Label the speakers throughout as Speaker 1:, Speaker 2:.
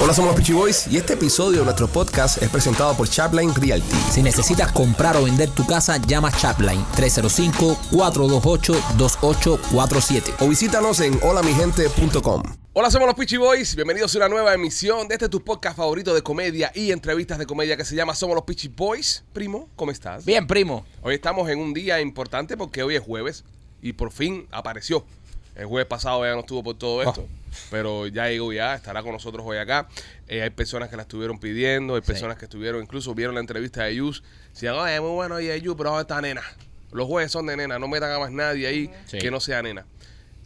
Speaker 1: Hola, somos los Peachy Boys y este episodio de nuestro podcast es presentado por Chapline Realty.
Speaker 2: Si necesitas comprar o vender tu casa, llama Chapline 305-428-2847.
Speaker 1: O visítanos en holamigente.com. Hola, somos los Peachy Boys. Bienvenidos a una nueva emisión de este tu podcast favorito de comedia y entrevistas de comedia que se llama Somos los Peachy Boys. Primo, ¿cómo estás?
Speaker 2: Bien, primo.
Speaker 1: Hoy estamos en un día importante porque hoy es jueves y por fin apareció. El jueves pasado eh, ya no estuvo por todo esto. Pero ya llegó ya, estará con nosotros hoy acá. Eh, hay personas que la estuvieron pidiendo, hay personas que estuvieron, incluso vieron la entrevista de Yus. Decían, "Ay, es muy bueno y Yus, pero ahora está nena. Los jueves son de nena, no metan a más nadie ahí
Speaker 2: Sí.
Speaker 1: que no sea nena.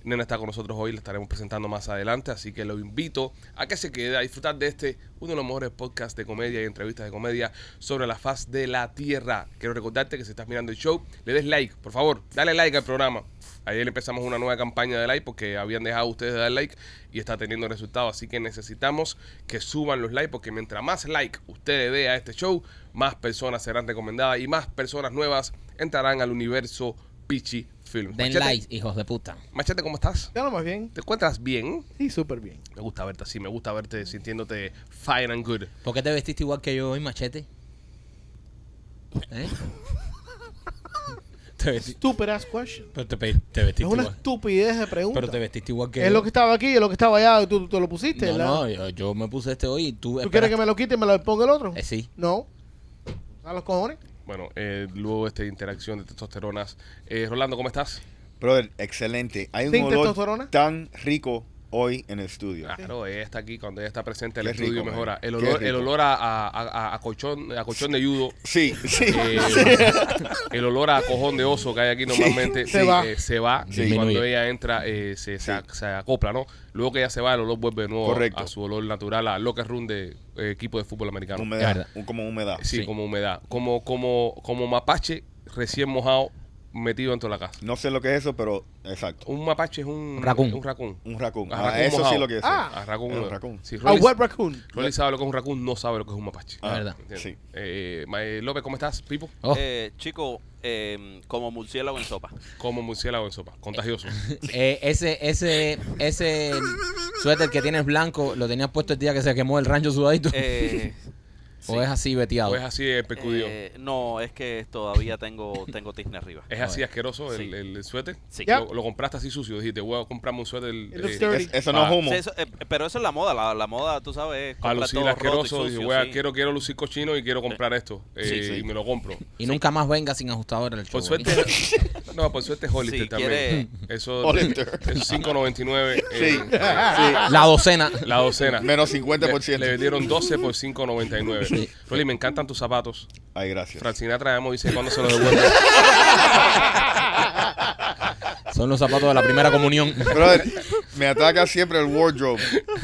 Speaker 1: Nena está con nosotros hoy, la estaremos presentando más adelante, así que lo invito a que se quede a disfrutar de este, uno de los mejores podcasts de comedia y entrevistas de comedia sobre la faz de la tierra. Quiero recordarte que si estás mirando el show, le des like, por favor, dale like al programa. Ayer empezamos una nueva campaña de like porque habían dejado ustedes de dar like y está teniendo resultados, así que necesitamos que suban los likes porque mientras más like ustedes dé a este show, más personas serán recomendadas y más personas nuevas entrarán al universo Pichi Films.
Speaker 2: Den
Speaker 1: Machete.
Speaker 2: like, hijos de puta.
Speaker 1: Machete, ¿cómo estás?
Speaker 3: Ya no más bien.
Speaker 1: ¿Te encuentras bien?
Speaker 3: Sí, súper bien.
Speaker 1: Me gusta verte así, me gusta verte sintiéndote fine and good.
Speaker 2: ¿Por qué te vestiste igual que yo hoy, machete? ¿Eh?
Speaker 4: Te, vesti-
Speaker 3: Stupid ass question.
Speaker 4: pero te, pe- te vestiste
Speaker 3: Es una
Speaker 4: igual.
Speaker 3: estupidez de pregunta.
Speaker 4: Pero te vestiste igual que.
Speaker 3: es
Speaker 4: yo.
Speaker 3: lo que estaba aquí, es lo que estaba allá, y tú, tú te lo pusiste.
Speaker 4: No,
Speaker 3: ¿la-
Speaker 4: no, yo, yo me puse este hoy y tú.
Speaker 3: ¿Tú quieres que me
Speaker 4: esperaste.
Speaker 3: lo quite y me lo ponga el otro?
Speaker 2: Eh, sí.
Speaker 3: No. ¿A los cojones?
Speaker 1: Bueno, eh, luego de esta interacción de testosteronas. Eh, Rolando, ¿cómo estás?
Speaker 5: Brother, excelente. Hay un
Speaker 3: ¿Sin
Speaker 5: olor
Speaker 3: testosterona?
Speaker 5: tan rico hoy en el estudio.
Speaker 1: Claro, ella está aquí, cuando ella está presente, el
Speaker 5: Qué
Speaker 1: estudio
Speaker 5: rico, man.
Speaker 1: mejora. El
Speaker 5: Qué
Speaker 1: olor, el
Speaker 5: rico.
Speaker 1: olor a, a, a- a colchón, a colchón de judo.
Speaker 5: Sí, sí.
Speaker 1: eh, el olor a cojón de oso que hay aquí normalmente
Speaker 3: Se va.
Speaker 1: eh, se va
Speaker 5: Sí.
Speaker 1: y cuando
Speaker 4: Disminuye.
Speaker 1: ella entra eh, se, se, ac- se acopla, ¿no? Luego que ella se va, el olor vuelve de nuevo
Speaker 5: Correcto.
Speaker 1: a su olor natural, a locker room de eh, equipo de fútbol americano.
Speaker 5: humedad,
Speaker 4: verdad.
Speaker 5: un- como humedad.
Speaker 1: Sí,
Speaker 4: Sí.
Speaker 1: como humedad. Como, como, como mapache recién mojado metido dentro de la casa.
Speaker 5: No sé lo que es eso, pero exacto.
Speaker 1: Un mapache es un
Speaker 2: Raccoon.
Speaker 1: Un raccoon.
Speaker 5: Un raccoon.
Speaker 1: Ah,
Speaker 5: Ah,
Speaker 1: raccoon
Speaker 5: eso
Speaker 1: mojado.
Speaker 5: sí lo que es.
Speaker 3: Ah.
Speaker 1: Ah, raccoon.
Speaker 5: Es un
Speaker 1: eh,
Speaker 5: raccoon.
Speaker 1: Sí,
Speaker 3: A
Speaker 1: Rolly,
Speaker 3: wet raccoon.
Speaker 1: Rolly sabe lo que es un raccoon, no sabe lo que es un mapache.
Speaker 5: Ah,
Speaker 2: verdad.
Speaker 1: ¿Entiendes?
Speaker 5: Sí.
Speaker 1: Eh, Mae López, ¿cómo estás, Pipo?
Speaker 2: Oh,
Speaker 6: Eh, chico, eh, como murciélago en sopa.
Speaker 1: Como murciélago en sopa. Contagioso.
Speaker 2: eh, ese, ese, ese suéter que tienes blanco, ¿lo tenías puesto el día que se quemó el rancho sudadito?
Speaker 6: Eh,
Speaker 2: ¿O es así veteado?
Speaker 1: o es así de percudido.
Speaker 6: eh, no, es que todavía tengo, tengo tizne arriba.
Speaker 1: es así
Speaker 2: Oye.
Speaker 1: asqueroso el,
Speaker 6: Sí.
Speaker 1: el- el suéter.
Speaker 6: Sí.
Speaker 3: Ya.
Speaker 1: Lo, lo compraste así sucio. Dijiste, voy a comprarme un suéter eh,
Speaker 3: looks dirty.
Speaker 5: Es- eso no
Speaker 1: Ah.
Speaker 5: es humo.
Speaker 6: Sí, eso- eh, pero eso es la moda, la, la moda, tú sabes, es
Speaker 1: para
Speaker 6: comprar
Speaker 1: lucir
Speaker 6: todo roto y
Speaker 1: asqueroso. Dije,
Speaker 6: sucio,
Speaker 1: "Voy a-
Speaker 6: sí.
Speaker 1: quiero, quiero lucir cochino y quiero comprar esto. eh,
Speaker 5: sí.
Speaker 1: Y me lo compro.
Speaker 2: Y nunca más venga sin ajustador al show.
Speaker 1: Por
Speaker 2: ¿ok?
Speaker 1: suerte. no, por suerte es Hollister
Speaker 6: Si
Speaker 1: también.
Speaker 6: quiere-
Speaker 1: Eso
Speaker 5: Hollister.
Speaker 1: es 5.99. eh,
Speaker 5: Sí, sí.
Speaker 2: La docena.
Speaker 1: la docena.
Speaker 5: Menos
Speaker 1: le,
Speaker 5: 50%.
Speaker 1: le vendieron 12 por 5.99. Rolly, me encantan tus zapatos.
Speaker 5: Ay, gracias.
Speaker 1: Francina traemos dice cuándo se los devuelve.
Speaker 2: Son los zapatos de la primera comunión.
Speaker 5: Brother, me ataca siempre el wardrobe.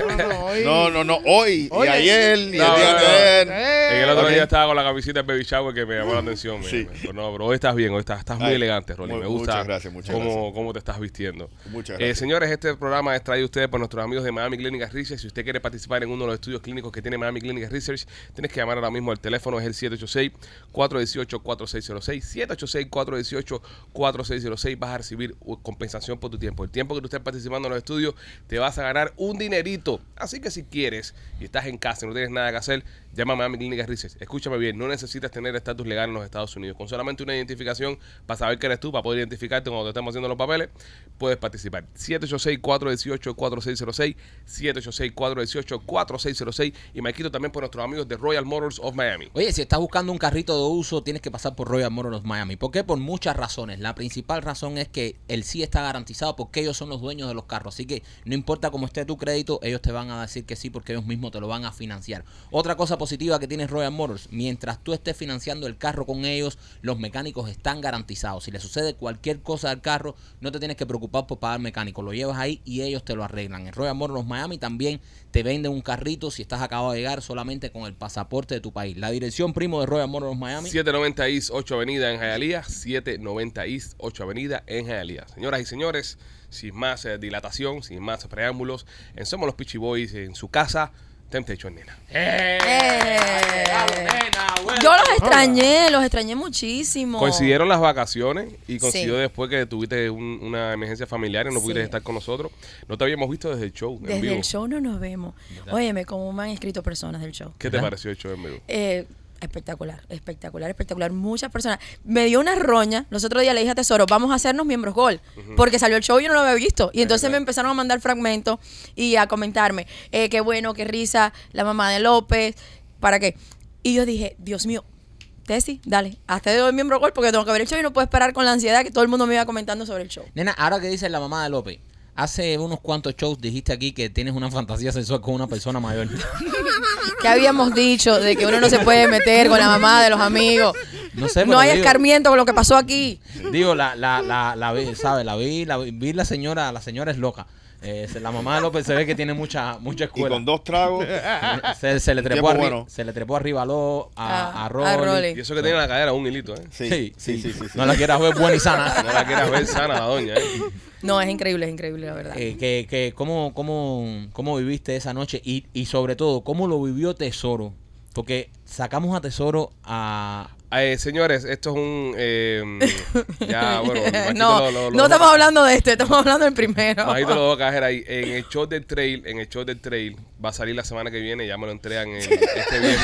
Speaker 3: No, no, hoy-
Speaker 5: No, no, no. Hoy, y
Speaker 3: Oye.
Speaker 5: ayer, y
Speaker 1: No,
Speaker 5: el día
Speaker 1: no,
Speaker 5: de
Speaker 1: no.
Speaker 5: ayer.
Speaker 3: Eh,
Speaker 1: En el otro
Speaker 5: Ok.
Speaker 1: día estaba con la camiseta de Baby Shower que me llamó la atención. me- me-
Speaker 5: Sí.
Speaker 1: pero no, pero hoy estás bien, hoy estás, estás muy
Speaker 5: Ay,
Speaker 1: elegante, Rolly.
Speaker 5: mu-
Speaker 1: me gusta
Speaker 5: muchas gracias, muchas
Speaker 1: cómo,
Speaker 5: gracias.
Speaker 1: cómo te estás vistiendo.
Speaker 5: Muchas
Speaker 1: Eh,
Speaker 5: gracias.
Speaker 1: señores, este programa es traído a ustedes por nuestros amigos de Miami Clinic Research. Si usted quiere participar en uno de los estudios clínicos que tiene Miami Clinic Research, tienes que llamar ahora mismo al teléfono, es el 786-418-4606. 786-418-4606. Vas a recibir uh, compensación por tu tiempo. El tiempo que tú estés participando en los estudios, te vas a ganar un dinerito. Así que si quieres y estás en casa y no tienes nada que hacer, llama a Miami Clinic Research. Escúchame bien, no necesitas tener estatus legal en los Estados Unidos. Con solamente una identificación para saber que eres tú, para poder identificarte cuando te estamos haciendo los papeles, puedes participar. 786-418-4606, 786-418-4606 y Maikito también por nuestros amigos de Royal Motors of Miami.
Speaker 2: Oye, si estás buscando un carrito de uso, tienes que pasar por Royal Motors Miami. ¿Por qué? Por muchas razones. La principal razón es que el sí está garantizado porque ellos son los dueños de los carros. Así que no importa cómo esté tu crédito, ellos te van a decir que sí porque ellos mismos te lo van a financiar. Otra cosa positiva que tiene Royal Motors, mientras tú estés financiando el carro con ellos, los mecánicos están garantizados. Si le sucede cualquier cosa al carro, no te tienes que preocupar por pagar mecánico. Lo llevas ahí y ellos te lo arreglan. En Royal Motors Miami también te venden un carrito si estás acabado de llegar solamente con el pasaporte de tu país. La dirección primo de Royal Motors Miami.
Speaker 1: 790 East 8 Avenida en Hialeah, 790 East 8 Avenida en Hialeah. Señoras y señores, sin más eh, dilatación, sin más preámbulos, en Somos los Pitchy Boys en su casa. Temptation, nena. Eh,
Speaker 7: Yo los extrañé, los extrañé muchísimo.
Speaker 1: Coincidieron las vacaciones y coincidió después que tuviste un- una emergencia familiar y no
Speaker 7: Sí.
Speaker 1: pudiste estar con nosotros. No te habíamos visto desde el show. en
Speaker 7: Desde
Speaker 1: vivo.
Speaker 7: el show no nos vemos. Óyeme, cómo me han escrito personas del show.
Speaker 1: ¿Qué te pareció el show en vivo?
Speaker 7: Eh, espectacular, espectacular, espectacular. Muchas personas. Me dio una roña. Los otros días le dije a Tesoro, vamos a hacernos miembros Gol. Porque salió el show y yo no lo había visto. Y entonces me empezaron a mandar fragmentos y a comentarme, eh, qué bueno, qué risa, la mamá de López, ¿para qué? Y yo dije, Dios mío. Tessy, dale, hazte de hoy miembro gol porque tengo que ver el show y no puedo esperar con la ansiedad que todo el mundo me iba comentando sobre el show.
Speaker 2: Nena, ahora que dices la mamá de López, hace unos cuantos shows dijiste aquí que tienes una fantasía sexual con una persona mayor.
Speaker 7: ¿Qué habíamos dicho de que uno no se puede meter con la mamá de los amigos?
Speaker 2: No sé,
Speaker 7: No
Speaker 2: pero
Speaker 7: hay
Speaker 2: digo-
Speaker 7: escarmiento con lo que pasó aquí.
Speaker 2: Digo, la, la, la, la vi, ¿sabes? La vi, la vi, vi la señora, la señora es loca. Eh, se- la mamá de López se ve que tiene mucha, mucha
Speaker 5: Y
Speaker 2: escuela. Eh,
Speaker 5: con dos tragos.
Speaker 2: se, se le
Speaker 5: Un
Speaker 2: trepó
Speaker 5: tiempo
Speaker 2: arri-
Speaker 5: bueno.
Speaker 2: se le trepó arriba a, lo, a,
Speaker 7: Ah,
Speaker 2: a
Speaker 7: a
Speaker 2: Rolly.
Speaker 7: Rolly.
Speaker 1: Y eso que tiene en la cadera, un hilito, ¿eh?
Speaker 5: Sí,
Speaker 2: Sí,
Speaker 5: sí, sí, sí. sí.
Speaker 2: No la quieras ver buena y
Speaker 1: No
Speaker 2: sana.
Speaker 1: la quieras ver sana, la doña, ¿eh?
Speaker 7: No, es increíble, es increíble, la verdad.
Speaker 2: Eh, que, que, ¿cómo, cómo, ¿Cómo viviste esa noche? Y, y sobre todo, ¿cómo lo vivió Tesoro? Porque sacamos a Tesoro a...
Speaker 1: Eh, señores, esto es un. eh, ya, Ah, bueno. Marquito
Speaker 7: no,
Speaker 1: lo- lo- lo-
Speaker 7: no estamos hablando de este, estamos hablando del primero.
Speaker 1: Majito lo voy a caer ahí. En el show del trail, en el show del trail, va a salir la semana que viene, ya me lo entregan el- este viernes.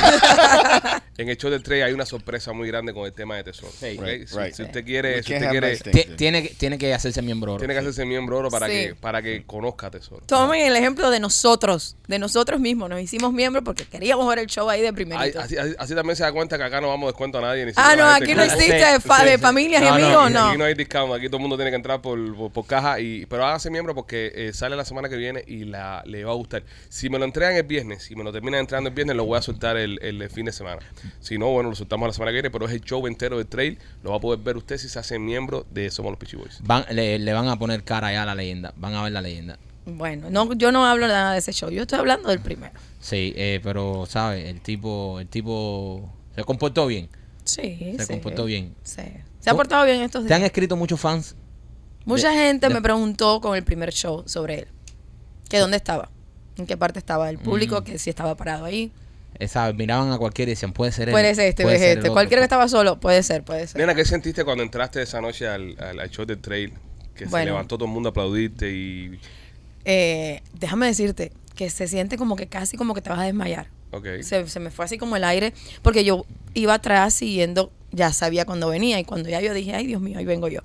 Speaker 1: en el show del trail hay una sorpresa muy grande con el tema de tesoro.
Speaker 2: Sí.
Speaker 1: ¿ok?
Speaker 5: Right,
Speaker 1: si,
Speaker 5: right.
Speaker 1: si usted quiere,
Speaker 5: We
Speaker 1: si
Speaker 5: can't
Speaker 1: usted
Speaker 5: have
Speaker 1: quiere,
Speaker 5: nice things.
Speaker 2: Ti- Tiene, que- tiene que hacerse miembro oro.
Speaker 1: tiene que hacerse miembro oro para
Speaker 7: Sí.
Speaker 1: que, para que conozca a tesoro.
Speaker 7: Tomen el ejemplo de nosotros, de nosotros mismos. Nos hicimos miembros porque queríamos ver el show ahí de
Speaker 1: Ay,
Speaker 7: primerito.
Speaker 1: así, así- así también se da cuenta que acá no vamos descuento a nadie. Ni siquiera
Speaker 7: ah,
Speaker 1: a
Speaker 7: no,
Speaker 1: la gente
Speaker 7: aquí no
Speaker 1: que-
Speaker 7: existe
Speaker 2: Sí,
Speaker 7: de, fa-
Speaker 2: sí,
Speaker 7: de
Speaker 2: sí.
Speaker 7: familias
Speaker 2: No,
Speaker 7: y
Speaker 2: no,
Speaker 7: amigos, no.
Speaker 1: Aquí no hay discount, aquí todo el mundo tiene que entrar por, por, por caja. y Pero hágase miembro porque eh, sale la semana que viene y la, le va a gustar. Si me lo entregan el viernes, si me lo terminan entrando el viernes, lo voy a soltar el, el fin de semana. Si no, bueno, lo soltamos la semana que viene, pero es el show entero de trail. Lo va a poder ver usted si se hace miembro de Somos los Peachy Boys.
Speaker 2: Van- le, le van a poner cara ya a la leyenda. Van a ver la leyenda.
Speaker 7: Bueno, no, yo no hablo nada de ese show, yo estoy hablando del primero.
Speaker 2: Sí, eh, pero, ¿sabes? El tipo, el tipo se comportó bien.
Speaker 7: Sí,
Speaker 2: Se
Speaker 7: sí.
Speaker 2: comportó bien.
Speaker 7: Sí. Se ha portado bien estos
Speaker 2: Te han
Speaker 7: días.
Speaker 2: escrito muchos fans.
Speaker 7: Mucha
Speaker 2: de-
Speaker 7: gente
Speaker 2: de-
Speaker 7: me preguntó con el primer show sobre él. Que dónde estaba, en qué parte estaba el público,
Speaker 2: Mm.
Speaker 7: que si estaba parado ahí.
Speaker 2: eh, ¿sabes? Miraban a cualquiera y decían, puede ser él,
Speaker 7: Puede ser este,
Speaker 2: puede
Speaker 7: puede
Speaker 2: ser el
Speaker 7: este.
Speaker 2: otro". pues.
Speaker 7: Cualquiera que estaba solo, puede ser, puede ser.
Speaker 1: Nena, ¿qué sentiste cuando entraste esa noche al, al, al show del trail? Que se
Speaker 7: Bueno.
Speaker 1: levantó todo el mundo a aplaudirte y.
Speaker 7: Eh, déjame decirte que se siente como que casi como que te vas a desmayar.
Speaker 1: Ok.
Speaker 7: Se, se me fue así como el aire, porque yo iba atrás siguiendo, ya sabía cuando venía y cuando ya yo dije, ay Dios mío, ahí vengo yo.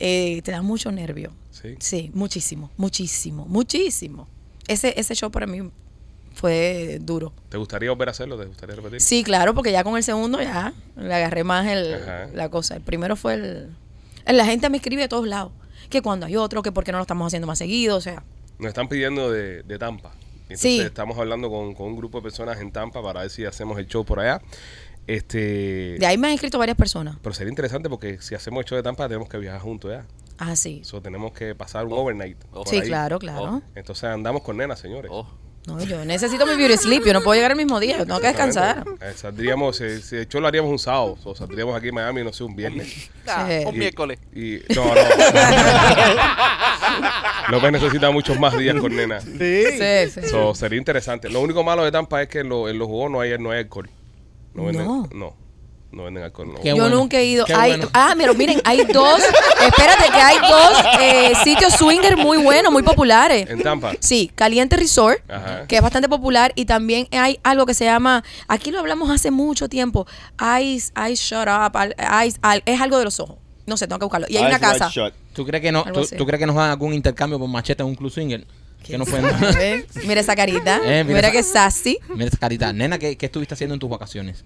Speaker 7: Eh, te da mucho nervio.
Speaker 1: Sí.
Speaker 7: Sí, muchísimo, muchísimo, muchísimo. Ese, ese show para mí fue duro.
Speaker 1: ¿Te gustaría volver a hacerlo? ¿Te gustaría repetir?
Speaker 7: Sí, claro, porque ya con el segundo ya le agarré más el,
Speaker 1: Ajá.
Speaker 7: la cosa. El primero fue el, el- La gente me escribe de todos lados. Que cuando hay otro, que por qué no lo estamos haciendo más seguido, o sea.
Speaker 1: Nos están pidiendo de, de Tampa. Entonces
Speaker 7: Sí.
Speaker 1: estamos hablando con, con un grupo de personas en Tampa para ver si hacemos el show por allá. Este,
Speaker 7: De ahí me han escrito varias personas.
Speaker 1: pero sería interesante porque si hacemos el show de Tampa tenemos que viajar juntos ya.
Speaker 7: Ah, sí.
Speaker 1: So, tenemos que pasar un overnight. por
Speaker 7: Oh. Sí, claro,
Speaker 2: Oh.
Speaker 7: claro.
Speaker 1: Entonces andamos con nenas, señores.
Speaker 6: Oh,
Speaker 7: No, yo necesito mi beauty sleep. Yo no puedo llegar el mismo día. Yo tengo que descansar.
Speaker 1: Exactamente. Eh, saldríamos, eh, si el show lo haríamos un sábado, o saldríamos aquí en Miami, no sé, un viernes.
Speaker 6: ah,
Speaker 7: Sí.
Speaker 6: un miércoles.
Speaker 1: Y, no, no. López necesita muchos más días con nenas.
Speaker 3: Sí.
Speaker 7: Sí, sí.
Speaker 1: So, sería interesante. Lo único malo de Tampa es que en, lo- en los juegos no hay, no hay alcohol. No venden, no.
Speaker 7: No.
Speaker 1: no. venden alcohol. No.
Speaker 2: Qué
Speaker 7: yo
Speaker 2: bueno,
Speaker 7: nunca he ido.
Speaker 2: qué
Speaker 7: Hay-
Speaker 2: bueno.
Speaker 7: Ah, pero miren, hay dos. espérate, que hay dos eh, sitios swinger muy buenos, muy populares.
Speaker 1: En Tampa.
Speaker 7: Sí, Caliente Resort,
Speaker 2: Ah,
Speaker 1: Ajá.
Speaker 7: que es bastante popular, y también hay algo que se llama, aquí lo hablamos hace mucho tiempo, Ice, Ice Shut Up, al- Ice, al- es algo de los ojos. No sé, tengo que buscarlo. Y hay una
Speaker 5: Eyes wide
Speaker 7: casa.
Speaker 5: shut.
Speaker 2: ¿Tú crees que no?
Speaker 7: Algo
Speaker 2: ¿tú,
Speaker 7: así.
Speaker 2: tú crees que nos hagan algún intercambio por machete en un club single? Que no pueden...
Speaker 7: ¿Ves? Mira esa carita,
Speaker 2: Eh, mira
Speaker 7: mira,
Speaker 2: esa-
Speaker 7: que sassy.
Speaker 2: Mira esa carita. Nena, ¿qué, qué estuviste haciendo en tus vacaciones?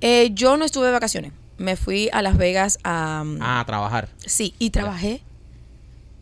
Speaker 7: Eh, yo no estuve de vacaciones, me fui a Las Vegas a... um,
Speaker 2: Ah, a trabajar.
Speaker 7: Sí, y trabajé,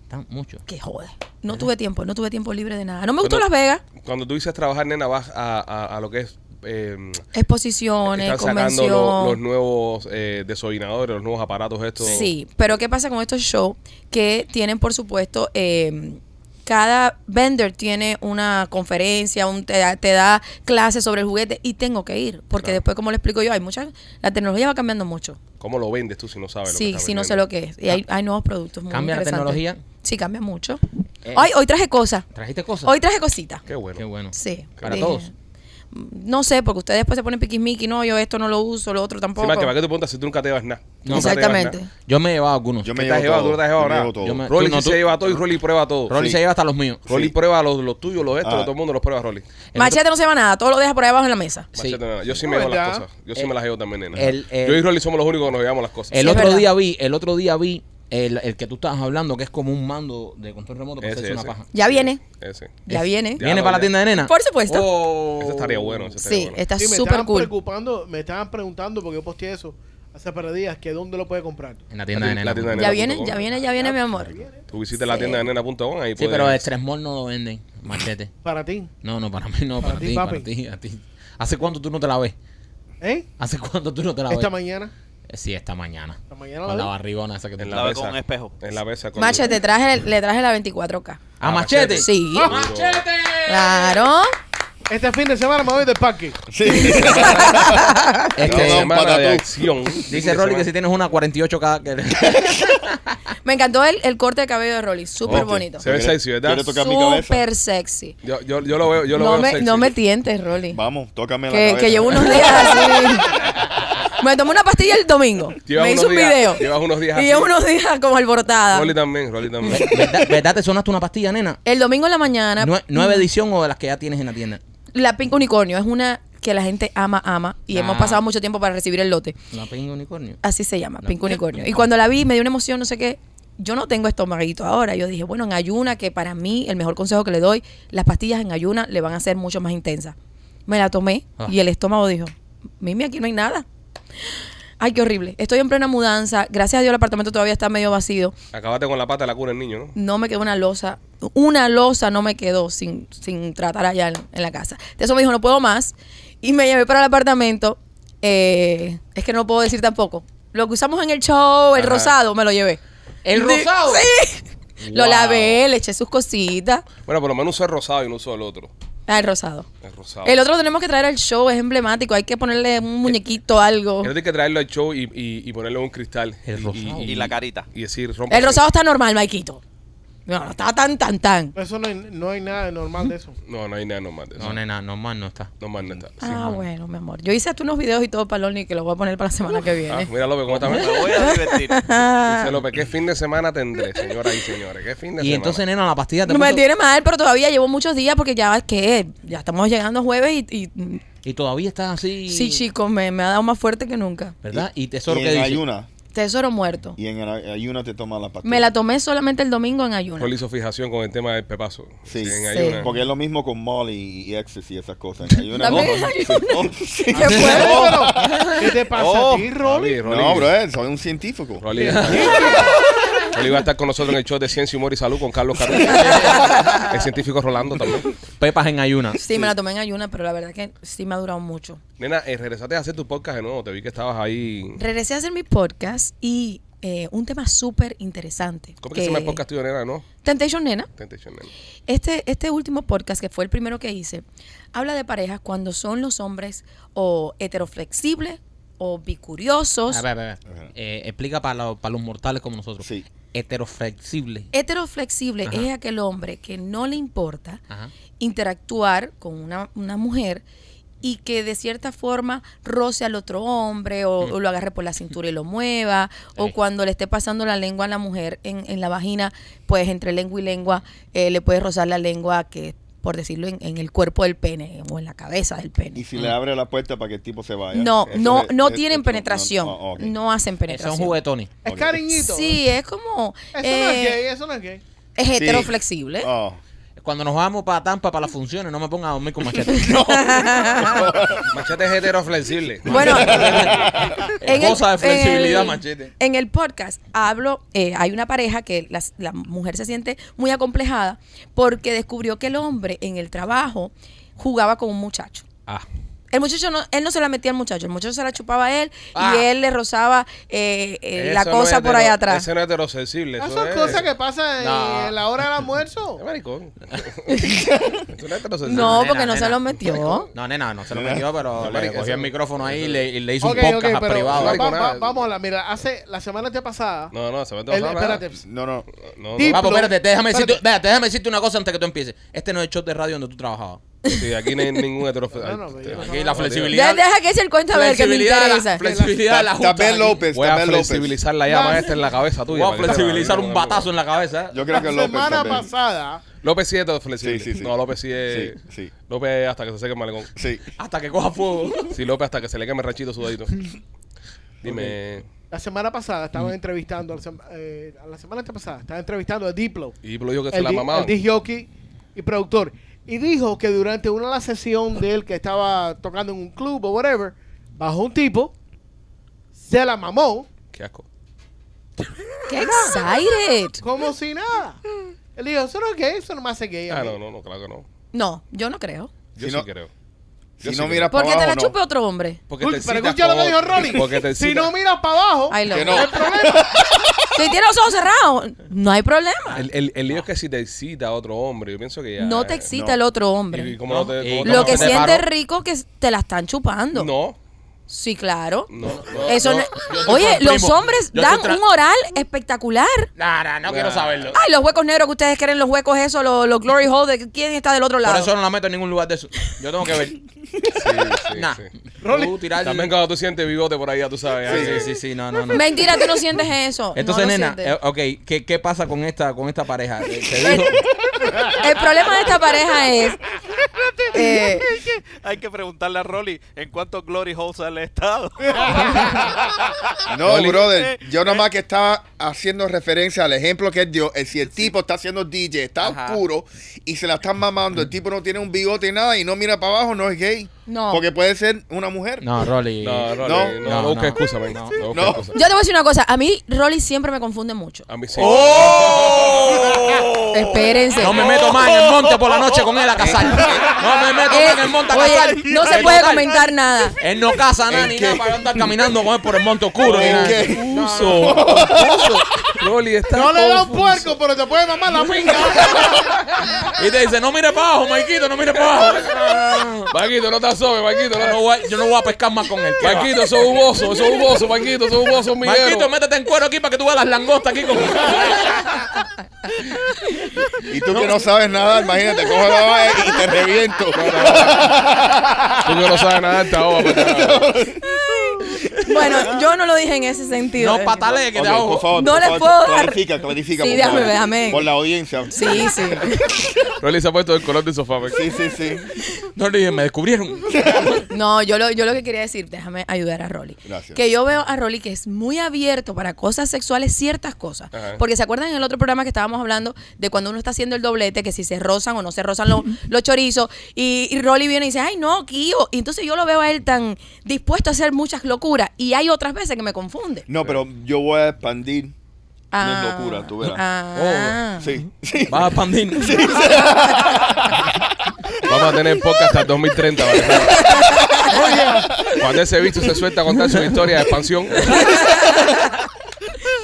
Speaker 2: Tan mucho.
Speaker 7: que jode. No tuve tiempo, no tuve tiempo libre de nada. No me gustó
Speaker 1: Cuando-
Speaker 7: Las Vegas,
Speaker 1: Cuando tú dices trabajar, nena, vas a, a- a lo que es. eh,
Speaker 7: exposiciones,
Speaker 1: están sacando
Speaker 7: convención.
Speaker 1: lo- los nuevos eh, desollinadores, los nuevos aparatos estos.
Speaker 7: Sí, pero ¿qué pasa con estos shows? Que tienen, por supuesto, eh, cada vendor tiene una conferencia, un te, da- te da clases sobre el juguete y tengo que ir, porque
Speaker 1: Claro.
Speaker 7: después, como le explico yo, hay muchas, la tecnología va cambiando mucho.
Speaker 1: ¿Cómo lo vendes tú si no sabes?
Speaker 7: Sí,
Speaker 1: lo que
Speaker 7: sí, no sé lo que es. Y hay, hay nuevos productos muy
Speaker 2: ¿Cambia la
Speaker 7: interesantes.
Speaker 2: tecnología?
Speaker 7: Sí, cambia mucho.
Speaker 2: Eh.
Speaker 7: Ay, hoy traje cosas.
Speaker 2: ¿Trajiste cosas?
Speaker 7: Hoy traje cositas.
Speaker 1: Qué bueno.
Speaker 2: Qué bueno.
Speaker 7: Sí.
Speaker 2: Para
Speaker 7: Eh,
Speaker 2: todos.
Speaker 7: no sé, porque ustedes después se ponen piquismiqui, no, yo esto no lo uso, lo otro
Speaker 1: Sí,
Speaker 7: tampoco.
Speaker 1: más que para qué te preguntas si tú nunca te llevas nada.
Speaker 2: No,
Speaker 1: Nunca te llevas
Speaker 7: Exactamente.
Speaker 1: nada.
Speaker 2: Yo me he llevado algunos.
Speaker 5: Yo me
Speaker 1: ¿Qué te has
Speaker 5: llevo
Speaker 1: llevado?
Speaker 5: todo.
Speaker 1: ¿Tú no te has llevado
Speaker 5: Yo me
Speaker 1: nada?
Speaker 5: llevo todo.
Speaker 2: Yo me-
Speaker 1: Rolly
Speaker 2: Tú no,
Speaker 1: sí
Speaker 2: tú-
Speaker 1: se lleva todo y Rolly prueba todo.
Speaker 2: Rolly
Speaker 5: Sí.
Speaker 2: se lleva hasta los míos.
Speaker 1: Rolly
Speaker 5: Sí.
Speaker 1: prueba los, los tuyos, los estos,
Speaker 5: Ah.
Speaker 1: de todo el mundo los prueba Rolly.
Speaker 2: El
Speaker 7: Machete no se lleva nada, todo lo deja por ahí abajo en la mesa.
Speaker 2: Sí.
Speaker 1: Machete, nada. Yo sí
Speaker 3: No,
Speaker 1: me llevo las
Speaker 3: ¿verdad?
Speaker 1: cosas. Yo
Speaker 7: Eh,
Speaker 1: sí me las llevo también, nena.
Speaker 2: el- el-
Speaker 1: Yo y Rolly somos los únicos que nos llevamos las cosas.
Speaker 2: El
Speaker 7: Sí, es
Speaker 2: otro
Speaker 7: verdad.
Speaker 2: día vi, el otro día vi el, el que tú estabas hablando, que es como un mando de control remoto para
Speaker 1: Ese,
Speaker 2: hacerse una
Speaker 1: ese.
Speaker 2: paja.
Speaker 7: Ya viene,
Speaker 1: Ese.
Speaker 7: ya
Speaker 2: Es-
Speaker 7: viene.
Speaker 1: Ya
Speaker 2: ¿Viene
Speaker 1: lo
Speaker 2: para la
Speaker 1: ya.
Speaker 2: tienda de nena?
Speaker 7: Por supuesto.
Speaker 2: Oh.
Speaker 1: Eh, Ese estaría bueno. Ese estaría
Speaker 7: sí,
Speaker 1: bueno.
Speaker 7: está
Speaker 3: Sí, me
Speaker 7: súper
Speaker 3: estaban
Speaker 7: cool.
Speaker 3: preocupando, me estaban preguntando porque yo posteé eso hace par de días, que dónde lo puede comprar.
Speaker 2: En la tienda de nena.
Speaker 1: La tienda de nena.
Speaker 7: Ya viene,
Speaker 1: punto com.
Speaker 7: ya viene, ya viene, mi amor.
Speaker 1: Tú visitas la tienda de nena.com ahí
Speaker 2: Sí,
Speaker 1: puedes-
Speaker 2: pero el Extremol no lo venden, machete.
Speaker 3: Para ti,
Speaker 2: No, no, para mí no, para,
Speaker 3: Para ti,
Speaker 2: ti, para
Speaker 3: papi.
Speaker 2: ti, a ti. ¿Hace cuánto tú no te la ves?
Speaker 3: ¿eh?
Speaker 2: ¿Hace cuánto tú no te la ves?
Speaker 3: Esta mañana.
Speaker 2: Eh, Sí, esta mañana.
Speaker 3: Esta mañana
Speaker 2: Con la
Speaker 3: la vi.
Speaker 2: barrigona esa que tú
Speaker 1: en
Speaker 6: La
Speaker 1: la
Speaker 6: ve
Speaker 1: mesa.
Speaker 6: con un espejo.
Speaker 1: En la mesa. con-
Speaker 7: Mache, te traje, le traje la 24K.
Speaker 2: ¡Ah, machete!
Speaker 7: Sí,
Speaker 1: Duro.
Speaker 7: claro.
Speaker 3: Este fin de semana me voy del parque.
Speaker 5: Sí.
Speaker 1: Este,
Speaker 5: No, no,
Speaker 2: Este,
Speaker 1: semana
Speaker 5: para
Speaker 1: de
Speaker 5: tú.
Speaker 1: acción.
Speaker 2: dice Rolly que si tienes una 48 cada que...
Speaker 7: Me encantó el, el corte de cabello de Rolly, súper
Speaker 5: Ok.
Speaker 7: bonito.
Speaker 1: Se ve sexy, ¿verdad?
Speaker 5: ¿Quieres tocar mi cabeza?
Speaker 7: Súper sexy.
Speaker 1: Yo, yo, yo lo veo, yo lo
Speaker 7: No
Speaker 1: veo
Speaker 7: me,
Speaker 1: sexy.
Speaker 7: no me tientes, Rolly.
Speaker 5: Vamos, tócame la
Speaker 7: Que,
Speaker 5: cabeza.
Speaker 7: que llevo unos días así. Me tomé una pastilla el domingo.
Speaker 1: Llevas
Speaker 7: me hice
Speaker 1: unos
Speaker 7: un
Speaker 1: días-
Speaker 7: video.
Speaker 1: llevas unos días
Speaker 7: Y
Speaker 1: así.
Speaker 7: llevo unos días como alborotada.
Speaker 1: Rolly también, Rolly también.
Speaker 2: ¿Verdad, verdad te sonaste una pastilla, nena?
Speaker 7: El domingo en la mañana,
Speaker 2: Nue- ¿Nueva edición o de las que ya tienes en la tienda?
Speaker 7: la Pink Unicornio es una que la gente ama, ama. Y
Speaker 2: Ah.
Speaker 7: hemos pasado mucho tiempo para recibir el lote.
Speaker 2: La pinga unicornio.
Speaker 7: Así se llama,
Speaker 2: La
Speaker 7: Pink
Speaker 2: Pink
Speaker 7: Unicornio. Y cuando la vi, me dio una emoción, no sé qué. Yo no tengo estomaguito ahora. Yo dije, bueno, en ayuna, que para mí el mejor consejo que le doy, las pastillas en ayuna le van a ser mucho más intensas. Me la tomé
Speaker 2: Ah.
Speaker 7: y el estómago dijo, Mimi, aquí no hay nada. Ay, qué horrible. Estoy en plena mudanza. Gracias a Dios el apartamento todavía está medio vacío.
Speaker 1: Acabaste con la pata de la cura el niño, ¿no?
Speaker 7: No me quedó una losa. Una losa no me quedó sin, sin tratar allá en, en la casa. De eso me dijo, no puedo más. Y me llevé para el apartamento. Eh, es que no puedo decir tampoco. Lo que usamos en el show, el
Speaker 1: Ajá.
Speaker 7: rosado, me lo llevé.
Speaker 2: ¿El
Speaker 7: Di-
Speaker 2: rosado?
Speaker 7: Sí. Lo
Speaker 2: Wow.
Speaker 7: lavé, le eché sus cositas.
Speaker 1: Bueno, por lo menos usó el rosado y no usó el otro.
Speaker 7: Ah, el rosado.
Speaker 1: El rosado.
Speaker 7: El otro lo tenemos que traer al show, es emblemático. Hay que ponerle un muñequito, algo.
Speaker 1: Yo no tengo que traerlo al show y, y, y ponerle un cristal.
Speaker 2: El
Speaker 1: Y-
Speaker 2: rosado.
Speaker 6: Y la carita.
Speaker 1: Y decir, rompe.
Speaker 7: El rosado está normal, Maikito. No, no está tan, tan, tan.
Speaker 3: Eso no hay, no hay nada de normal de eso.
Speaker 1: No, no hay nada normal de eso.
Speaker 2: No, nena, normal no está.
Speaker 1: Normal no está. Sí.
Speaker 7: Ah, bueno, mi amor. Yo hice hasta unos videos y todo para Lonnie que los voy a poner para la semana que
Speaker 1: Ah,
Speaker 7: viene.
Speaker 1: mira López cómo está.
Speaker 6: Me voy a divertir.
Speaker 1: Dice López, ¿qué fin de semana tendré, señoras y señores? ¿Qué fin de semana?
Speaker 2: Y entonces, nena, la pastilla te
Speaker 7: No me
Speaker 2: puso-
Speaker 7: tiene mal, pero todavía llevo muchos días porque ya es que ya estamos llegando jueves y, y-
Speaker 2: Y todavía estás así.
Speaker 7: sí, chicos, me, me ha dado más fuerte que nunca.
Speaker 2: ¿Verdad? Y tesoro
Speaker 5: Y
Speaker 2: que
Speaker 5: en
Speaker 2: dice.
Speaker 5: ayuna.
Speaker 7: Tesoro muerto.
Speaker 5: Y en ayuna te tomas la pastilla.
Speaker 7: Me la tomé solamente el domingo en ayuno.
Speaker 1: Rolly hizo fijación con el tema del pepazo.
Speaker 5: Sí.
Speaker 1: En
Speaker 5: Sí.
Speaker 1: ayuna.
Speaker 5: Porque es lo mismo con Molly y ecstasy y esas cosas. En ayuna. no,
Speaker 7: También en ayuna.
Speaker 5: Sí.
Speaker 7: ¿Qué fue?
Speaker 3: ¿Qué te pasa
Speaker 6: Oh,
Speaker 3: a ti, Rolly?
Speaker 1: Rolly,
Speaker 5: No, bro, soy un científico.
Speaker 1: Rolly, Rolly va a estar con nosotros en el show de Ciencia, Humor y Salud con Carlos Carrillo. el científico Rolando también.
Speaker 2: Pepas en ayuna.
Speaker 7: Sí, me la tomé en ayuna, pero la verdad que sí me ha durado mucho.
Speaker 1: Nena, eh, regresaste a hacer tu podcast de nuevo. Te vi que estabas ahí.
Speaker 7: Regresé a hacer mi podcast y eh, un tema súper interesante.
Speaker 1: ¿Cómo que se llama el podcast tuyo, nena? ¿No?
Speaker 7: Temptation Nena.
Speaker 1: Tentation, nena.
Speaker 7: Este, este último podcast, que fue el primero que hice, habla de parejas cuando son los hombres o heteroflexibles o bicuriosos.
Speaker 2: A ver, a ver. a ver. Eh, explica para, los- para los mortales como nosotros.
Speaker 5: Sí.
Speaker 2: Heteroflexible.
Speaker 7: Eh, Heteroflexible
Speaker 2: Ajá.
Speaker 7: es aquel hombre que no le importa
Speaker 2: Ajá.
Speaker 7: interactuar con una, una mujer y que de cierta forma roce al otro hombre o,
Speaker 2: Mm.
Speaker 7: o lo agarre por la cintura y lo mueva o
Speaker 2: Ey.
Speaker 7: cuando le esté pasando la lengua a la mujer en, en la vagina, pues entre lengua y lengua eh, le puede rozar la lengua que por decirlo en, en el cuerpo del pene o en la cabeza del
Speaker 5: Y
Speaker 7: pene.
Speaker 5: si le abre la puerta para que el tipo se vaya.
Speaker 7: No,
Speaker 5: Eso
Speaker 7: no,
Speaker 5: es-
Speaker 7: no
Speaker 5: es-
Speaker 7: tienen
Speaker 5: es-
Speaker 7: penetración,
Speaker 5: no, oh, ok.
Speaker 7: no hacen
Speaker 2: Son
Speaker 7: penetración.
Speaker 2: juguetones.
Speaker 3: Es cariñito.
Speaker 7: Sí, es como
Speaker 3: Eso no es gay,
Speaker 7: eh,
Speaker 3: eso no es gay.
Speaker 7: es
Speaker 5: Sí.
Speaker 7: heteroflexible.
Speaker 5: Oh.
Speaker 2: Cuando nos vamos para Tampa, para las funciones, no me pongas a dormir con machete.
Speaker 1: Machete es heteroflexible.
Speaker 7: Bueno,
Speaker 2: Cosa de flexibilidad,
Speaker 7: en el-
Speaker 2: machete.
Speaker 7: En el podcast hablo, eh, hay una pareja que las- la, mujer se siente muy acomplejada porque descubrió que el hombre en el trabajo jugaba con un muchacho.
Speaker 2: Ah.
Speaker 7: El muchacho no, él no se la metía al muchacho, el muchacho se la chupaba a él
Speaker 2: Ah.
Speaker 7: y él le rozaba eh, eh, la
Speaker 1: Eso no
Speaker 7: cosa
Speaker 1: es
Speaker 7: por
Speaker 1: hetero-
Speaker 7: allá atrás.
Speaker 1: Eso no es heteroflexible.
Speaker 3: Esas
Speaker 1: Eso
Speaker 3: son
Speaker 1: es...
Speaker 3: cosas que pasan
Speaker 2: No.
Speaker 3: en la hora del
Speaker 1: Eh,
Speaker 3: almuerzo.
Speaker 1: maricón. Eso no es heterosexual.
Speaker 7: No, porque no
Speaker 2: Nena,
Speaker 7: se
Speaker 2: nena.
Speaker 7: lo metió.
Speaker 2: No, nena, no se lo metió, pero
Speaker 1: No,
Speaker 2: le
Speaker 1: marica,
Speaker 2: cogió el
Speaker 1: eso-
Speaker 2: micrófono ahí y le, y le hizo un
Speaker 3: Ok, ok,
Speaker 2: podcast
Speaker 3: pero
Speaker 2: a
Speaker 3: va-
Speaker 1: Marico,
Speaker 2: privado.
Speaker 3: va-
Speaker 1: nada.
Speaker 3: vamos a la, mira, hace la semana antes pasada.
Speaker 1: No, no, se mete
Speaker 3: el- espérate,
Speaker 5: No, no.
Speaker 1: No, no,
Speaker 3: Tip.
Speaker 2: Papo, espérate, déjame decirte,
Speaker 3: Espérate.
Speaker 2: déjate, déjame decirte una cosa antes que tú empieces. Este no es el show de radio donde tú trabajabas.
Speaker 1: Sí, aquí no hay ningún heterosexual.
Speaker 3: No, no, pero yo no-
Speaker 4: Aquí la
Speaker 7: Ya,
Speaker 4: flexibilidad.
Speaker 7: deja que se el cuenta a ver que me
Speaker 4: flexibilidad, de
Speaker 7: interesa.
Speaker 4: la, flexibilidad de la justa.
Speaker 5: Tabel López,
Speaker 1: Voy a
Speaker 5: Tabel López.
Speaker 1: flexibilizar la llama esta en la cabeza
Speaker 4: Voy
Speaker 1: tuya.
Speaker 4: a
Speaker 1: para que te-
Speaker 4: flexibilizar un batazo en la cabeza.
Speaker 5: Yo creo
Speaker 3: La
Speaker 5: que López
Speaker 3: semana
Speaker 5: también.
Speaker 3: pasada,
Speaker 1: López sí es todo flexible.
Speaker 5: Sí, sí, sí.
Speaker 1: No, López sí es.
Speaker 5: Sí, sí.
Speaker 1: López hasta que se seque el malecón.
Speaker 5: Sí.
Speaker 4: Hasta que coja fuego.
Speaker 1: Sí, López hasta que se le queme el ranchito su dedito. Dime.
Speaker 3: la semana pasada
Speaker 1: Mm.
Speaker 3: estaban entrevistando, a la, sema- eh, a la semana antepasada, estaban entrevistando a Diplo.
Speaker 1: Y lo dijo que se
Speaker 3: el,
Speaker 1: la
Speaker 3: di-
Speaker 1: mamaban.
Speaker 3: el disc jockey y productor. Y dijo que durante una de las sesiones de él que estaba tocando en un club o whatever, bajó un tipo, se la mamó,
Speaker 1: Qué asco.
Speaker 7: ¡Qué excited!
Speaker 3: como si nada. Él dijo, eso no es gay, eso no me hace gay. a
Speaker 1: Ah,
Speaker 3: mí".
Speaker 1: no, no, no, claro que no.
Speaker 7: No, yo no creo.
Speaker 1: Yo
Speaker 5: Si
Speaker 1: sí
Speaker 5: no-
Speaker 1: creo.
Speaker 5: Si
Speaker 1: sí
Speaker 5: no
Speaker 1: creo.
Speaker 5: miras para
Speaker 7: Porque te la
Speaker 5: abajo,
Speaker 7: chupe
Speaker 5: no.
Speaker 7: otro hombre.
Speaker 1: Porque
Speaker 3: Uy,
Speaker 1: te
Speaker 3: Pero
Speaker 1: excitas
Speaker 3: escucha lo que
Speaker 1: con-
Speaker 3: dijo Ronnie.
Speaker 1: Porque te
Speaker 3: si
Speaker 1: excitas-
Speaker 3: no miras para abajo,
Speaker 7: Ay, lo-
Speaker 5: Que no.
Speaker 3: no hay problema.
Speaker 7: Si tiene los ojos cerrados, no hay problema.
Speaker 1: El, el, el lío es que si te excita a otro hombre, yo pienso que ya. eh,
Speaker 7: No
Speaker 4: Eh,
Speaker 7: te excita el otro hombre.
Speaker 1: ¿Y cómo no te- cómo te
Speaker 7: Lo que
Speaker 1: vas a-
Speaker 7: sientes
Speaker 4: paro.
Speaker 7: rico que te la están chupando.
Speaker 1: No,
Speaker 7: Sí, claro.
Speaker 1: no.
Speaker 7: Eso
Speaker 4: no,
Speaker 7: no-
Speaker 4: yo te
Speaker 7: Oye,
Speaker 4: comprimo.
Speaker 7: los hombres
Speaker 4: Yo
Speaker 7: dan
Speaker 4: te tra-
Speaker 7: un oral espectacular.
Speaker 4: Nah, nah, no quiero saberlo.
Speaker 7: Ay, los huecos negros que ustedes quieren, los huecos esos, los, los glory holes, de quién está del otro
Speaker 4: Por
Speaker 7: lado.
Speaker 4: eso no la meto en ningún lugar de eso. Yo tengo que ver.
Speaker 1: Sí, sí,
Speaker 4: nah.
Speaker 1: sí.
Speaker 4: Tú tirar-
Speaker 1: También cuando tú sientes bigote por ahí, ya tú sabes.
Speaker 4: Sí,
Speaker 1: ahí-
Speaker 4: sí, sí, sí, no, no, no.
Speaker 7: Mentira, tú no sientes eso.
Speaker 4: Entonces,
Speaker 7: No lo
Speaker 4: nena,
Speaker 7: sientes.
Speaker 4: eh, ok, ¿qué, ¿qué pasa con esta, con esta pareja? Eh, Te dijo, eh,
Speaker 7: El problema de esta pareja es. eh,
Speaker 6: Hay que preguntarle a Rolly en cuántos glory holes sale estado.
Speaker 5: No,
Speaker 1: Oli.
Speaker 5: brother, yo nomás que estaba haciendo referencia al ejemplo que él dio. Es si el tipo está haciendo DJ, está
Speaker 4: Ajá.
Speaker 5: oscuro y se la están mamando, el tipo no tiene un bigote y nada y no mira para abajo, no es gay.
Speaker 7: No.
Speaker 5: Porque puede ser una mujer.
Speaker 4: no, Rolly.
Speaker 1: No, no,
Speaker 5: No.
Speaker 1: no, no,
Speaker 4: No,
Speaker 1: busca
Speaker 4: no.
Speaker 1: excusa, man. No, busca
Speaker 5: No.
Speaker 1: excusa.
Speaker 7: yo te voy a decir una cosa. A mí, Rolly siempre me confunde mucho.
Speaker 1: A mí sí.
Speaker 4: Oh.
Speaker 7: Espérense.
Speaker 4: No me meto más en el monte por la noche con él a cazar. No me meto más en el monte a
Speaker 7: Eh, Oye,
Speaker 4: cazar.
Speaker 7: no se
Speaker 4: Él
Speaker 7: puede
Speaker 4: tal.
Speaker 7: comentar nada.
Speaker 4: Él no caza nada ni nada para andar caminando con él por el monte oscuro. ni
Speaker 5: ¿En
Speaker 4: nada.
Speaker 5: qué?
Speaker 1: Confuso. Confuso. Rolly está
Speaker 3: No le da un
Speaker 1: confuso.
Speaker 3: puerco, pero te puede mamar la pinga.
Speaker 4: Y te dice, no mire para abajo, Maikito, no mire para abajo.
Speaker 1: Paquito, no te asomes, Paquito.
Speaker 4: Yo no
Speaker 1: No,
Speaker 4: voy, yo no voy a pescar más con él. ¿Qué va?
Speaker 1: Paquito, sos un oso, sos un oso, Paquito, sos un oso, un miguero.
Speaker 4: Maikito, métete en cuero aquí para que tú veas las langostas aquí con
Speaker 5: Y tú que no sabes nada, imagínate, cojo la vaina y te reviento.
Speaker 1: Tú que no sabes pues, nada, te ahogas, por favor.
Speaker 7: Bueno, yo no lo dije en ese sentido.
Speaker 4: No patalees que te
Speaker 5: Ok, por
Speaker 4: ahogo.
Speaker 5: favor,
Speaker 7: No
Speaker 5: por
Speaker 7: le
Speaker 5: favor,
Speaker 7: puedo dar-
Speaker 5: Clarifica, clarifica.
Speaker 7: Sí,
Speaker 5: por
Speaker 7: déjame,
Speaker 5: favor.
Speaker 7: déjame.
Speaker 5: Por la audiencia.
Speaker 7: Sí, sí.
Speaker 1: Rolly se ha puesto el color del sofá, man.
Speaker 5: Sí, sí, sí.
Speaker 4: No le dije, me descubrieron.
Speaker 7: No, yo lo, yo lo que quería decir, déjame ayudar a Rolly.
Speaker 5: Gracias.
Speaker 7: Que yo veo a Rolly que es muy abierto para cosas sexuales, ciertas cosas.
Speaker 1: Ajá.
Speaker 7: Porque se acuerdan en el otro programa que estábamos hablando de cuando uno está haciendo el doblete, que si se rozan o no se rozan los, los chorizos. Y, y Rolly viene y dice, ay, no, Kio. Y entonces yo lo veo a él tan dispuesto a hacer muchas locuras. Y hay otras veces que me confunde.
Speaker 5: No, pero yo voy a expandir.
Speaker 7: Ah,
Speaker 5: locura, tú verás. Oh,
Speaker 7: ah.
Speaker 5: Sí, sí.
Speaker 4: Vas a expandir.
Speaker 1: Vamos a tener podcast hasta el 2030, ¿vale? Cuando ese bicho se suelta a contar su historia de expansión.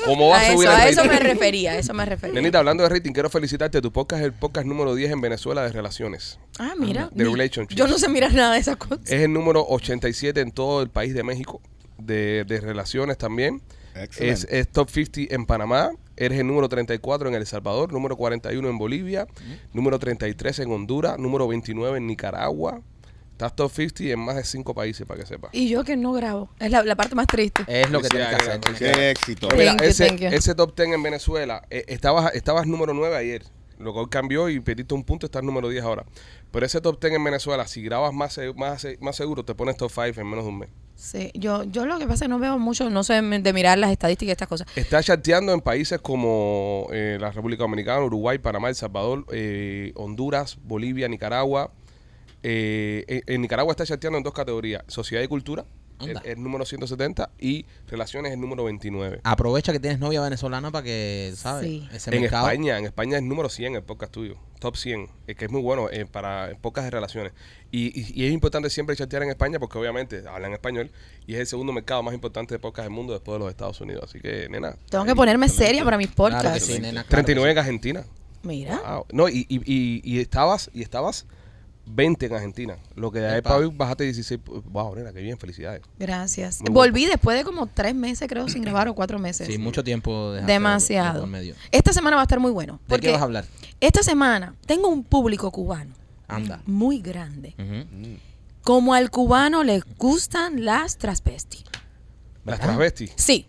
Speaker 1: ¿Cómo va
Speaker 7: A
Speaker 1: a subir
Speaker 7: eso, a
Speaker 1: el
Speaker 7: eso
Speaker 1: rating?
Speaker 7: me refería, a eso me refería.
Speaker 1: Nenita, hablando de rating, quiero felicitarte. Tu podcast es el podcast número 10 en Venezuela de relaciones.
Speaker 7: Ah, mira.
Speaker 1: De
Speaker 7: mi-
Speaker 1: relationship.
Speaker 7: Yo no sé mirar nada de esas cosas.
Speaker 4: Eh.
Speaker 1: Es el número 87 en todo el país de México, de, de relaciones también. Es,
Speaker 5: Excelente.
Speaker 1: es top 50 en Panamá. Eres el número 34 en El Salvador, número 41 en Bolivia, número 33 en Honduras, número 29 en Nicaragua. Estás top 50 en más de 5 países, para que sepas.
Speaker 7: Y yo que no grabo. Es la, la parte más triste.
Speaker 4: Es lo que tienes que hacer.
Speaker 5: Qué éxito.
Speaker 7: Thank
Speaker 1: Mira,
Speaker 7: you,
Speaker 1: ese,
Speaker 7: thank you.
Speaker 1: ese top 10 en Venezuela, eh, estabas, estabas número 9 ayer. Lo que hoy cambió y pediste un punto, estás número 10 ahora. Pero ese top 10 en Venezuela, si grabas más, se- más, se- más seguro, te pones top 5 en menos de un mes.
Speaker 7: Sí, yo, yo lo que pasa es que no veo mucho, no sé de mirar las estadísticas y estas cosas.
Speaker 1: Está chateando en países como eh, la República Dominicana, Uruguay, Panamá, El Salvador, eh, Honduras, Bolivia, Nicaragua. Eh, en, en Nicaragua está chateando en dos categorías, sociedad y cultura, el,
Speaker 4: Anda.
Speaker 1: el número 170, y relaciones, el número 29.
Speaker 4: Aprovecha que tienes novia venezolana para que, ¿sabes?
Speaker 7: Sí.
Speaker 4: Ese
Speaker 1: En
Speaker 4: mercado.
Speaker 1: España, en España es número 100 el podcast tuyo, top 100, eh, que es muy bueno eh, para pocas de relaciones. Y, y- y es importante siempre chatear en España porque obviamente hablan español y es el segundo mercado más importante de podcast del mundo después de los Estados Unidos. Así que, nena,
Speaker 7: Tengo que ponerme seria para mis
Speaker 4: Claro que
Speaker 7: podcasts.
Speaker 4: sí, nena, claro que
Speaker 1: 39 en Argentina.
Speaker 7: Mira.
Speaker 1: Wow. No, y, y, y, y estabas y estabas 20 en Argentina. Lo que da
Speaker 4: Epa.
Speaker 1: para hoy bajaste 16. pu- Wow, nena, qué bien, felicidades.
Speaker 7: Gracias.
Speaker 1: Muy
Speaker 7: Volví después de como tres meses, creo, sin grabar o cuatro meses.
Speaker 4: Sí, mucho tiempo. dejaste
Speaker 7: Demasiado.
Speaker 4: por medio. ¿De
Speaker 7: Esta semana va a estar muy bueno.
Speaker 4: qué vas a hablar?
Speaker 7: Esta semana tengo un público cubano.
Speaker 2: Anda.
Speaker 7: muy grande.
Speaker 2: Ujú.
Speaker 7: Como al cubano le gustan las transvestis.
Speaker 1: Las travestis.
Speaker 7: Sí.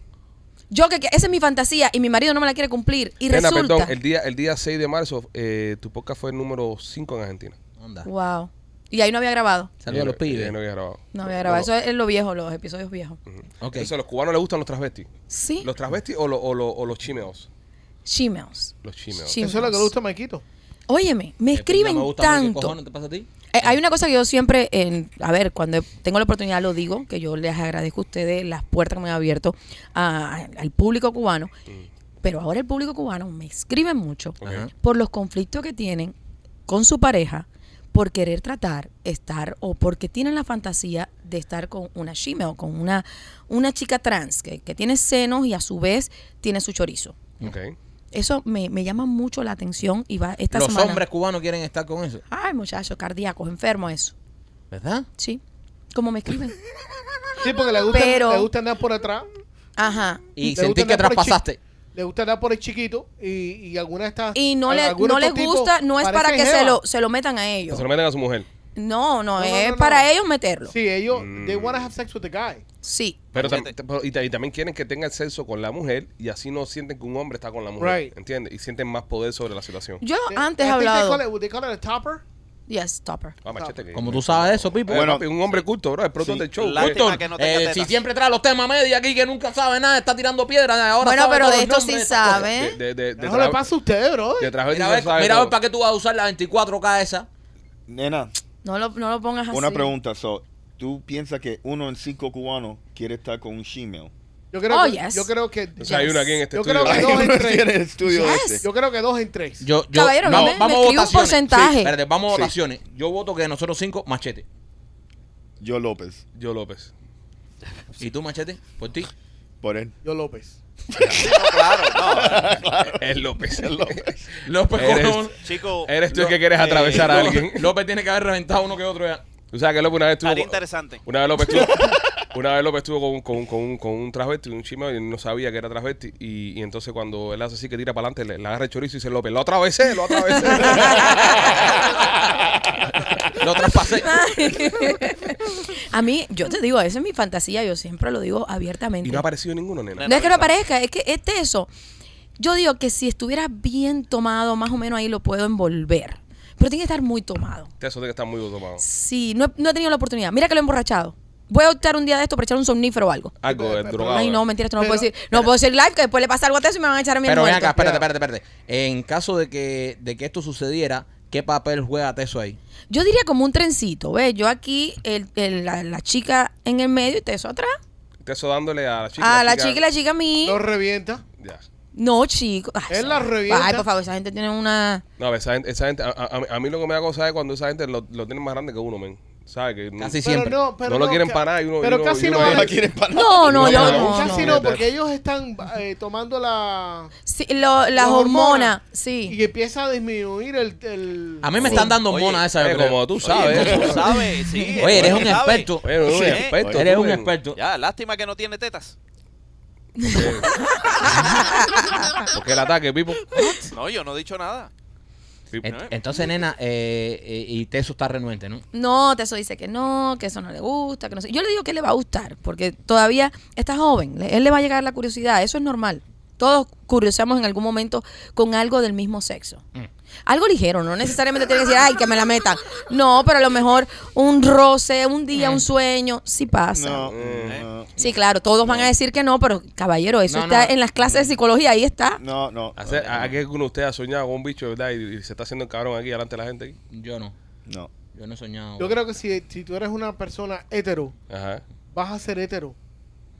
Speaker 7: Yo que, que esa es mi fantasía y mi marido no me la quiere cumplir. Y
Speaker 1: Nena,
Speaker 7: resulta.
Speaker 1: perdón, el día, el día 6 de marzo, eh, tu podcast fue el número 5 en Argentina.
Speaker 2: Anda.
Speaker 7: Wow. Y ahí no había grabado.
Speaker 2: Saludos a los
Speaker 1: Eh,
Speaker 2: pibes.
Speaker 1: eh, no había grabado. mm.
Speaker 7: No había grabado. Eso es, es lo viejo, los episodios viejos.
Speaker 2: Ok.
Speaker 1: Entonces, ¿a los cubanos les gustan los travestis?
Speaker 7: Sí.
Speaker 1: ¿Los travestis o, lo- o lo- o los chimeos?
Speaker 7: Chimeos.
Speaker 1: Los Este, chimeos.
Speaker 7: Sí.
Speaker 3: Eso es lo que le gusta a Maquito.
Speaker 7: Óyeme, me escriben
Speaker 2: Me gusta, pero ¿qué
Speaker 7: tanto.
Speaker 2: cojones te pasa a ti?
Speaker 7: Eh, hay una cosa que yo siempre, en- a ver, cuando tengo la oportunidad lo digo, que yo les agradezco a ustedes las puertas que me han abierto a- al público cubano,
Speaker 2: Mm.
Speaker 7: pero ahora el público cubano me escribe mucho
Speaker 1: Ok.
Speaker 2: Ajá.
Speaker 7: por los conflictos que tienen con su pareja por querer tratar, estar o porque tienen la fantasía de estar con una shime o con una, una chica trans que, que tiene senos y a su vez tiene su chorizo.
Speaker 2: Mm.
Speaker 1: Ok.
Speaker 7: Eso me, me llama mucho la atención y va esta
Speaker 2: Los
Speaker 7: semana.
Speaker 2: hombres cubanos quieren estar con eso.
Speaker 7: Ay, muchachos, cardíacos, enfermos eso.
Speaker 2: ¿Verdad?
Speaker 7: Sí. Como me escriben.
Speaker 3: Sí, porque le gusta,
Speaker 7: Pero-
Speaker 3: le gusta andar por atrás.
Speaker 7: Ajá.
Speaker 2: Y
Speaker 3: Le
Speaker 2: sentí
Speaker 3: gusta
Speaker 2: que
Speaker 3: andar por el chi-
Speaker 2: traspasaste.
Speaker 3: Le gusta andar por el chiquito y, y alguna está.
Speaker 7: Y no, le, no les gusta, no es para que se lo, se lo metan a
Speaker 1: Que
Speaker 7: ellos.
Speaker 1: se lo meten a su mujer.
Speaker 7: No, no,
Speaker 3: No, no,
Speaker 7: es
Speaker 3: no, no.
Speaker 7: para ellos meterlo. Sí.
Speaker 3: Sí, ellos.
Speaker 1: Mm.
Speaker 3: They want to have sex with the guy.
Speaker 1: Pero, tam-
Speaker 6: Machete.
Speaker 1: pero- y, ta- y también quieren que tengan sexo con la mujer y así no sienten que un hombre está con la mujer.
Speaker 3: Right.
Speaker 1: ¿Entiendes? Y sienten más poder sobre la situación.
Speaker 7: Yo
Speaker 3: They-
Speaker 7: antes he
Speaker 3: I think they
Speaker 7: hablado.
Speaker 3: call it- They call it a topper.
Speaker 7: Yes, topper.
Speaker 1: Ah, machete, que-
Speaker 2: Como tú sabes de eso, Pipo.
Speaker 1: Eh,
Speaker 5: Bueno,
Speaker 1: papi, un hombre culto, bro. El productor del show.
Speaker 6: Lástima
Speaker 1: güey.
Speaker 6: que no tenga
Speaker 2: Eh,
Speaker 6: tetas.
Speaker 2: si siempre trae los temas media aquí que nunca sabe nada, está tirando piedras. Ahora
Speaker 7: Bueno,
Speaker 2: sabe
Speaker 7: pero
Speaker 2: todos
Speaker 7: de
Speaker 2: los
Speaker 7: esto
Speaker 2: nombres
Speaker 7: sí
Speaker 2: de estas cosas.
Speaker 7: sabe.
Speaker 1: De, de, de,
Speaker 3: Eso le
Speaker 1: tra-
Speaker 3: pasa a usted, bro.
Speaker 1: de travesti
Speaker 2: Mira, a
Speaker 1: no
Speaker 2: ver,
Speaker 1: sabe
Speaker 2: mira a
Speaker 1: todo.
Speaker 2: ver para qué tú vas a usar la 24K esa.
Speaker 5: Nena,
Speaker 7: No lo, no lo pongas así.
Speaker 5: una pregunta. So, ¿Tú piensas que uno en cinco cubanos quiere estar con un shemale?
Speaker 3: Yo creo,
Speaker 7: Oh,
Speaker 3: que,
Speaker 7: yes.
Speaker 3: yo creo que.
Speaker 1: O sea, hay uno aquí en este
Speaker 3: Yo
Speaker 1: estudio.
Speaker 3: creo que
Speaker 5: Ay,
Speaker 3: no.
Speaker 5: uno
Speaker 3: entre-
Speaker 5: tiene el estudio
Speaker 7: Yes.
Speaker 5: este.
Speaker 3: Yo creo que dos en tres.
Speaker 2: Yo, yo,
Speaker 7: Caballero, no me- me escribe un
Speaker 2: votaciones.
Speaker 7: porcentaje.
Speaker 2: Sí, espérate, vamos a
Speaker 5: Sí.
Speaker 2: votaciones. Yo voto que nosotros cinco, machete.
Speaker 5: Yo López,
Speaker 1: Yo López.
Speaker 2: ¿Y tú, machete? Por ti.
Speaker 5: por él.
Speaker 3: Yo López.
Speaker 6: Claro, no.
Speaker 1: Es López.
Speaker 2: López,
Speaker 1: Eres-
Speaker 2: Pues, cojones.
Speaker 6: Chico.
Speaker 1: Eres tú el
Speaker 6: lo-
Speaker 1: que quieres atravesar a
Speaker 2: López-
Speaker 1: alguien.
Speaker 2: López tiene que haber reventado uno que otro ya.
Speaker 1: Tú sabes que López una vez
Speaker 6: Estaría
Speaker 1: estuvo.
Speaker 6: interesante.
Speaker 1: Una vez López estuvo, una vez López estuvo con, un- con, un- con, un- con un travesti, un chimeo, y él no sabía que era travesti. Y, y entonces cuando él hace así que tira para adelante, le, le agarra el chorizo y dice López, lo atravesé, lo atravesé.
Speaker 2: Lo traspasé.
Speaker 7: Ah, A mí, yo te digo, esa es mi fantasía, yo siempre lo digo abiertamente.
Speaker 1: y no ha aparecido ninguno, nena.
Speaker 7: No es que no aparezca, es que este eso. Yo digo que si estuviera bien tomado, más o menos ahí lo puedo envolver. Pero tiene que estar muy tomado.
Speaker 1: Eso tiene Este que estar muy tomado.
Speaker 7: Sí, no he, no he tenido la oportunidad. Mira que lo he emborrachado. Voy a optar un día de esto para echar un somnífero o algo.
Speaker 1: Algo de drogado.
Speaker 7: Ay, no,
Speaker 1: ¿verdad?
Speaker 7: mentira, esto no lo
Speaker 3: Pero-
Speaker 7: puedo decir. No puedo decir live que después le pasa algo a eso y me van a echar a mi
Speaker 2: Pero ven
Speaker 7: muerto.
Speaker 2: acá, espérate,
Speaker 3: Ya.
Speaker 2: espérate, espérate. En caso de que, de que esto sucediera, ¿qué papel juega Teso ahí?
Speaker 7: Yo diría como un trencito, ¿ves? Yo aquí, el, el- la, la chica en el medio y te eso atrás.
Speaker 1: Te eso Este dándole a la chica.
Speaker 7: a la chica y la chica a mí.
Speaker 3: Lo revienta.
Speaker 1: Ya.
Speaker 7: No, chico. Ay,
Speaker 3: Él la
Speaker 7: ay,
Speaker 3: revienta.
Speaker 7: Ay, por favor, esa gente tiene una.
Speaker 1: No, a ver, esa gente, esa gente- a, a- a mí lo que me da cosa es cuando esa gente lo, lo tiene más grande que uno, men. ¿Sabes? Que no-
Speaker 2: Casi
Speaker 3: Pero
Speaker 2: siempre.
Speaker 3: no, pero
Speaker 1: no lo quieren
Speaker 3: ca-
Speaker 1: parar y uno- y
Speaker 3: Pero
Speaker 1: uno-
Speaker 3: casi
Speaker 1: y uno
Speaker 3: no.
Speaker 1: es-
Speaker 5: No
Speaker 3: van
Speaker 5: la
Speaker 3: a-
Speaker 5: quieren para nada.
Speaker 7: No, no,
Speaker 1: No,
Speaker 7: yo
Speaker 1: no,
Speaker 7: no.
Speaker 3: Casi
Speaker 7: no.
Speaker 3: no, porque ellos están eh, tomando la.
Speaker 7: Sí, lo- las
Speaker 3: Las
Speaker 7: hormonas,
Speaker 3: hormonas.
Speaker 7: sí.
Speaker 3: Y empieza a disminuir el. el-
Speaker 2: A mí me están dando
Speaker 6: Oye,
Speaker 2: mona esa. yo
Speaker 1: eh,
Speaker 2: creo.
Speaker 1: como tú sabes.
Speaker 6: Oye, tú
Speaker 1: Oye,
Speaker 6: sabes, sí.
Speaker 2: Oye, eres
Speaker 6: tú
Speaker 2: un
Speaker 6: sabes.
Speaker 2: experto.
Speaker 1: eres un
Speaker 6: Sí.
Speaker 1: experto.
Speaker 2: Eres
Speaker 1: tú,
Speaker 2: un
Speaker 1: men.
Speaker 2: experto.
Speaker 6: Ya, lástima que no tiene tetas.
Speaker 1: Porque el ataque, Pipo.
Speaker 6: No, yo no he dicho nada.
Speaker 1: Pipo.
Speaker 2: Ent- Entonces, nena, eh, eh, y Teso está renuente, ¿no?
Speaker 7: No, Teso dice que no, que eso no le gusta, que no sé. Yo le digo que le va a gustar, porque todavía está joven, le- él le va a llegar la curiosidad, eso es normal. Todos curioseamos en algún momento con algo del mismo sexo. Algo ligero, no necesariamente tiene que decir, ay, que me la metan. No, pero a lo mejor un roce, un día, un sueño, sí pasa.
Speaker 5: No,
Speaker 1: Eh.
Speaker 5: no,
Speaker 7: Sí, claro, todos van a decir que no, pero caballero, eso
Speaker 2: No,
Speaker 7: está
Speaker 2: no.
Speaker 7: en las clases de psicología, ahí está.
Speaker 5: no, no.
Speaker 1: Hacer, ¿A qué uno de ustedes ha soñado con un bicho, verdad? Y, y se está haciendo el cabrón aquí delante de la gente. Aquí.
Speaker 2: Yo no.
Speaker 5: No.
Speaker 2: Yo no he soñado.
Speaker 3: Yo creo que si, si tú eres una persona hetero,
Speaker 1: Ajá.
Speaker 3: vas a ser hetero.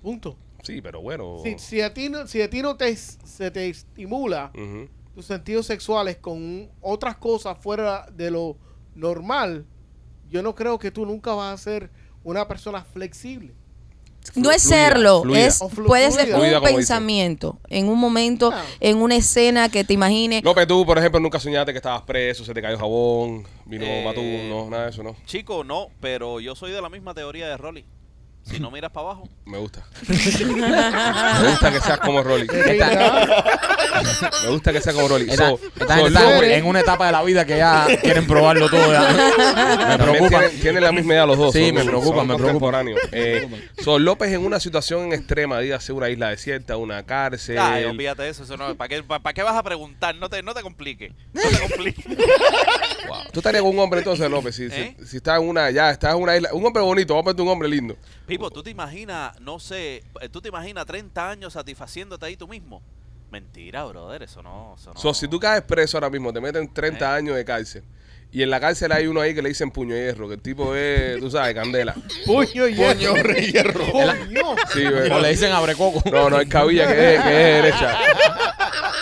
Speaker 3: Punto.
Speaker 1: Sí, pero bueno.
Speaker 3: Si, si a ti no, si a ti no te, se te estimula
Speaker 1: Ujú.
Speaker 3: tus sentidos sexuales con otras cosas fuera de lo normal, yo no creo que tú nunca vas a ser una persona flexible.
Speaker 7: No es
Speaker 1: Fluida,
Speaker 7: serlo,
Speaker 1: fluida.
Speaker 7: es
Speaker 3: O flu-
Speaker 7: puede ser
Speaker 3: fluida.
Speaker 1: Fluida,
Speaker 7: un
Speaker 1: como dicen.
Speaker 7: pensamiento en un momento,
Speaker 3: Ah.
Speaker 7: en una escena que te imagines.
Speaker 1: López, tú, por ejemplo, nunca soñaste que estabas preso, se te cayó jabón, vino
Speaker 6: Eh,
Speaker 1: Matú, no, nada de eso, ¿no?
Speaker 6: Chico, no, pero yo soy de la misma teoría de Rolly. Si no miras para abajo,
Speaker 1: Me gusta. Me gusta que seas como Rolly.
Speaker 3: Mira,
Speaker 1: Me gusta que sea como Rolly.
Speaker 2: Esta,
Speaker 1: So,
Speaker 2: esta
Speaker 1: so,
Speaker 2: gente está
Speaker 1: Lou,
Speaker 2: como en una etapa de la vida que ya quieren probarlo todo. ya. Me
Speaker 1: también
Speaker 2: preocupa.
Speaker 1: Tienen, tienen la misma edad los dos.
Speaker 2: Sí,
Speaker 1: son-
Speaker 2: me preocupa,
Speaker 1: son
Speaker 2: me preocupa.
Speaker 1: contemporáneos. Eh, so, López en una situación extrema, dígase una isla desierta, una cárcel.
Speaker 6: ay, Ah, eh, olvídate de eso. eso no- ¿para, qué, pa- para qué vas a preguntar? No te, no te compliques. No te compliques.
Speaker 1: Tú estarías con un hombre entonces, López. Si,
Speaker 6: ¿Eh?
Speaker 1: si, si estás en una, ya, estás en una isla. Un hombre bonito, vamos a ponerte un hombre lindo.
Speaker 6: Pipo, tú te imaginas, no sé, eh, tú te imaginas 30 años satisfaciéndote ahí tú mismo. Mentira, brother, eso no. Eso no.
Speaker 1: So, si tú caes preso ahora mismo, te meten 30 años de cárcel. Y en la cárcel hay uno ahí que le dicen puño y hierro, que el tipo es, tú sabes, candela.
Speaker 3: Puño y
Speaker 5: Puño, rey hierro.
Speaker 3: Puño.
Speaker 1: Sí, ve.
Speaker 2: O le dicen abrecoco.
Speaker 1: No, no, es cabilla que es, que es derecha.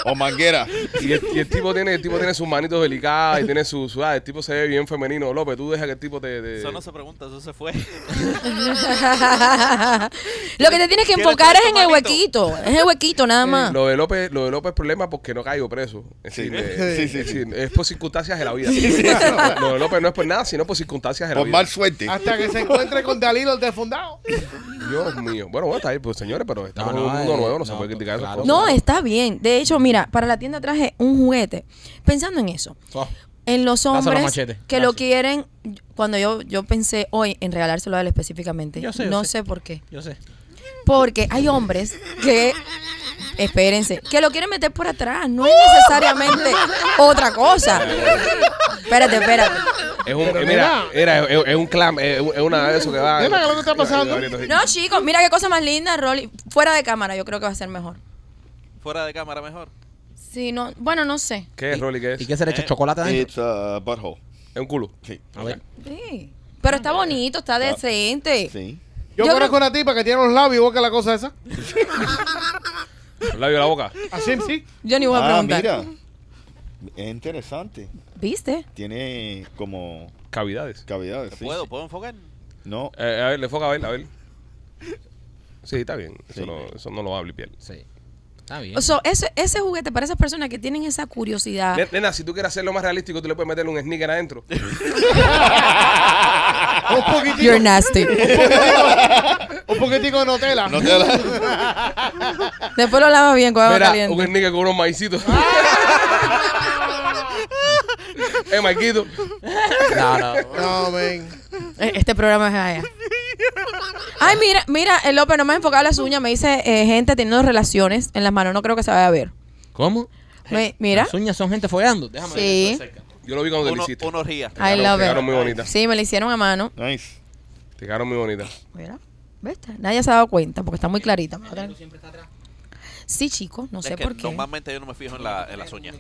Speaker 5: O manguera.
Speaker 1: Y el, y el tipo tiene, el tipo tiene sus manitos delicadas y tiene su, su- ah, el tipo se ve bien femenino. López, tú deja que el tipo te, te-
Speaker 6: Eso no se pregunta, eso se fue.
Speaker 7: Lo que te tienes que
Speaker 6: ¿Quieres tener
Speaker 7: enfocar es en
Speaker 6: tu
Speaker 7: el
Speaker 6: manito?
Speaker 7: huequito. Es el huequito nada más.
Speaker 1: Ah. Lo de López, lo de López es problema porque no caigo preso. Es
Speaker 5: Sí.
Speaker 1: decir, eh,
Speaker 5: Sí, sí,
Speaker 1: es,
Speaker 5: sí.
Speaker 1: decir, es por circunstancias de la vida. Lo de López no es por nada, sino por circunstancias de la
Speaker 5: Por
Speaker 1: vida.
Speaker 5: mal suerte.
Speaker 3: Hasta que se encuentre con Dalilo el defundado.
Speaker 1: Dios mío. Bueno, bueno, está ahí, pues señores, pero estamos
Speaker 2: No,
Speaker 1: en
Speaker 2: no,
Speaker 1: un mundo
Speaker 2: eh,
Speaker 1: nuevo, no, se
Speaker 2: no,
Speaker 1: puede criticar
Speaker 2: claro.
Speaker 1: esas cosas.
Speaker 7: No, está bien. De hecho, mira, para la tienda traje un juguete. Pensando en eso,
Speaker 2: Oh.
Speaker 7: en los
Speaker 2: Dáselo a
Speaker 7: hombres que
Speaker 2: Machete.
Speaker 7: lo
Speaker 2: Gracias.
Speaker 7: quieren. Cuando yo, yo pensé hoy en regalárselo a él específicamente,
Speaker 2: Yo sé, yo
Speaker 7: no
Speaker 2: sé.
Speaker 7: sé por qué.
Speaker 2: Yo sé.
Speaker 7: Porque hay hombres que, espérense, que lo quieren meter por atrás. No es necesariamente otra cosa. Espérate, espérate.
Speaker 1: Es un,
Speaker 3: Pero
Speaker 1: eh, mira, era, es, es un clam, es, es una de esos que va.
Speaker 3: Mira, ¿qué es lo que está pasando?
Speaker 7: No, chicos, mira qué cosa más linda, Rolly. Fuera de cámara, yo creo que va a ser mejor.
Speaker 6: Fuera de cámara mejor.
Speaker 7: Sí, no, bueno, no sé.
Speaker 1: ¿Qué es, Rolly? ¿Qué es?
Speaker 2: ¿Y qué se le echa?
Speaker 5: Eh,
Speaker 2: ¿Chocolate adentro?
Speaker 5: It's a butthole.
Speaker 1: Es un culo.
Speaker 5: Sí.
Speaker 2: A ver.
Speaker 7: Sí. Pero está bonito, está decente.
Speaker 5: Sí.
Speaker 3: Yo,
Speaker 7: Yo
Speaker 3: conozco una tipa que tiene los labios igual que la cosa esa.
Speaker 1: Los labios de la boca.
Speaker 3: Así, sí.
Speaker 7: Yo ni voy a
Speaker 5: Ah,
Speaker 7: preguntar.
Speaker 5: mira. Es interesante.
Speaker 7: ¿Viste?
Speaker 5: Tiene como
Speaker 1: Cavidades.
Speaker 5: cavidades. sí.
Speaker 6: ¿Puedo? ¿Puedo enfocar?
Speaker 5: No.
Speaker 1: Eh, a ver, le foca a ver, a ver. Sí, está bien. Eso,
Speaker 5: Sí.
Speaker 1: no, eso no lo va a blipear.
Speaker 2: Sí. Está bien.
Speaker 7: O sea, ese, ese juguete para esas personas que tienen esa curiosidad.
Speaker 1: Nen- Nena, si tú quieres hacerlo más realístico, tú le puedes meterle un sneaker adentro.
Speaker 7: Oh,
Speaker 3: Un poquitico,
Speaker 7: You're nasty.
Speaker 3: un poquitico de
Speaker 7: Ah.
Speaker 3: Nutella.
Speaker 5: No te la...
Speaker 7: Después lo lava bien Ah. con agua
Speaker 1: Mira,
Speaker 7: caliente.
Speaker 1: un sneaker con unos maicitos. eh, Marquito.
Speaker 2: No, no.
Speaker 3: No, men.
Speaker 7: Eh, Este programa es allá. Ay, mira, mira, el López no me ha enfocado las uñas. Me dice eh, gente teniendo relaciones en las manos. No creo que se vaya a ver.
Speaker 2: ¿Cómo?
Speaker 7: Me- mira.
Speaker 2: Las uñas son gente follando. Déjame ver
Speaker 7: Sí.
Speaker 2: esto de cerca.
Speaker 1: Yo lo vi cuando te lo
Speaker 6: Uno,
Speaker 1: hiciste.
Speaker 6: uno ría.
Speaker 7: I
Speaker 1: Te
Speaker 7: love
Speaker 1: quedaron muy
Speaker 7: it.
Speaker 1: bonitas.
Speaker 7: Sí, me lo hicieron a mano.
Speaker 5: Nice.
Speaker 1: Te quedaron muy bonitas.
Speaker 7: Mira, ¿viste? Nadie se ha dado cuenta porque está muy clarita. Me voy a tener- Sí, chicos, no
Speaker 6: Es
Speaker 7: sé
Speaker 6: que
Speaker 7: por qué.
Speaker 6: Normalmente yo no me fijo en, la, en las uñas.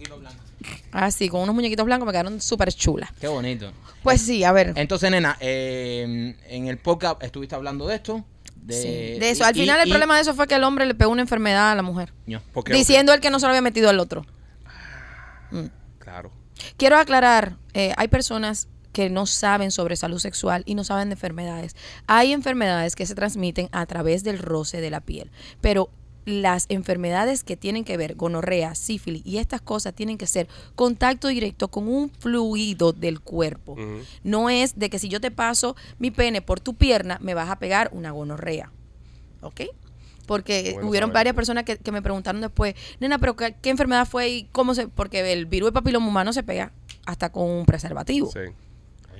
Speaker 7: Ah, sí, con unos muñequitos blancos me quedaron súper chulas.
Speaker 2: Qué bonito.
Speaker 6: Eh,
Speaker 7: Pues sí, a ver.
Speaker 2: Entonces, nena, eh, en el podcast estuviste hablando de esto. De,
Speaker 7: Sí, de eso. Al final el problema de eso fue que el hombre le pegó una enfermedad a la mujer.
Speaker 2: No.
Speaker 1: Porque,
Speaker 7: Diciendo él que no se lo había metido al otro.
Speaker 1: Ah,
Speaker 7: Mm.
Speaker 1: Claro.
Speaker 7: Quiero aclarar, eh, hay personas que no saben sobre salud sexual y no saben de enfermedades. Hay enfermedades que se transmiten a través del roce de la piel, pero las enfermedades que tienen que ver gonorrea, sífilis y estas cosas tienen que ser contacto directo con un fluido del cuerpo.
Speaker 1: Ujú.
Speaker 7: No es de que si yo te paso mi pene por tu pierna, me vas a pegar una gonorrea. ¿Ok? Porque
Speaker 1: Bueno,
Speaker 7: hubieron
Speaker 1: saberlo.
Speaker 7: varias personas que, que me preguntaron después, nena, pero qué, qué enfermedad fue y cómo se... Porque el virus del papiloma humano se pega hasta con un preservativo.
Speaker 1: Sí.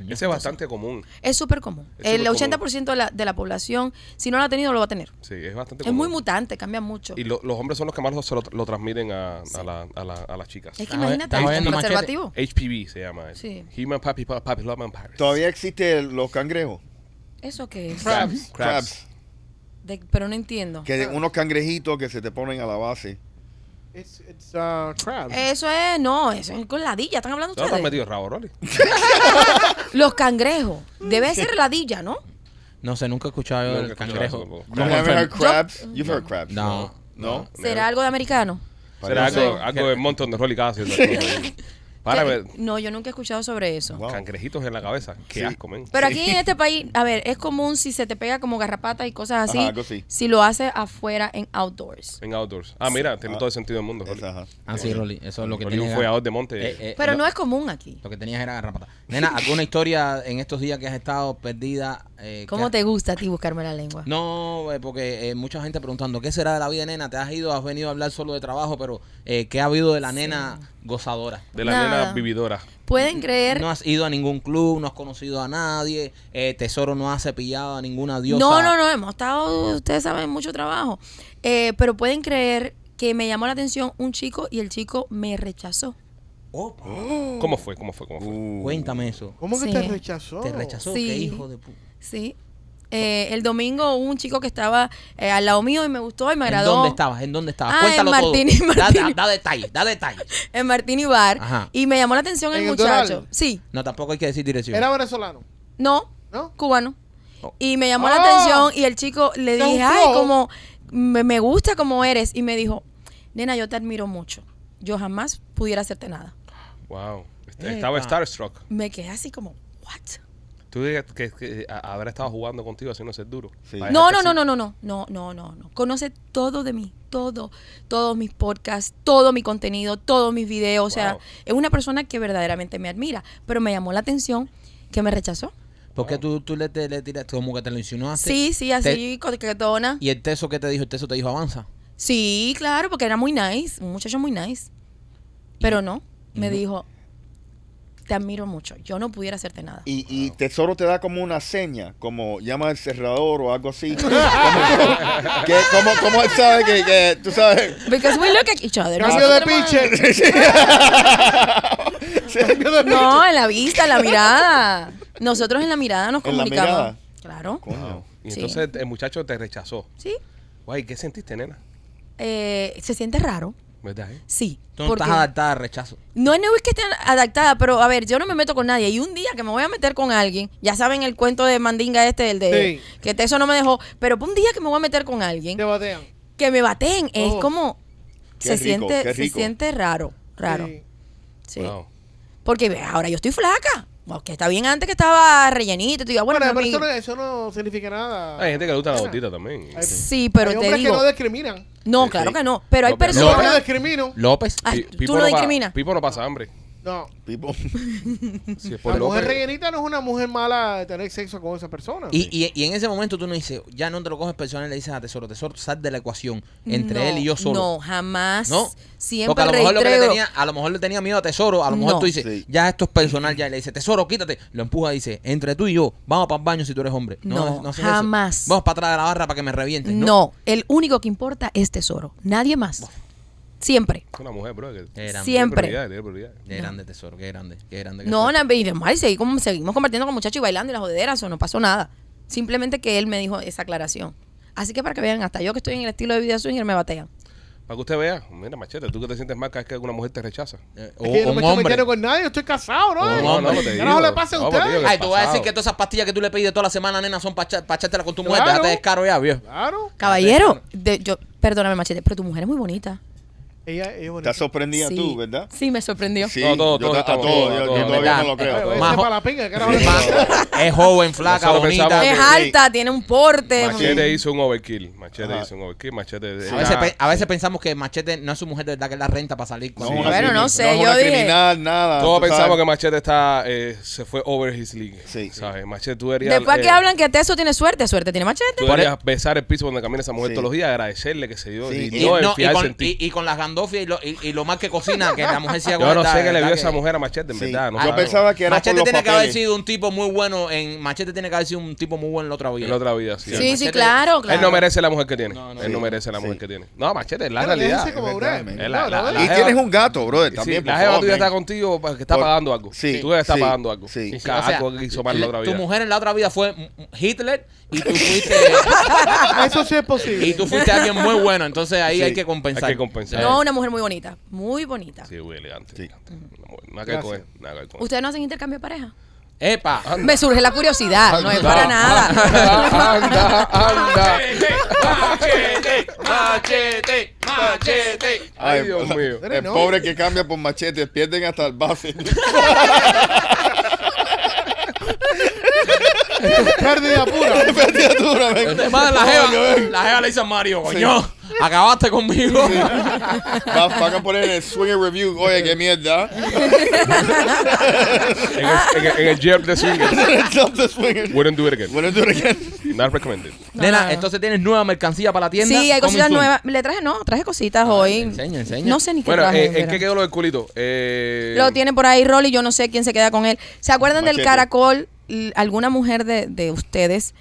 Speaker 1: Ese es bastante común.
Speaker 7: Es súper común.
Speaker 1: Es
Speaker 7: El
Speaker 1: súper
Speaker 7: 80% de la, de la población, si no lo ha tenido, lo va a tener.
Speaker 1: Sí, es bastante
Speaker 7: Es
Speaker 1: común.
Speaker 7: muy mutante, cambia mucho.
Speaker 1: Y lo- los hombres son los que más lo, se lo, lo transmiten a, a, la- a la- a las chicas.
Speaker 7: Es que
Speaker 2: Ah,
Speaker 7: imagínate,
Speaker 2: ¿estás
Speaker 7: con
Speaker 2: oyendo,
Speaker 7: un
Speaker 2: Machete?
Speaker 7: preservativo.
Speaker 1: HPV se llama. eso.
Speaker 7: Sí.
Speaker 1: Human Papilloma Papilloma Virus.
Speaker 5: Todavía existen los cangrejos.
Speaker 7: ¿Eso qué es?
Speaker 3: Crabs.
Speaker 1: Crabs.
Speaker 5: Crabs.
Speaker 7: De- pero no entiendo.
Speaker 5: Que unos cangrejitos que se te ponen a la base.
Speaker 3: It's, it's uh, crabs.
Speaker 7: Eso es, no, eso es con ladilla, están hablando
Speaker 1: ¿Tú no te has
Speaker 7: ustedes.
Speaker 1: metido rabo, Rolly?
Speaker 7: Los cangrejos, debe ser ladilla, ¿no?
Speaker 2: No sé, nunca he escuchado yo
Speaker 1: Nunca he
Speaker 2: del
Speaker 1: escuchado
Speaker 2: cangrejo.
Speaker 1: eso tampoco.
Speaker 5: You
Speaker 2: No,
Speaker 5: haven't heard
Speaker 2: enfermo.
Speaker 5: crabs? You've heard crabs.
Speaker 2: No.
Speaker 5: No.
Speaker 7: ¿Será algo de americano?
Speaker 1: Será
Speaker 5: Parece-
Speaker 1: algo, algo del montón de Rolly casi. Párame.
Speaker 7: Que- No, yo nunca he escuchado sobre eso.
Speaker 5: Wow.
Speaker 1: Cangrejitos en la cabeza. Qué asco, men.
Speaker 7: Pero aquí en este país, a ver, es común si se te pega como garrapata y cosas así,
Speaker 5: Ajá, algo así.
Speaker 7: si lo haces afuera en
Speaker 2: Eh,
Speaker 7: outdoors.
Speaker 1: En outdoors. Ah, mira, tiene
Speaker 5: Ah.
Speaker 1: todo el sentido del mundo. Rolly.
Speaker 5: Esa, ajá.
Speaker 2: Ah, sí, Rolly. Eso es lo que
Speaker 1: Rolly,
Speaker 2: tenías.
Speaker 1: un follador de monte.
Speaker 2: Eh, eh,
Speaker 7: Pero
Speaker 2: lo-
Speaker 7: no es común aquí.
Speaker 2: Lo que tenías era garrapata. Nena, ¿alguna historia en estos días que has estado perdida eh,
Speaker 7: ¿Cómo
Speaker 2: que-
Speaker 7: te gusta a ti buscarme la lengua?
Speaker 2: No, eh, porque eh, mucha gente preguntando, ¿qué será de la vida de nena? Te has ido, has venido a hablar solo de trabajo, pero eh, ¿qué ha habido de la nena gozadora?
Speaker 1: De la
Speaker 7: Nada.
Speaker 1: nena vividora.
Speaker 7: Pueden creer.
Speaker 2: No has ido a ningún club, no has conocido a nadie, eh, Tesoro no ha cepillado a ninguna diosa.
Speaker 7: No, no, no, hemos estado, ustedes saben, mucho trabajo. Eh, pero pueden creer que me llamó la atención un chico y el chico me rechazó. Mm.
Speaker 1: ¿Cómo fue? ¿Cómo fue? ¿Cómo
Speaker 5: Uh.
Speaker 1: fue?
Speaker 2: Cuéntame eso.
Speaker 3: ¿Cómo que
Speaker 7: Sí.
Speaker 3: te rechazó?
Speaker 2: ¿Te rechazó?
Speaker 7: Sí.
Speaker 2: ¿Qué hijo de pu-
Speaker 7: Sí. Eh, el domingo hubo un chico que estaba eh, al lado mío y me gustó y me agradó.
Speaker 2: ¿En dónde estabas? ¿En dónde estabas?
Speaker 7: Ah, en
Speaker 2: Cuéntalo
Speaker 7: Martini,
Speaker 2: todo. Da-
Speaker 7: Martini.
Speaker 2: Da, da detalle, da detalle.
Speaker 7: En Martini Bar.
Speaker 2: Ajá.
Speaker 7: Y me llamó la atención el
Speaker 3: ¿En el
Speaker 7: muchacho.
Speaker 3: Doral?
Speaker 7: sí.
Speaker 2: No, tampoco hay que decir dirección.
Speaker 3: Era venezolano,
Speaker 7: No,
Speaker 3: ¿no?
Speaker 7: cubano.
Speaker 2: Oh.
Speaker 7: Y me llamó la
Speaker 3: Oh.
Speaker 7: atención y el chico le
Speaker 3: Es un
Speaker 7: dije, ay,
Speaker 3: flow".
Speaker 7: como me, me gusta como eres. Y me dijo, nena, yo te admiro mucho. Yo jamás pudiera hacerte nada.
Speaker 1: Wow. Est- Este, Estaba
Speaker 2: Epa.
Speaker 1: Starstruck.
Speaker 7: Me quedé así como, what?
Speaker 1: Tú dirías que, que a- habrá estado jugando contigo haciendo ser duro.
Speaker 5: Sí.
Speaker 1: Para
Speaker 7: No, no,
Speaker 1: dejarte
Speaker 7: no,
Speaker 1: así.
Speaker 7: no, no, no, no, no, no, no. Conoce todo de mí, todo, todos mis podcasts, todo mi contenido, todos mis videos. O sea,
Speaker 1: Wow.
Speaker 7: es una persona que verdaderamente me admira, pero me llamó la atención que me rechazó.
Speaker 2: Porque tú, tú le, te- le tiraste, como que te lo insinuaste.
Speaker 7: Sí, sí, así, coquetona.
Speaker 2: Ah, Te- ¿Y el teso qué te dijo? El teso te dijo avanza.
Speaker 7: Sí, claro, porque era muy nice, un muchacho muy nice. Pero no, me dijo, te admiro mucho, yo no pudiera hacerte nada.
Speaker 5: Y, y Tesoro te da como una seña, como llama al cerrador o algo así. como, que, como, como él sabe que, que tú sabes.
Speaker 7: Because we look at each other.
Speaker 3: Cambio de
Speaker 7: Nosotros tenemos-
Speaker 3: piche. Cambio de piche.
Speaker 7: No, en la vista, en la mirada. Nosotros en la mirada nos
Speaker 5: En la
Speaker 7: comunicamos.
Speaker 5: mirada.
Speaker 7: Claro.
Speaker 5: Coño.
Speaker 1: Y
Speaker 7: Sí.
Speaker 1: entonces el muchacho te rechazó.
Speaker 7: Sí.
Speaker 1: Guay, ¿qué sentiste, nena?
Speaker 7: Eh, se siente raro.
Speaker 1: ¿Verdad? eh?
Speaker 7: Sí.
Speaker 2: Tú no estás
Speaker 7: porque-
Speaker 2: adaptada al rechazo.
Speaker 7: no, no es que esté adaptada, pero a ver, yo no me meto con nadie. Y un día que me voy a meter con alguien, ya saben el cuento de Mandinga este, el
Speaker 3: Sí.
Speaker 7: de que eso no me dejó, pero un día que me voy a meter con
Speaker 3: Te
Speaker 7: alguien,
Speaker 3: batean.
Speaker 7: que me baten, es
Speaker 3: Oh.
Speaker 7: como
Speaker 5: Qué
Speaker 7: se
Speaker 5: rico,
Speaker 7: siente,
Speaker 5: qué
Speaker 7: se
Speaker 5: rico.
Speaker 7: siente raro, raro.
Speaker 3: Sí.
Speaker 7: Sí.
Speaker 1: Wow.
Speaker 7: Porque ve, ahora yo estoy flaca. Bueno, Que está bien antes que estaba rellenito. Te digo, bueno,
Speaker 3: Bueno,
Speaker 7: mi
Speaker 3: pero eso
Speaker 7: amigo.
Speaker 3: no, eso no significa nada.
Speaker 1: Hay gente que le gusta la
Speaker 3: Nena.
Speaker 1: gordita también.
Speaker 3: Hay-
Speaker 7: Sí, pero
Speaker 3: hay
Speaker 7: te
Speaker 3: hombres
Speaker 7: digo.
Speaker 3: que no discriminan.
Speaker 7: No, claro que no. Pero hay
Speaker 1: No, pero-
Speaker 3: Yo
Speaker 7: personas.
Speaker 3: no discrimino.
Speaker 2: López.
Speaker 7: Ay,
Speaker 1: Pi-
Speaker 7: tú no
Speaker 1: pa-
Speaker 7: discriminas.
Speaker 1: Pipo no pasa hambre.
Speaker 3: No.
Speaker 5: Tipo,
Speaker 1: Si es por
Speaker 3: La mujer
Speaker 1: López-
Speaker 3: rellenita no es una mujer mala de tener sexo con esa persona.
Speaker 2: Y, y, y en ese momento tú no dices, ya no te lo coges personal, le dices a Tesoro, Tesoro, sal de la ecuación entre
Speaker 7: No,
Speaker 2: él y yo solo.
Speaker 7: No, jamás.
Speaker 2: ¿No?
Speaker 7: Siempre
Speaker 2: Porque a lo mejor lo que le
Speaker 7: reitero.
Speaker 2: tenía, a lo mejor le tenía miedo a Tesoro, a lo mejor
Speaker 7: No.
Speaker 2: tú dices,
Speaker 5: Sí.
Speaker 2: ya esto es personal, ya y le dice, Tesoro, quítate, lo empuja y dice, entre tú y yo, vamos para el baño si tú eres hombre. No,
Speaker 7: No,
Speaker 2: haces eso.
Speaker 7: jamás.
Speaker 2: Vamos para atrás de la barra para que me revientes.
Speaker 7: No. el único que importa es tesoro. Nadie más. Siempre.
Speaker 1: Es una mujer, bro. que
Speaker 2: Qué grande,
Speaker 7: Siempre.
Speaker 1: tiene prioridades, tiene prioridades.
Speaker 2: Qué grande, Tesoro, qué grande, qué grande. qué
Speaker 7: No,
Speaker 2: fuerte.
Speaker 7: na- y normal, y seguí como- seguimos compartiendo con muchachos y bailando y las joderas, eso no pasó nada. Simplemente que él me dijo esa aclaración. Así que para que vean, hasta yo que estoy en el estilo de vida swinger me batean.
Speaker 1: Para que usted vea, mira, machete, tú que te sientes mal cada vez que alguna mujer te rechaza.
Speaker 2: Eh, o-
Speaker 3: Es que
Speaker 2: o
Speaker 3: yo no
Speaker 2: un
Speaker 3: me estoy
Speaker 2: hombre.
Speaker 3: metiendo con nadie, yo estoy casado, ¿no?
Speaker 2: Un
Speaker 3: Eh.
Speaker 2: hombre.
Speaker 1: te
Speaker 3: ¿Qué
Speaker 1: digo.
Speaker 3: carajo le pasa a
Speaker 1: No, pues,
Speaker 3: ustedes?
Speaker 1: digo que-
Speaker 2: Ay, tú vas a decir
Speaker 1: pasado.
Speaker 2: que todas esas pastillas que tú le pides toda la semana, nena, son para echártelas con tu mujer.
Speaker 3: Claro.
Speaker 2: Déjate de descaro ya, viejo.
Speaker 3: Claro.
Speaker 7: Caballero, de- yo, perdóname, machete, pero tu mujer es muy bonita.
Speaker 3: Ella, ella es bonita.
Speaker 5: estás sorprendida
Speaker 7: Sí.
Speaker 5: tú, ¿verdad?
Speaker 7: Sí, me sorprendió.
Speaker 5: Sí,
Speaker 1: No, todos,
Speaker 5: yo,
Speaker 1: todos
Speaker 5: ta- a
Speaker 1: estamos-
Speaker 5: todos,
Speaker 1: todos,
Speaker 5: yo, yo
Speaker 1: todos.
Speaker 5: todavía no lo
Speaker 2: ¿Verdad? Eh,
Speaker 5: creo.
Speaker 3: Pero
Speaker 5: todavía.
Speaker 3: ese
Speaker 2: Majo.
Speaker 3: para la pinga, carajo.
Speaker 2: Es más, es joven, flaca,
Speaker 1: Nosotros
Speaker 2: bonita.
Speaker 1: pensamos
Speaker 7: Es
Speaker 1: Sí.
Speaker 7: alta, tiene un porte.
Speaker 1: Machete hizo un overkill. Machete
Speaker 5: Ajá. Ah,
Speaker 1: hizo un overkill. Machete.
Speaker 2: A
Speaker 1: era-
Speaker 2: veces, pe- a veces pensamos que Machete no es su mujer de verdad, que es la renta para salir con
Speaker 5: es
Speaker 7: Bueno,
Speaker 5: una
Speaker 7: no
Speaker 5: criminal,
Speaker 7: sé,
Speaker 5: es una
Speaker 7: yo dije-
Speaker 5: criminal, nada.
Speaker 1: Todos
Speaker 5: tú sabes.
Speaker 1: pensamos que Machete está, eh, se fue over his league.
Speaker 5: Sí.
Speaker 1: ¿Sabes? Machete, tú deberías.
Speaker 7: Después que
Speaker 1: eh,
Speaker 7: hablan que Teso tiene suerte, suerte tiene machete.
Speaker 1: Tú deberías
Speaker 2: e-
Speaker 1: besar el piso cuando camina esa mujer
Speaker 5: Sí.
Speaker 1: todos los días, agradecerle que se dio.
Speaker 5: Sí,
Speaker 1: Y,
Speaker 5: y-
Speaker 1: no,
Speaker 2: no, y,
Speaker 1: enfiarse
Speaker 2: con,
Speaker 1: en ti.
Speaker 2: y- y con las gandofias y lo, y, y lo mal que cocina, que la mujer siga
Speaker 1: Yo no sé qué le vio esa mujer a Machete, en
Speaker 5: Sí.
Speaker 1: verdad. no
Speaker 5: Yo
Speaker 1: sé.
Speaker 5: pensaba que era
Speaker 2: Machete
Speaker 5: por los
Speaker 2: tiene que haber
Speaker 5: papeles.
Speaker 2: sido un tipo muy bueno en Machete tiene que haber sido un tipo muy bueno en la otra vida.
Speaker 1: En la otra vida, sí.
Speaker 7: Sí, sí,
Speaker 2: Machete-
Speaker 7: claro, claro.
Speaker 1: Él no merece la mujer que tiene.
Speaker 2: No, no,
Speaker 1: Él no
Speaker 5: sí.
Speaker 1: merece la mujer
Speaker 5: Sí.
Speaker 1: que tiene. No, Machete, es la
Speaker 3: Pero
Speaker 1: realidad.
Speaker 3: déjense como
Speaker 5: es
Speaker 3: brother,
Speaker 5: verdad,
Speaker 1: man.
Speaker 3: ¿no?
Speaker 1: La- la-
Speaker 3: ¿No?
Speaker 1: la-
Speaker 5: Y
Speaker 1: jeva-
Speaker 5: tienes un gato, brother, Eh, también.
Speaker 1: Sí,
Speaker 5: por
Speaker 1: la jeva
Speaker 5: favor,
Speaker 1: tuya
Speaker 5: man.
Speaker 1: está contigo porque está
Speaker 5: Por-
Speaker 1: pagando algo.
Speaker 5: sí,
Speaker 1: Tú debes estar
Speaker 5: sí,
Speaker 1: pagando algo.
Speaker 5: sí. Eh,
Speaker 1: Y
Speaker 5: O
Speaker 2: O sea,
Speaker 1: algo que hizo mal en la otra
Speaker 2: tu
Speaker 1: vida.
Speaker 2: mujer en la otra vida fue Hitler y tú fuiste,
Speaker 3: Ah, Eso sí es posible.
Speaker 2: y tú fuiste alguien muy bueno. Entonces ahí
Speaker 5: Sí,
Speaker 2: hay que compensar.
Speaker 1: Hay que compensar.
Speaker 7: No, una mujer muy bonita, muy bonita.
Speaker 1: Sí, pues. muy elegante.
Speaker 5: Sí.
Speaker 1: elegante. Una mujer- Nada que ver con él,
Speaker 3: Gracias.
Speaker 1: Nada que ver con él.
Speaker 7: ¿Ustedes no hacen intercambio de pareja?
Speaker 2: Eh, Epa.
Speaker 7: Me surge la curiosidad, no es para nada.
Speaker 1: Anda, Ah, anda, anda.
Speaker 4: Machete, machete, machete.
Speaker 1: Ay,
Speaker 5: Ay,
Speaker 1: Dios
Speaker 5: la-
Speaker 1: mío.
Speaker 5: El
Speaker 3: No.
Speaker 5: pobre que cambia por machete, pierden hasta el base.
Speaker 3: Pérdida pura.
Speaker 5: Pérdida dura, ven.
Speaker 2: Es más, la
Speaker 5: Coño,
Speaker 2: jeva,
Speaker 5: ven.
Speaker 2: la jeva le dice a Mario, coño, acabaste conmigo.
Speaker 5: Va- Van a poner en el Swinger Review. Oye, qué mierda.
Speaker 1: En el, en el- en el Jerk de Swingers.
Speaker 5: Stop the Swinger.
Speaker 1: Wouldn't do it again.
Speaker 5: Bueno, tú again.
Speaker 1: Not recommended.
Speaker 2: Nena,
Speaker 7: No, no, no.
Speaker 2: entonces tienes nueva mercancía para la tienda.
Speaker 7: Sí, hay
Speaker 2: Coming
Speaker 7: cositas
Speaker 2: soon.
Speaker 7: nuevas. Le traje, no, traje cositas hoy.
Speaker 2: enseña, enseña.
Speaker 7: No sé ni qué
Speaker 1: Bueno, eh,
Speaker 7: traje.
Speaker 1: ¿en
Speaker 7: pero-
Speaker 1: qué quedó lo del culito? Eh,
Speaker 7: Lo tiene por ahí Rolly, yo no sé quién se queda con él. ¿Se acuerdan del
Speaker 5: Machete.
Speaker 7: caracol? L- Alguna mujer de, de ustedes.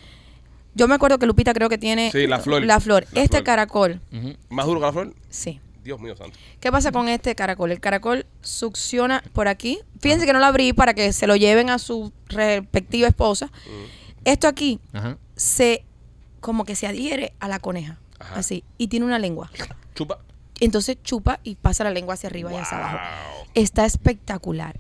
Speaker 7: Yo me acuerdo que Lupita creo que tiene
Speaker 1: Sí, la flor.
Speaker 7: La flor.
Speaker 1: La
Speaker 7: este
Speaker 1: flor. Mm.
Speaker 7: caracol,
Speaker 2: Ujú.
Speaker 1: ¿Más duro que la flor?
Speaker 7: sí.
Speaker 1: Dios mío santo.
Speaker 7: ¿Qué pasa con este caracol? El caracol succiona por aquí. Fíjense que no lo abrí para que se lo lleven a su respectiva esposa.
Speaker 1: Mm.
Speaker 7: Esto aquí
Speaker 2: Ajá.
Speaker 7: se como que se adhiere a la coneja,
Speaker 1: Ajá.
Speaker 7: así, y tiene una lengua.
Speaker 1: Chupa.
Speaker 7: Entonces chupa y pasa la lengua hacia arriba y hacia abajo.
Speaker 1: Wow.
Speaker 7: Está espectacular,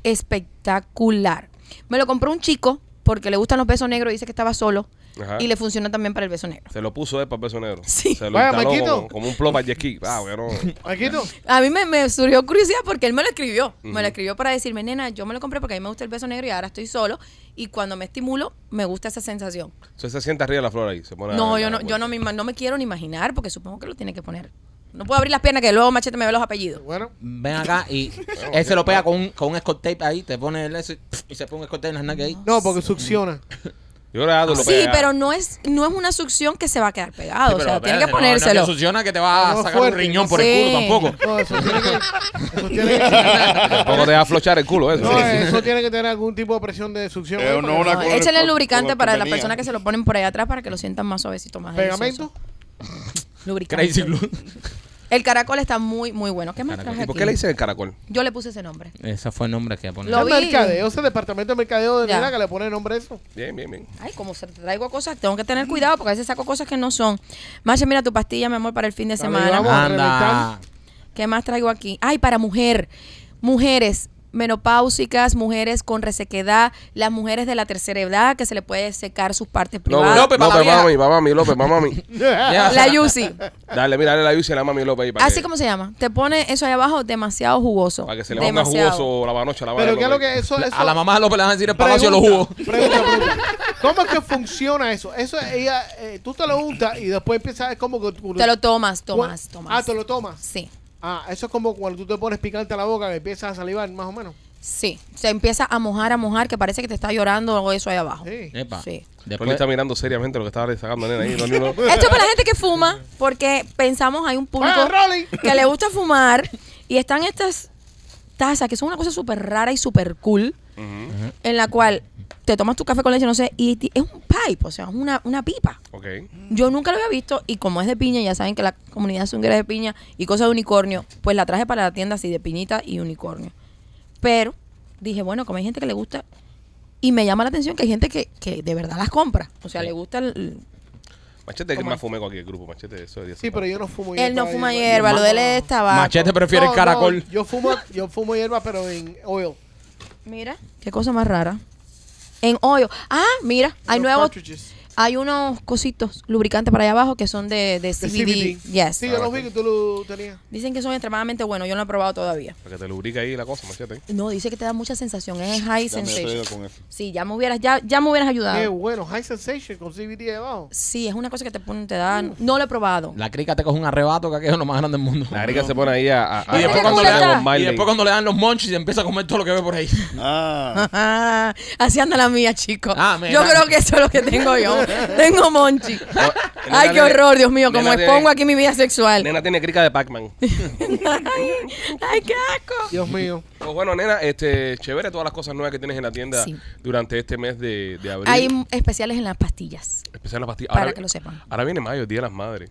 Speaker 7: espectacular. Me lo compró un chico porque le gustan los besos negros, dice que estaba solo
Speaker 1: Ajá.
Speaker 7: y le funciona también para el beso negro.
Speaker 1: Se lo puso de papel negro.
Speaker 7: Sí.
Speaker 1: Se lo
Speaker 3: Vaya,
Speaker 1: instaló
Speaker 3: Maquito.
Speaker 1: como, como un plomo al jet ski. Ah, bueno.
Speaker 3: Maquito,
Speaker 7: A mí me, me surgió curiosidad porque él me lo escribió.
Speaker 1: Ujú.
Speaker 7: Me lo escribió para decirme, nena, yo me lo compré porque a mí me gusta el beso negro y ahora estoy solo y cuando me estimulo me gusta esa sensación.
Speaker 1: Entonces se sienta arriba de la flor ahí. Se pone a- pues.
Speaker 7: no,
Speaker 1: a-
Speaker 7: yo no, yo no me, ima- no me quiero ni imaginar porque supongo que lo tiene que poner. No puedo abrir las piernas que luego Machete me ve los apellidos.
Speaker 3: bueno.
Speaker 2: Ven acá y él se lo pega con un, con un scotch tape ahí, te pone el ese y se pone un scotch tape en las nalgas ahí.
Speaker 3: No, porque succiona.
Speaker 1: Yo le hago lo
Speaker 7: Sí, pero no es, no es una succión que se va a quedar pegado. Ah, o sea, tiene que
Speaker 2: No,
Speaker 7: ponérselo.
Speaker 2: te succiona que te va a
Speaker 3: No,
Speaker 2: sacar
Speaker 3: fuerte.
Speaker 2: un riñón por
Speaker 7: Sí.
Speaker 2: el culo tampoco.
Speaker 3: No, eso tiene que, eso tiene que-
Speaker 1: Tampoco te va a flochar el culo eso.
Speaker 3: no, eso tiene que tener algún tipo de presión de succión.
Speaker 5: Eh,
Speaker 3: ¿eh?
Speaker 5: no,
Speaker 3: Porque
Speaker 5: una
Speaker 7: No,
Speaker 5: con-
Speaker 7: échale el
Speaker 5: con-
Speaker 7: lubricante
Speaker 5: con-
Speaker 7: para
Speaker 5: con
Speaker 7: las
Speaker 5: tenía.
Speaker 7: personas que se lo ponen por ahí atrás para que lo sientan más suavecito, más
Speaker 3: ¿Pegamento?
Speaker 7: delicioso. Lubricante.
Speaker 2: Crazy glue.
Speaker 7: El caracol está muy, muy bueno. ¿Qué más traje
Speaker 1: ¿Y por
Speaker 7: aquí?
Speaker 1: qué le dicen el caracol?
Speaker 7: Yo le puse ese nombre.
Speaker 2: Ese fue el nombre que pone.
Speaker 7: Lo
Speaker 3: El
Speaker 7: vi.
Speaker 3: mercadeo, ese departamento de mercadeo de
Speaker 7: Ya.
Speaker 3: Nela que le pone nombre a eso.
Speaker 1: Bien, bien, bien.
Speaker 7: Ay, como se traigo cosas, tengo que tener cuidado porque a veces saco cosas que no son. Mache, mira tu pastilla, mi amor, para el fin de
Speaker 3: Dale,
Speaker 7: semana.
Speaker 3: vamos.
Speaker 2: Anda.
Speaker 7: ¿Qué más traigo aquí? Ay, para mujer. Mujeres menopáusicas, mujeres con resequedad, las mujeres de la tercera edad que se le puede secar sus partes privadas.
Speaker 2: López, para la vieja.
Speaker 1: mami, para mami, López, para mami.
Speaker 2: Deja-
Speaker 7: La Yusi.
Speaker 1: Dale, mira, dale la bici a la mami López ahí para
Speaker 7: Así
Speaker 1: que,
Speaker 7: como se llama. Te pone eso ahí abajo demasiado jugoso.
Speaker 1: para que se le ponga
Speaker 7: demasiado.
Speaker 1: jugoso la banocha a la
Speaker 3: Pero
Speaker 1: mano
Speaker 3: qué es lo que eso, eso
Speaker 2: A la mamá de López Ah, le van a decir el palacio de los jugos.
Speaker 3: Pregunta, pregunta. ¿Cómo es que funciona eso? Eso ella, eh, tú te lo untas y después empiezas es como que tú-
Speaker 7: Te lo tomas, tomas, tomas.
Speaker 3: Ah, te lo tomas.
Speaker 7: Sí,
Speaker 3: Ah, eso es como cuando tú te pones picante a la boca que empiezas a salivar, más o menos.
Speaker 7: sí. Se empieza a mojar, a mojar, que parece que te está llorando o eso ahí abajo.
Speaker 3: Sí.
Speaker 2: Epa.
Speaker 7: Sí.
Speaker 1: Rolly
Speaker 2: Después,
Speaker 1: está mirando seriamente lo que estaba sacando nena ahí. Rolly no-
Speaker 7: Esto es para la gente que fuma, porque pensamos, hay un público
Speaker 3: ¡Ah, Rolly!
Speaker 7: que le gusta fumar y están estas tazas que son una cosa súper rara y súper cool, en la cual te tomas tu café con leche, no sé, y ti- es un pipe, o sea, es una, una pipa.
Speaker 1: Ok.
Speaker 7: Yo nunca lo había visto y como es de piña, ya saben que la comunidad zunguera es de piña y cosas de unicornio, pues la traje para la tienda así de piñita y unicornio. Pero dije, bueno, como hay gente que le gusta y me llama la atención que hay gente que, que de verdad las compra, o sea, le gusta el,
Speaker 1: Machete es el
Speaker 7: ¿Cómo?
Speaker 1: más fumeco aquí el grupo, machete. Eso es de
Speaker 3: Sí, pero yo no fumo
Speaker 7: Él no
Speaker 3: todavía.
Speaker 7: fuma hierba, lo de él es tabaco.
Speaker 2: Machete prefiere
Speaker 3: No,
Speaker 2: el
Speaker 3: no,
Speaker 2: caracol.
Speaker 3: yo fumo, yo fumo hierba, pero en oil.
Speaker 7: Mira, qué cosa más rara. En hoyo. Ah, mira, hay
Speaker 3: Los
Speaker 7: nuevos.
Speaker 3: cartridges.
Speaker 7: Hay unos cositos lubricantes para allá abajo que son de, de
Speaker 3: De
Speaker 7: CBD.
Speaker 3: CBD.
Speaker 7: Yes.
Speaker 3: Sí, yo los vi que tú lo tenías.
Speaker 7: Dicen que son extremadamente buenos. Yo no lo he probado todavía.
Speaker 1: Para que te lubrica ahí la cosa, machete.
Speaker 7: No, dice que te da mucha sensación. Es high
Speaker 5: Ya me he
Speaker 7: sensation.
Speaker 5: traído con eso.
Speaker 7: Sí, ya me hubieras, ya, ya me hubieras
Speaker 3: Qué
Speaker 7: ayudado.
Speaker 3: bueno, high sensation con CBD debajo.
Speaker 7: Sí, es una cosa que te pone, te da. No lo he probado.
Speaker 2: la crica te coge un arrebato que aquello es lo más grande del mundo.
Speaker 1: La grica se pone ahí a. a-
Speaker 2: Y
Speaker 1: a-
Speaker 2: después,
Speaker 1: a-
Speaker 2: cuando
Speaker 1: a-
Speaker 2: le,
Speaker 1: a-
Speaker 7: Mira.
Speaker 1: a- a-
Speaker 2: y después cuando le dan los munchies empieza a comer todo lo que ve por ahí.
Speaker 5: Ah.
Speaker 7: Ah, así anda la mía, chicos.
Speaker 2: Ah, mira.
Speaker 7: yo creo que eso es lo que tengo yo. tengo Monchi. Ay, qué
Speaker 1: nena,
Speaker 7: horror, Dios mío, como
Speaker 1: nena,
Speaker 7: expongo
Speaker 1: nena.
Speaker 7: aquí mi vida sexual.
Speaker 1: Nena tiene crica de Pac-Man.
Speaker 7: Ay, qué asco.
Speaker 3: Dios mío.
Speaker 1: Pues bueno, nena, este, chévere todas las cosas nuevas que tienes en la tienda
Speaker 7: Sí.
Speaker 1: durante este mes de, de abril.
Speaker 7: Hay mm, especiales en las pastillas.
Speaker 1: Especial las pastillas.
Speaker 7: para
Speaker 1: Ahora-
Speaker 7: que lo sepan.
Speaker 1: Ahora viene mayo, el Día de las Madres.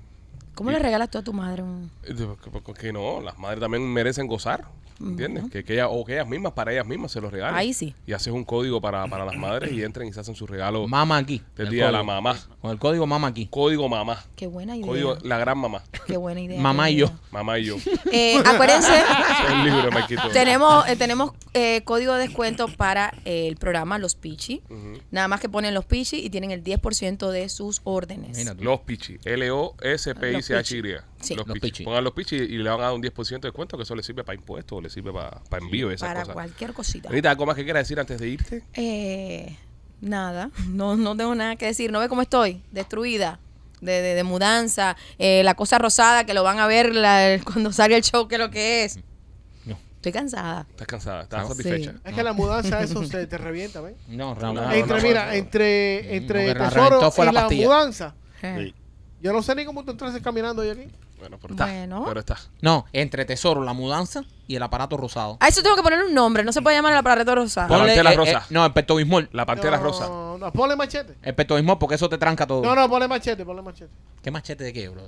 Speaker 7: ¿Cómo le regalas tú a tu madre un-
Speaker 1: Eh, Que, que- que no, las madres también merecen gozar, ¿entiendes? Que, que ellas, o que ellas mismas, para ellas mismas se los regalen.
Speaker 7: Ahí sí.
Speaker 1: Y haces un código para, para las madres y entran y se hacen su regalo
Speaker 2: Mama aquí.
Speaker 1: del
Speaker 2: El
Speaker 1: día de la
Speaker 2: código.
Speaker 1: mamá.
Speaker 2: Con el código mama aquí.
Speaker 1: Código mamá.
Speaker 7: Qué buena idea.
Speaker 1: Código la gran mamá.
Speaker 7: Qué buena idea.
Speaker 2: Mamá
Speaker 7: qué
Speaker 2: y yo.
Speaker 7: buena
Speaker 1: Mamá y yo. Ese
Speaker 7: idea. Eh, acuérdense,
Speaker 1: es el libro, Marquito.
Speaker 7: tenemos, eh, tenemos eh, código de descuento para el programa Los Pichi. Nada más que ponen Los Pichi y tienen el 10% de sus órdenes.
Speaker 2: Mira tú.
Speaker 1: Los Pichi. L-O-S-P-I-C-H-Y.
Speaker 7: Sí.
Speaker 1: Los
Speaker 2: Los
Speaker 1: Pichi.
Speaker 2: Pichi.
Speaker 1: Pongan los Pichi y le van a dar un 10% de descuento, que eso le sirve para impuestos, le sirve para, para envío y esas
Speaker 7: para
Speaker 1: cosas.
Speaker 7: cualquier cosita.
Speaker 1: Anita, ¿algo más que quieras decir antes de irte?
Speaker 7: Eh, Nada, no, no tengo nada que decir. ¿No ve cómo estoy? Destruida. De, de- de mudanza, eh, la cosa rosada que lo van a ver la- cuando salga el show, que es lo que es.
Speaker 2: No.
Speaker 7: Estoy cansada.
Speaker 1: Estás cansada, estás
Speaker 2: Sí.
Speaker 1: satisfecha.
Speaker 3: Es que la mudanza eso se te revienta, ¿ven?
Speaker 2: No, Raúl.
Speaker 1: Ah,
Speaker 3: entre,
Speaker 1: no,
Speaker 3: mira,
Speaker 1: no, no.
Speaker 2: Mm,
Speaker 3: entre,
Speaker 2: lo
Speaker 3: entre
Speaker 2: que la
Speaker 3: tesoro
Speaker 2: reventó fue
Speaker 3: y
Speaker 2: la
Speaker 3: la,
Speaker 2: pastilla.
Speaker 3: mudanza.
Speaker 7: Eh.
Speaker 5: Sí.
Speaker 3: Yo no sé ni cómo tú entras caminando hoy aquí.
Speaker 1: Bueno, pero está.
Speaker 7: Bueno.
Speaker 1: Pero está.
Speaker 2: No, entre tesoro, la mudanza y el aparato rosado.
Speaker 7: A eso tengo que ponerle un nombre, no se puede llamar el aparato rosa.
Speaker 1: Por- Pantera
Speaker 2: eh, eh,
Speaker 1: rosa.
Speaker 2: no, el pectobismol.
Speaker 1: La pantera
Speaker 3: no,
Speaker 1: rosa.
Speaker 3: No, no, ponle machete.
Speaker 2: El pectobismol porque eso te tranca todo.
Speaker 3: No, no, ponle machete, ponle machete.
Speaker 2: ¿Qué machete de qué, bro?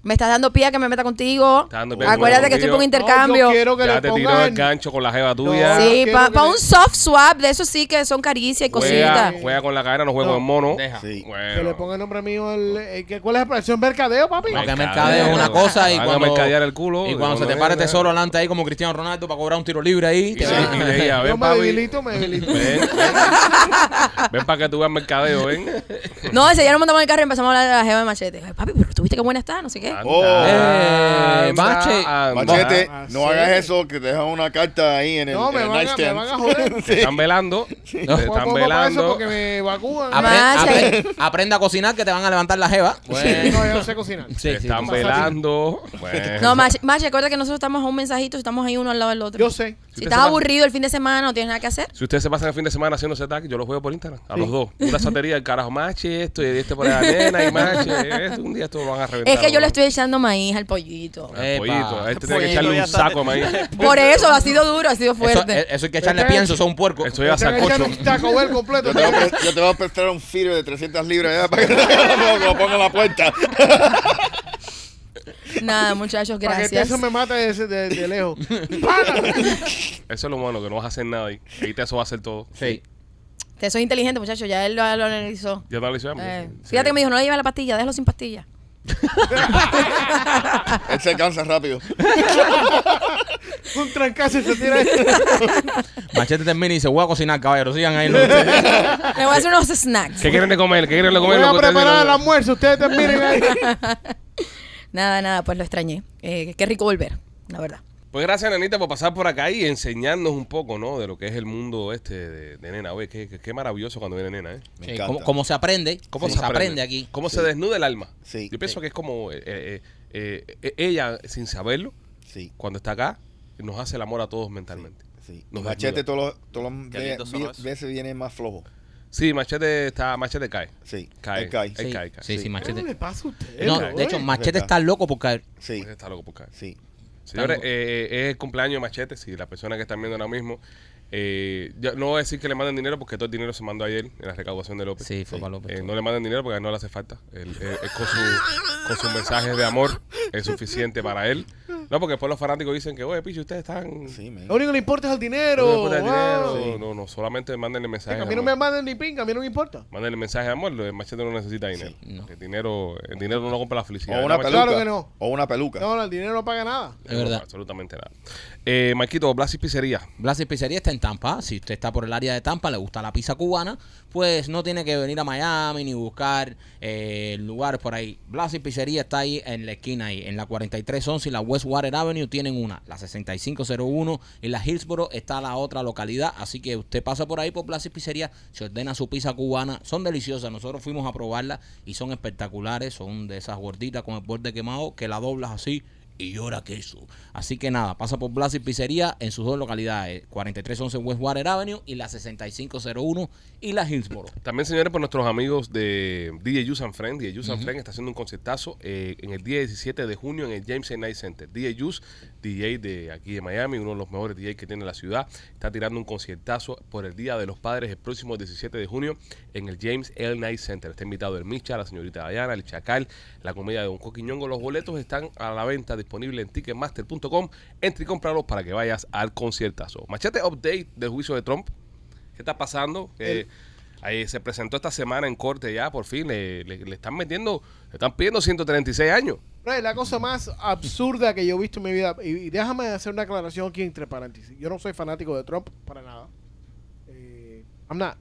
Speaker 7: Me estás dando pie a que me meta contigo.
Speaker 1: Está dando pie
Speaker 7: Acuérdate que
Speaker 1: conmigo.
Speaker 7: estoy por un
Speaker 3: No,
Speaker 7: intercambio.
Speaker 3: yo quiero que
Speaker 1: Ya
Speaker 3: le
Speaker 1: te tiró el
Speaker 3: pongan.
Speaker 1: gancho con la jeva
Speaker 3: No,
Speaker 1: tuya.
Speaker 7: Sí,
Speaker 3: quiero
Speaker 7: para
Speaker 3: que
Speaker 7: pa
Speaker 3: le-
Speaker 7: un soft swap, de eso sí que son caricias y
Speaker 1: Juega,
Speaker 7: cositas.
Speaker 3: Cosita.
Speaker 1: juega con la cadena, no juega
Speaker 3: No.
Speaker 1: con el mono.
Speaker 2: Deja.
Speaker 5: Sí.
Speaker 3: que le
Speaker 1: Bueno.
Speaker 3: ponga el nombre mío. El, eh, que- ¿Cuál es la expresión? Mercadeo, papi.
Speaker 2: No, que mercadeo es una cosa y
Speaker 1: Van a
Speaker 2: cuando,
Speaker 1: mercadear el culo,
Speaker 2: y
Speaker 1: de
Speaker 2: cuando se te
Speaker 1: cuando
Speaker 2: pare
Speaker 1: venga.
Speaker 2: tesoro adelante ahí como Cristiano Ronaldo para cobrar un tiro libre ahí.
Speaker 1: Y
Speaker 2: te
Speaker 1: le-
Speaker 2: va-
Speaker 1: y le dije, a
Speaker 3: Yo
Speaker 1: ver,
Speaker 3: me
Speaker 1: papi.
Speaker 3: debilito, me debilito.
Speaker 1: Ven, para que tú veas mercadeo, ven.
Speaker 7: No, ese día nos mandamos en el carro y empezamos a hablar de la jeva de machete. Ay, papi, pero tuviste que buena está, no sé
Speaker 1: Ah,
Speaker 7: qué.
Speaker 5: Oh.
Speaker 1: Anda,
Speaker 2: Eh, bache.
Speaker 1: anda.
Speaker 5: Machete,
Speaker 3: Ah,
Speaker 5: no
Speaker 3: sí.
Speaker 5: hagas eso, que te dejan una carta ahí en el,
Speaker 3: No,
Speaker 5: en
Speaker 3: me
Speaker 5: el
Speaker 3: van, a, me
Speaker 5: nightstand.
Speaker 3: van a joder.
Speaker 1: Te están velando. Te
Speaker 2: No.
Speaker 1: están
Speaker 3: Pongo para eso
Speaker 1: velando. Ah,
Speaker 3: porque me evacúan.
Speaker 2: Apre-
Speaker 7: Mache.
Speaker 2: apre- aprenda a cocinar que te van a levantar la jeva.
Speaker 3: Sí, Eh,
Speaker 1: eh.
Speaker 3: No, yo no sé cocinar.
Speaker 1: Te están velando. Bueno.
Speaker 7: No, Mache, Mache, acuérdate que nosotros estamos a un mensajito, estamos ahí uno al lado del otro.
Speaker 3: Yo sé.
Speaker 7: Si estás aburrido el fin de semana, no tienes nada que hacer.
Speaker 1: Si ustedes se pasan el fin de semana haciendo ese ataque, yo lo juego por Instagram. A los dos. Una satería del carajo. Mache esto y este por la nena y mache. esto. un día esto lo van a reventar.
Speaker 7: Es que yo le
Speaker 1: ¿no?
Speaker 7: estoy echando maíz al pollito.
Speaker 1: Al pollito.
Speaker 2: Epa.
Speaker 1: A Este tiene que
Speaker 6: Pollito
Speaker 1: echarle
Speaker 6: ya
Speaker 1: un
Speaker 6: está-
Speaker 1: saco de maíz.
Speaker 7: Por eso, ha sido duro, ha sido
Speaker 2: Eso,
Speaker 7: fuerte.
Speaker 2: eso hay que echarle
Speaker 3: Está
Speaker 2: pienso,
Speaker 3: hecho.
Speaker 2: eso es un puerco.
Speaker 1: Estoy a
Speaker 3: Están echando
Speaker 1: sacocho.
Speaker 3: un Taco Bell completo.
Speaker 5: Yo te, voy a pre- yo te voy a prestar un firo de 300 libras ya, para que te lo ponga en la puerta.
Speaker 7: Nada, muchachos,
Speaker 3: Para que
Speaker 7: gracias.
Speaker 3: eso me mata de, de- de lejos. ¡Para!
Speaker 1: Eso es lo malo, que no vas a hacer nada ahí. Ahí te eso va a hacer todo.
Speaker 2: Sí.
Speaker 7: Te soy inteligente, muchachos, ya él lo, lo analizó.
Speaker 1: Ya no lo hicimos.
Speaker 7: Eh,
Speaker 1: Sí.
Speaker 7: Fíjate que me dijo, no le lleves la pastilla, déjalo sin pastilla.
Speaker 5: Él se cansa rápido.
Speaker 3: Un trancazo y se tira ahí.
Speaker 2: Machete termina y dice, voy a cocinar, caballero. Sigan ahí. los ustedes".
Speaker 7: Le voy a hacer unos snacks.
Speaker 1: ¿Qué quieren de comer? ¿Qué quieren de
Speaker 3: Voy
Speaker 1: comer? Lo
Speaker 3: a
Speaker 1: que ustedes
Speaker 3: preparar el
Speaker 1: digan.
Speaker 3: almuerzo. Ustedes terminen ahí.
Speaker 7: Nada, nada, pues lo extrañé. Eh, qué rico volver, la verdad.
Speaker 1: Pues gracias, nenita, por pasar por acá y enseñarnos un poco, ¿no? De lo que es el mundo este de, de nena. Oye, qué, qué- qué maravilloso cuando viene nena, ¿eh?
Speaker 5: Me
Speaker 2: Sí,
Speaker 5: encanta.
Speaker 2: como, como se aprende, como
Speaker 1: Sí.
Speaker 2: se aprende aquí.
Speaker 1: Cómo se desnuda el alma.
Speaker 5: Sí.
Speaker 1: Yo pienso que es como eh, eh, eh, eh, ella, sin saberlo,
Speaker 5: Sí,
Speaker 1: cuando está acá, nos hace el amor a todos mentalmente.
Speaker 5: sí.
Speaker 1: Nos
Speaker 5: Machete
Speaker 1: desnuda.
Speaker 5: todos los, todos los
Speaker 6: Qué
Speaker 5: ve-
Speaker 6: lindo sonó
Speaker 5: vi-
Speaker 6: eso.
Speaker 5: veces viene más flojo.
Speaker 1: Sí, machete está, machete cae.
Speaker 5: Sí,
Speaker 1: Cae.
Speaker 5: él cae.
Speaker 1: Él
Speaker 2: Sí,
Speaker 1: cae, cae.
Speaker 2: sí, sí,
Speaker 3: ¿Qué le
Speaker 2: machete.
Speaker 3: pasa a ustedes?
Speaker 2: No,
Speaker 1: cae.
Speaker 2: de hecho,
Speaker 3: oye?
Speaker 2: Machete está loco por caer.
Speaker 5: Sí,
Speaker 1: Está loco por caer.
Speaker 5: sí.
Speaker 1: Señores,
Speaker 2: Tango.
Speaker 1: eh, eh, es el cumpleaños de Machete, si la persona que están viendo ahora mismo. eh, yo no voy a decir que le manden dinero porque todo el dinero se mandó ayer en la recaudación de López.
Speaker 2: Sí, fue
Speaker 5: Sí.
Speaker 2: para López.
Speaker 1: Eh, no le manden dinero porque no le hace falta. Él, él- él con, su, con sus mensajes de amor es suficiente para él. No, porque después los fanáticos dicen que, oye, picho, ustedes están.
Speaker 5: Sí, man.
Speaker 3: Lo único que le importa es el
Speaker 1: no le
Speaker 3: dinero.
Speaker 1: importa el
Speaker 3: wow.
Speaker 1: dinero. No, no, solamente mándenle mensajes.
Speaker 3: A
Speaker 1: de
Speaker 3: mí no me
Speaker 1: amor.
Speaker 3: mandan ni pinga, a mí no me importa.
Speaker 1: Mándenle mensajes de amor. El machete no necesita dinero.
Speaker 5: Sí.
Speaker 2: No.
Speaker 1: El dinero el dinero no compra la felicidad.
Speaker 5: O una
Speaker 1: ¿no,
Speaker 5: peluca.
Speaker 1: Machete?
Speaker 3: Claro que no.
Speaker 5: O una peluca.
Speaker 3: No, no, el dinero no paga nada.
Speaker 2: Es verdad.
Speaker 1: Absolutamente nada. Eh, Marquito, Blas y Pizzería.
Speaker 2: Blas y Pizzería está en Tampa. Si usted está por el área de Tampa, le gusta la pizza cubana, pues no tiene que venir a Miami ni buscar eh, lugares por ahí. Blas y Pizzería está ahí en la esquina, ahí, en la 4311 y la Westwater Avenue tienen una. La 6501 y la Hillsboro está la otra localidad. Así que usted pasa por ahí por Blas y Pizzería, se ordena su pizza cubana. Son deliciosas. Nosotros fuimos a probarla y son espectaculares. Son de esas gorditas con el borde quemado que la doblas así y llora queso. Así que nada, pasa por Blas y Pizzería en sus dos localidades, 4311 Westwater Avenue y la 6501 y la Hillsboro.
Speaker 1: También, señores, por nuestros amigos de DJ Yus and Friend. DJ Yus and Friend está haciendo un conciertazo eh, en el día 17 de junio en el James A. Knight Center. DJ Yus, DJ de aquí de Miami, uno de los mejores DJ que tiene la ciudad, está tirando un conciertazo por el Día de los Padres el próximo 17 de junio en el James L. Knight Center. Está invitado el Micha, la señorita Dayana, el Chacal, la comedia de Don Coquiñongo. Los boletos están a la venta disponible en Ticketmaster.com. Entra y cómpralos para que vayas al conciertazo. Machete update del juicio de Trump. ¿Qué está pasando? Eh, ahí se presentó esta semana en corte ya, por fin. Le, le- le están metiendo, le están pidiendo 136 años.
Speaker 3: Pero es la cosa más absurda que yo he visto en mi vida. Y, y déjame hacer una aclaración aquí entre paréntesis. Yo no soy fanático de Trump para nada. Eh, I'm not.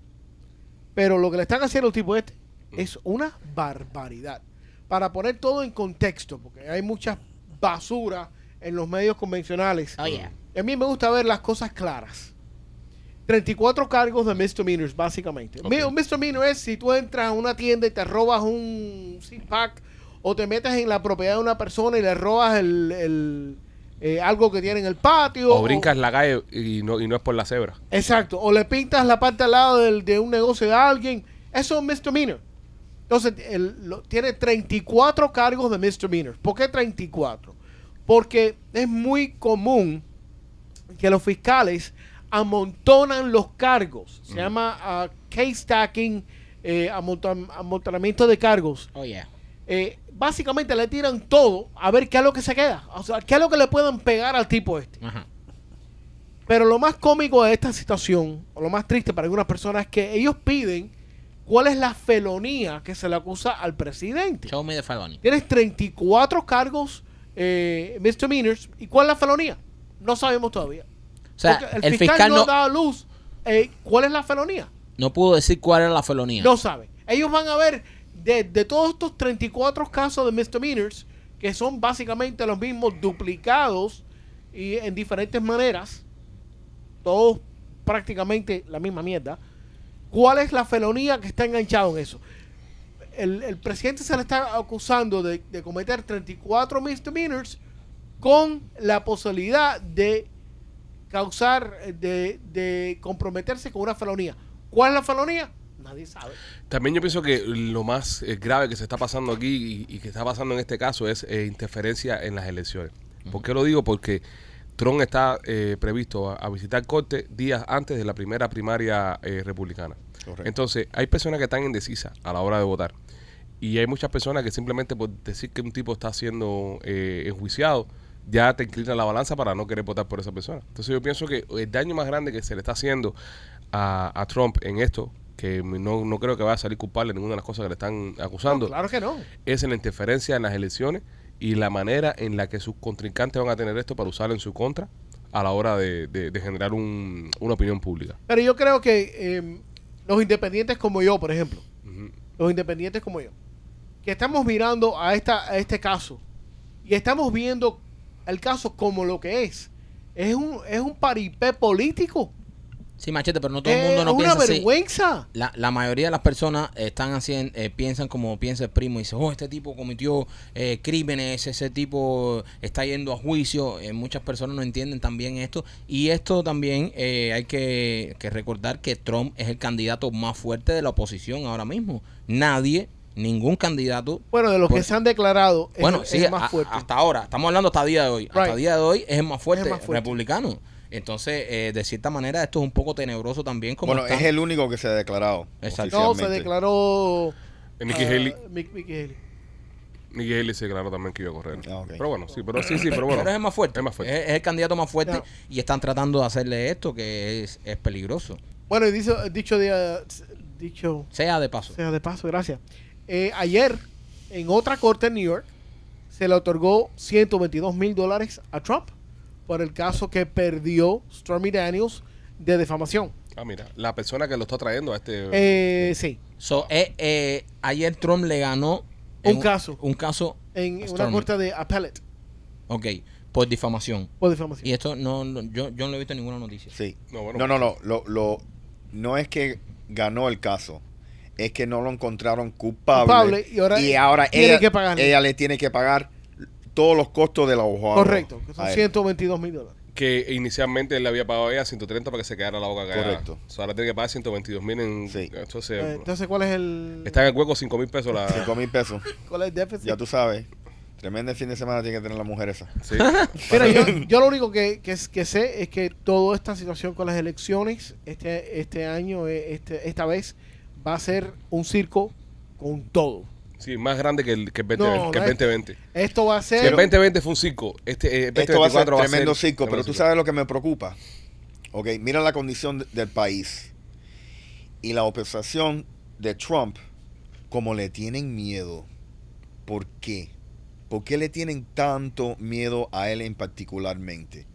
Speaker 3: Pero lo que le están haciendo al tipo este
Speaker 2: Mm.
Speaker 3: es una barbaridad. Para poner todo en contexto, porque hay mucha basura en los medios convencionales.
Speaker 2: Oh, yeah.
Speaker 3: Y A mí me gusta ver las cosas claras. 34 cargos de misdemeanors, básicamente. Mi- Un misdemeanor es si tú entras a una tienda y te robas un six pack o te metes en la propiedad de una persona y le robas el, el, eh, algo que tiene en el patio.
Speaker 1: O brincas la calle y no, y no es por la cebra.
Speaker 3: Exacto. O le pintas la parte al lado del- de un negocio de alguien. Eso es un misdemeanor. Entonces, el- lo- tiene 34 cargos de misdemeanors. ¿Por qué 34? Porque es muy común que los fiscales amontonan los cargos. Se llama ah, case stacking, eh, amonton- amontonamiento de cargos.
Speaker 2: Oh, yeah.
Speaker 3: Eh, básicamente le tiran todo a ver qué es lo que se queda. O sea, qué es lo que le pueden pegar al tipo este.
Speaker 2: Ajá.
Speaker 3: Pero lo más cómico de esta situación, o lo más triste para algunas personas, es que ellos piden cuál es la felonía que se le acusa al presidente.
Speaker 2: Show me the felony.
Speaker 3: Tienes 34 cargos eh, misdemeanors. ¿Y cuál es la felonía? No sabemos todavía.
Speaker 2: O sea,
Speaker 3: Porque
Speaker 2: el, fiscal,
Speaker 3: no
Speaker 2: no,
Speaker 3: ha dado luz eh, cuál es la felonía.
Speaker 2: no pudo decir cuál era la felonía.
Speaker 3: No saben. Ellos van a ver de, de todos estos 34 casos de misdemeanors, que son básicamente los mismos duplicados y en diferentes maneras, todos prácticamente la misma mierda, ¿cuál es la felonía que está enganchado en eso? El, el presidente se le está acusando de, de cometer 34 misdemeanors con la posibilidad de causar, eh, de, de comprometerse con una felonía. ¿Cuál es la felonía? Nadie sabe.
Speaker 1: También yo pienso que lo más eh, grave que se está pasando aquí y, y que está pasando en este caso es eh, interferencia en las elecciones. ¿Por qué lo digo? Porque Trump está eh, previsto a, a visitar corte días antes de la primera primaria eh, republicana.
Speaker 5: Correcto.
Speaker 1: Entonces, hay personas que están indecisas a la hora de votar. Y hay muchas personas que simplemente por decir que un tipo está siendo eh, enjuiciado, ya te inclina la balanza para no querer votar por esa persona. Entonces yo pienso que el daño más grande que se le está haciendo a, a Trump en esto, que no, no creo que vaya a salir culpable de ninguna de las cosas que le están acusando,
Speaker 3: Claro que no.
Speaker 1: es en la interferencia en las elecciones y la manera en la que sus contrincantes van a tener esto para usarlo en su contra a la hora de, de- de generar un- una opinión pública.
Speaker 3: Pero yo creo que eh, los independientes como yo, por ejemplo,
Speaker 1: Ujú.
Speaker 3: los independientes como yo, que estamos mirando a, esta, a este caso y estamos viendo el caso como lo que es. Es un, es un paripé político.
Speaker 2: Sí, machete, pero no todo el
Speaker 3: Es
Speaker 2: mundo no
Speaker 3: una
Speaker 2: piensa así.
Speaker 3: vergüenza.
Speaker 2: La, la mayoría de las personas están haciendo, eh, piensan como piensa el primo y dice, oh, este tipo cometió eh, crímenes, ese tipo está yendo a juicio. Eh, muchas personas no entienden también esto. Y esto también eh, hay que, que recordar que Trump es el candidato más fuerte de la oposición ahora mismo. Nadie, ningún candidato
Speaker 3: Bueno, de los
Speaker 2: Por-
Speaker 3: que se han declarado, es,
Speaker 2: bueno,
Speaker 3: es
Speaker 2: sí,
Speaker 3: el más
Speaker 2: a-
Speaker 3: fuerte.
Speaker 2: hasta ahora, estamos hablando hasta día de hoy. Hasta
Speaker 3: Right.
Speaker 2: día de hoy es el más fuerte,
Speaker 3: Es el más fuerte.
Speaker 2: republicano. Entonces, eh, de cierta manera, esto es un poco tenebroso también. Como
Speaker 5: Bueno,
Speaker 2: están-
Speaker 5: es el único que se ha declarado.
Speaker 2: Exacto.
Speaker 3: no, se
Speaker 5: oficialmente.
Speaker 3: declaró.
Speaker 1: Nikki
Speaker 3: ah,
Speaker 1: Haley.
Speaker 3: Mick- Mickey Haley.
Speaker 1: Nikki Haley se declaró también que iba a correr.
Speaker 5: Ah, ok.
Speaker 1: Pero bueno, sí, pero sí, sí, pero bueno.
Speaker 2: Pero es el más fuerte.
Speaker 1: Es más fuerte.
Speaker 2: Es, es el candidato más fuerte
Speaker 3: Claro.
Speaker 2: y están tratando de hacerle esto que es, es peligroso.
Speaker 3: Bueno, y dicho, dicho, de, ah, dicho
Speaker 2: Sea de paso.
Speaker 3: sea de paso, gracias. Eh, ayer, en otra corte en New York, se le otorgó 122 mil dólares a Trump por el caso que perdió Stormy Daniels de difamación.
Speaker 1: Ah, mira, la persona que lo está trayendo a este...
Speaker 3: Eh, sí,
Speaker 2: So, eh, eh, ayer Trump le ganó
Speaker 3: Un
Speaker 2: en
Speaker 3: caso.
Speaker 2: Un caso.
Speaker 3: en
Speaker 2: a
Speaker 3: una
Speaker 2: Stormy.
Speaker 3: corte de appellate
Speaker 2: Ok, por difamación.
Speaker 3: por
Speaker 2: Y
Speaker 3: difamación.
Speaker 2: esto no, no- yo, yo no he visto ninguna noticia.
Speaker 5: Sí.
Speaker 1: No, bueno.
Speaker 5: No, no, no. Lo, lo- no es que ganó el caso. Es que no lo encontraron culpable.
Speaker 3: Culpable, y ahora tiene
Speaker 5: ella,
Speaker 3: que pagarle.
Speaker 5: ella le tiene que pagar todos los costos de la abogada.
Speaker 3: Correcto, que son
Speaker 5: A él.
Speaker 3: 122 mil dólares.
Speaker 1: Que inicialmente él le había pagado a ella 130 para que se quedara la boca cagada.
Speaker 5: Correcto.
Speaker 1: O sea, ahora tiene que pagar 122 mil en...
Speaker 5: Sí.
Speaker 1: Entonces,
Speaker 3: Eh, Entonces, ¿cuál es el,
Speaker 1: está en el hueco 5 mil pesos la...
Speaker 5: Cinco mil pesos.
Speaker 3: cuál es el déficit?
Speaker 5: Ya tú sabes. Tremendo fin de semana tiene que tener la mujer esa.
Speaker 1: Sí.
Speaker 3: Mira, yo, yo lo único que, que, que sé es que toda esta situación con las elecciones este, este año, eh, este, esta vez, va a ser un circo con todo.
Speaker 1: Sí, más grande que el, que el 2020.
Speaker 3: No,
Speaker 1: que el
Speaker 3: no es-
Speaker 1: 2020.
Speaker 3: Esto va a
Speaker 1: Si el
Speaker 3: ser...
Speaker 1: 2020 fue un circo. Este, eh,
Speaker 5: Esto va a ser
Speaker 1: 2024
Speaker 5: tremendo circo, pero tú
Speaker 1: tremendo
Speaker 5: sabes lo que me preocupa. Ok, mira la condición de- del país y la obsesión de Trump, como le tienen miedo. ¿Por qué? ¿Por qué le tienen tanto miedo a él en particularmente?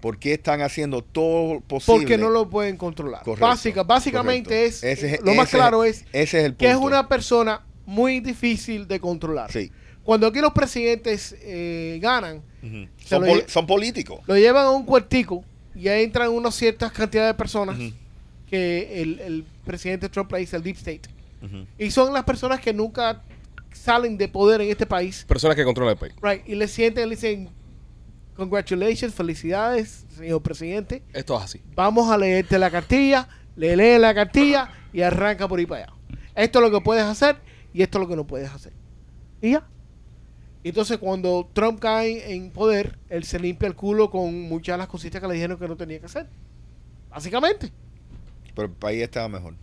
Speaker 5: ¿Por qué están haciendo todo lo posible?
Speaker 3: Porque no lo pueden controlar.
Speaker 5: Correcto,
Speaker 3: Básica, básicamente
Speaker 5: correcto.
Speaker 3: es,
Speaker 5: Ese es-
Speaker 3: lo más
Speaker 5: ese
Speaker 3: claro es
Speaker 5: Ese es el punto.
Speaker 3: que es una persona muy difícil de controlar.
Speaker 5: Sí.
Speaker 3: Cuando aquí los presidentes eh, ganan,
Speaker 5: Ujú.
Speaker 3: Se
Speaker 5: son,
Speaker 3: lo
Speaker 5: pol-
Speaker 3: lle-
Speaker 5: son políticos.
Speaker 3: lo llevan a un cuartico y ahí entran unas ciertas cantidades de personas
Speaker 5: Ujú.
Speaker 3: que el, el presidente Trump le dice el deep state.
Speaker 5: Ujú.
Speaker 3: Y son las personas que nunca salen de poder en este país.
Speaker 1: Personas que controlan el país.
Speaker 3: Right, y le sienten, le dicen, congratulations, felicidades, señor presidente.
Speaker 1: Esto es así.
Speaker 3: Vamos a leerte la cartilla, le leen la cartilla y arranca por ahí para allá. Esto es lo que puedes hacer y esto es lo que no puedes hacer. Y ya. Entonces cuando Trump cae en poder, él se limpia el culo con muchas de las cositas que le dijeron que no tenía que hacer. Básicamente.
Speaker 5: Pero el país estaba mejor.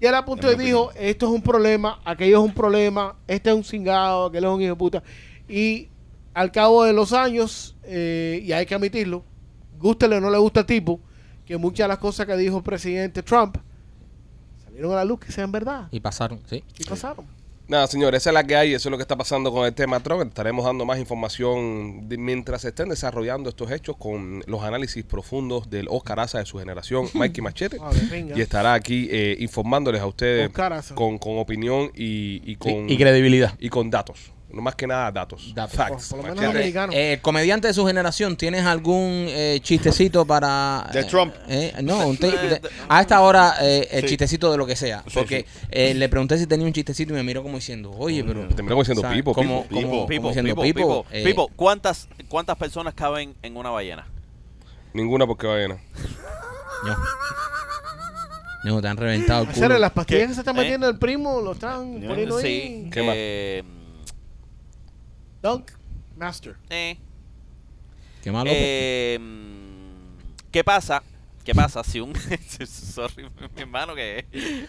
Speaker 3: Y él apuntó y
Speaker 5: En mi
Speaker 3: dijo,
Speaker 5: opinión.
Speaker 3: esto es un problema, aquello es un problema, este es un cingado, aquel es un hijo de puta. Y al cabo de los años, eh, y hay que admitirlo, gústele o no le gusta al tipo, que muchas de las cosas que dijo el presidente Trump salieron a la luz que sean verdad.
Speaker 2: Y pasaron, ¿sí?
Speaker 3: Y pasaron.
Speaker 1: Nada, señores, esa es la que hay, eso es lo que está pasando con el tema Trump. Estaremos dando más información de- mientras se estén desarrollando estos hechos con los análisis profundos del Oscar Aza de su generación, Mikey Machete.
Speaker 3: A ver, venga.
Speaker 1: y estará aquí eh, informándoles a ustedes
Speaker 3: Oscar Aza.
Speaker 1: con, con opinión y, y con,
Speaker 4: Y, y credibilidad.
Speaker 1: y con datos. No más que nada datos.
Speaker 2: Datos.
Speaker 1: Facts.
Speaker 3: Por- por lo menos
Speaker 1: Machete.
Speaker 3: americano.
Speaker 2: Eh, comediante de su generación, ¿tienes algún eh, chistecito para.
Speaker 5: De
Speaker 2: eh,
Speaker 5: Trump.
Speaker 2: eh, no, un te-
Speaker 6: De-
Speaker 2: de-
Speaker 6: de-
Speaker 2: a esta hora eh, el
Speaker 5: Sí.
Speaker 2: chistecito de lo que sea.
Speaker 5: Sí,
Speaker 2: Porque eh, le pregunté si tenía un chistecito y me miró como diciendo, oye, pero.
Speaker 1: Te miró como diciendo, "Pipo,
Speaker 2: como,
Speaker 1: pipo,
Speaker 2: como- como
Speaker 6: Pipo,
Speaker 2: diciendo,
Speaker 6: Pipo,
Speaker 2: "Pipo,
Speaker 6: Pipo,
Speaker 2: eh,
Speaker 6: Pipo, ¿cuántas, ¿cuántas personas caben en una ballena?
Speaker 1: Ninguna porque va llena.
Speaker 2: No. No, te han reventado el culo.
Speaker 3: Hacerle las pastillas
Speaker 6: ¿Qué?
Speaker 3: que se están
Speaker 6: ¿Eh?
Speaker 3: metiendo el primo, lo están
Speaker 5: Sí.
Speaker 3: poniendo
Speaker 6: Sí.
Speaker 3: ahí.
Speaker 1: ¿Qué más?
Speaker 6: eh,
Speaker 3: Dunk Master.
Speaker 6: eh,
Speaker 2: Qué malo.
Speaker 6: eh, ¿Qué pasa? ¿Qué pasa si un... Sorry, mi hermano que...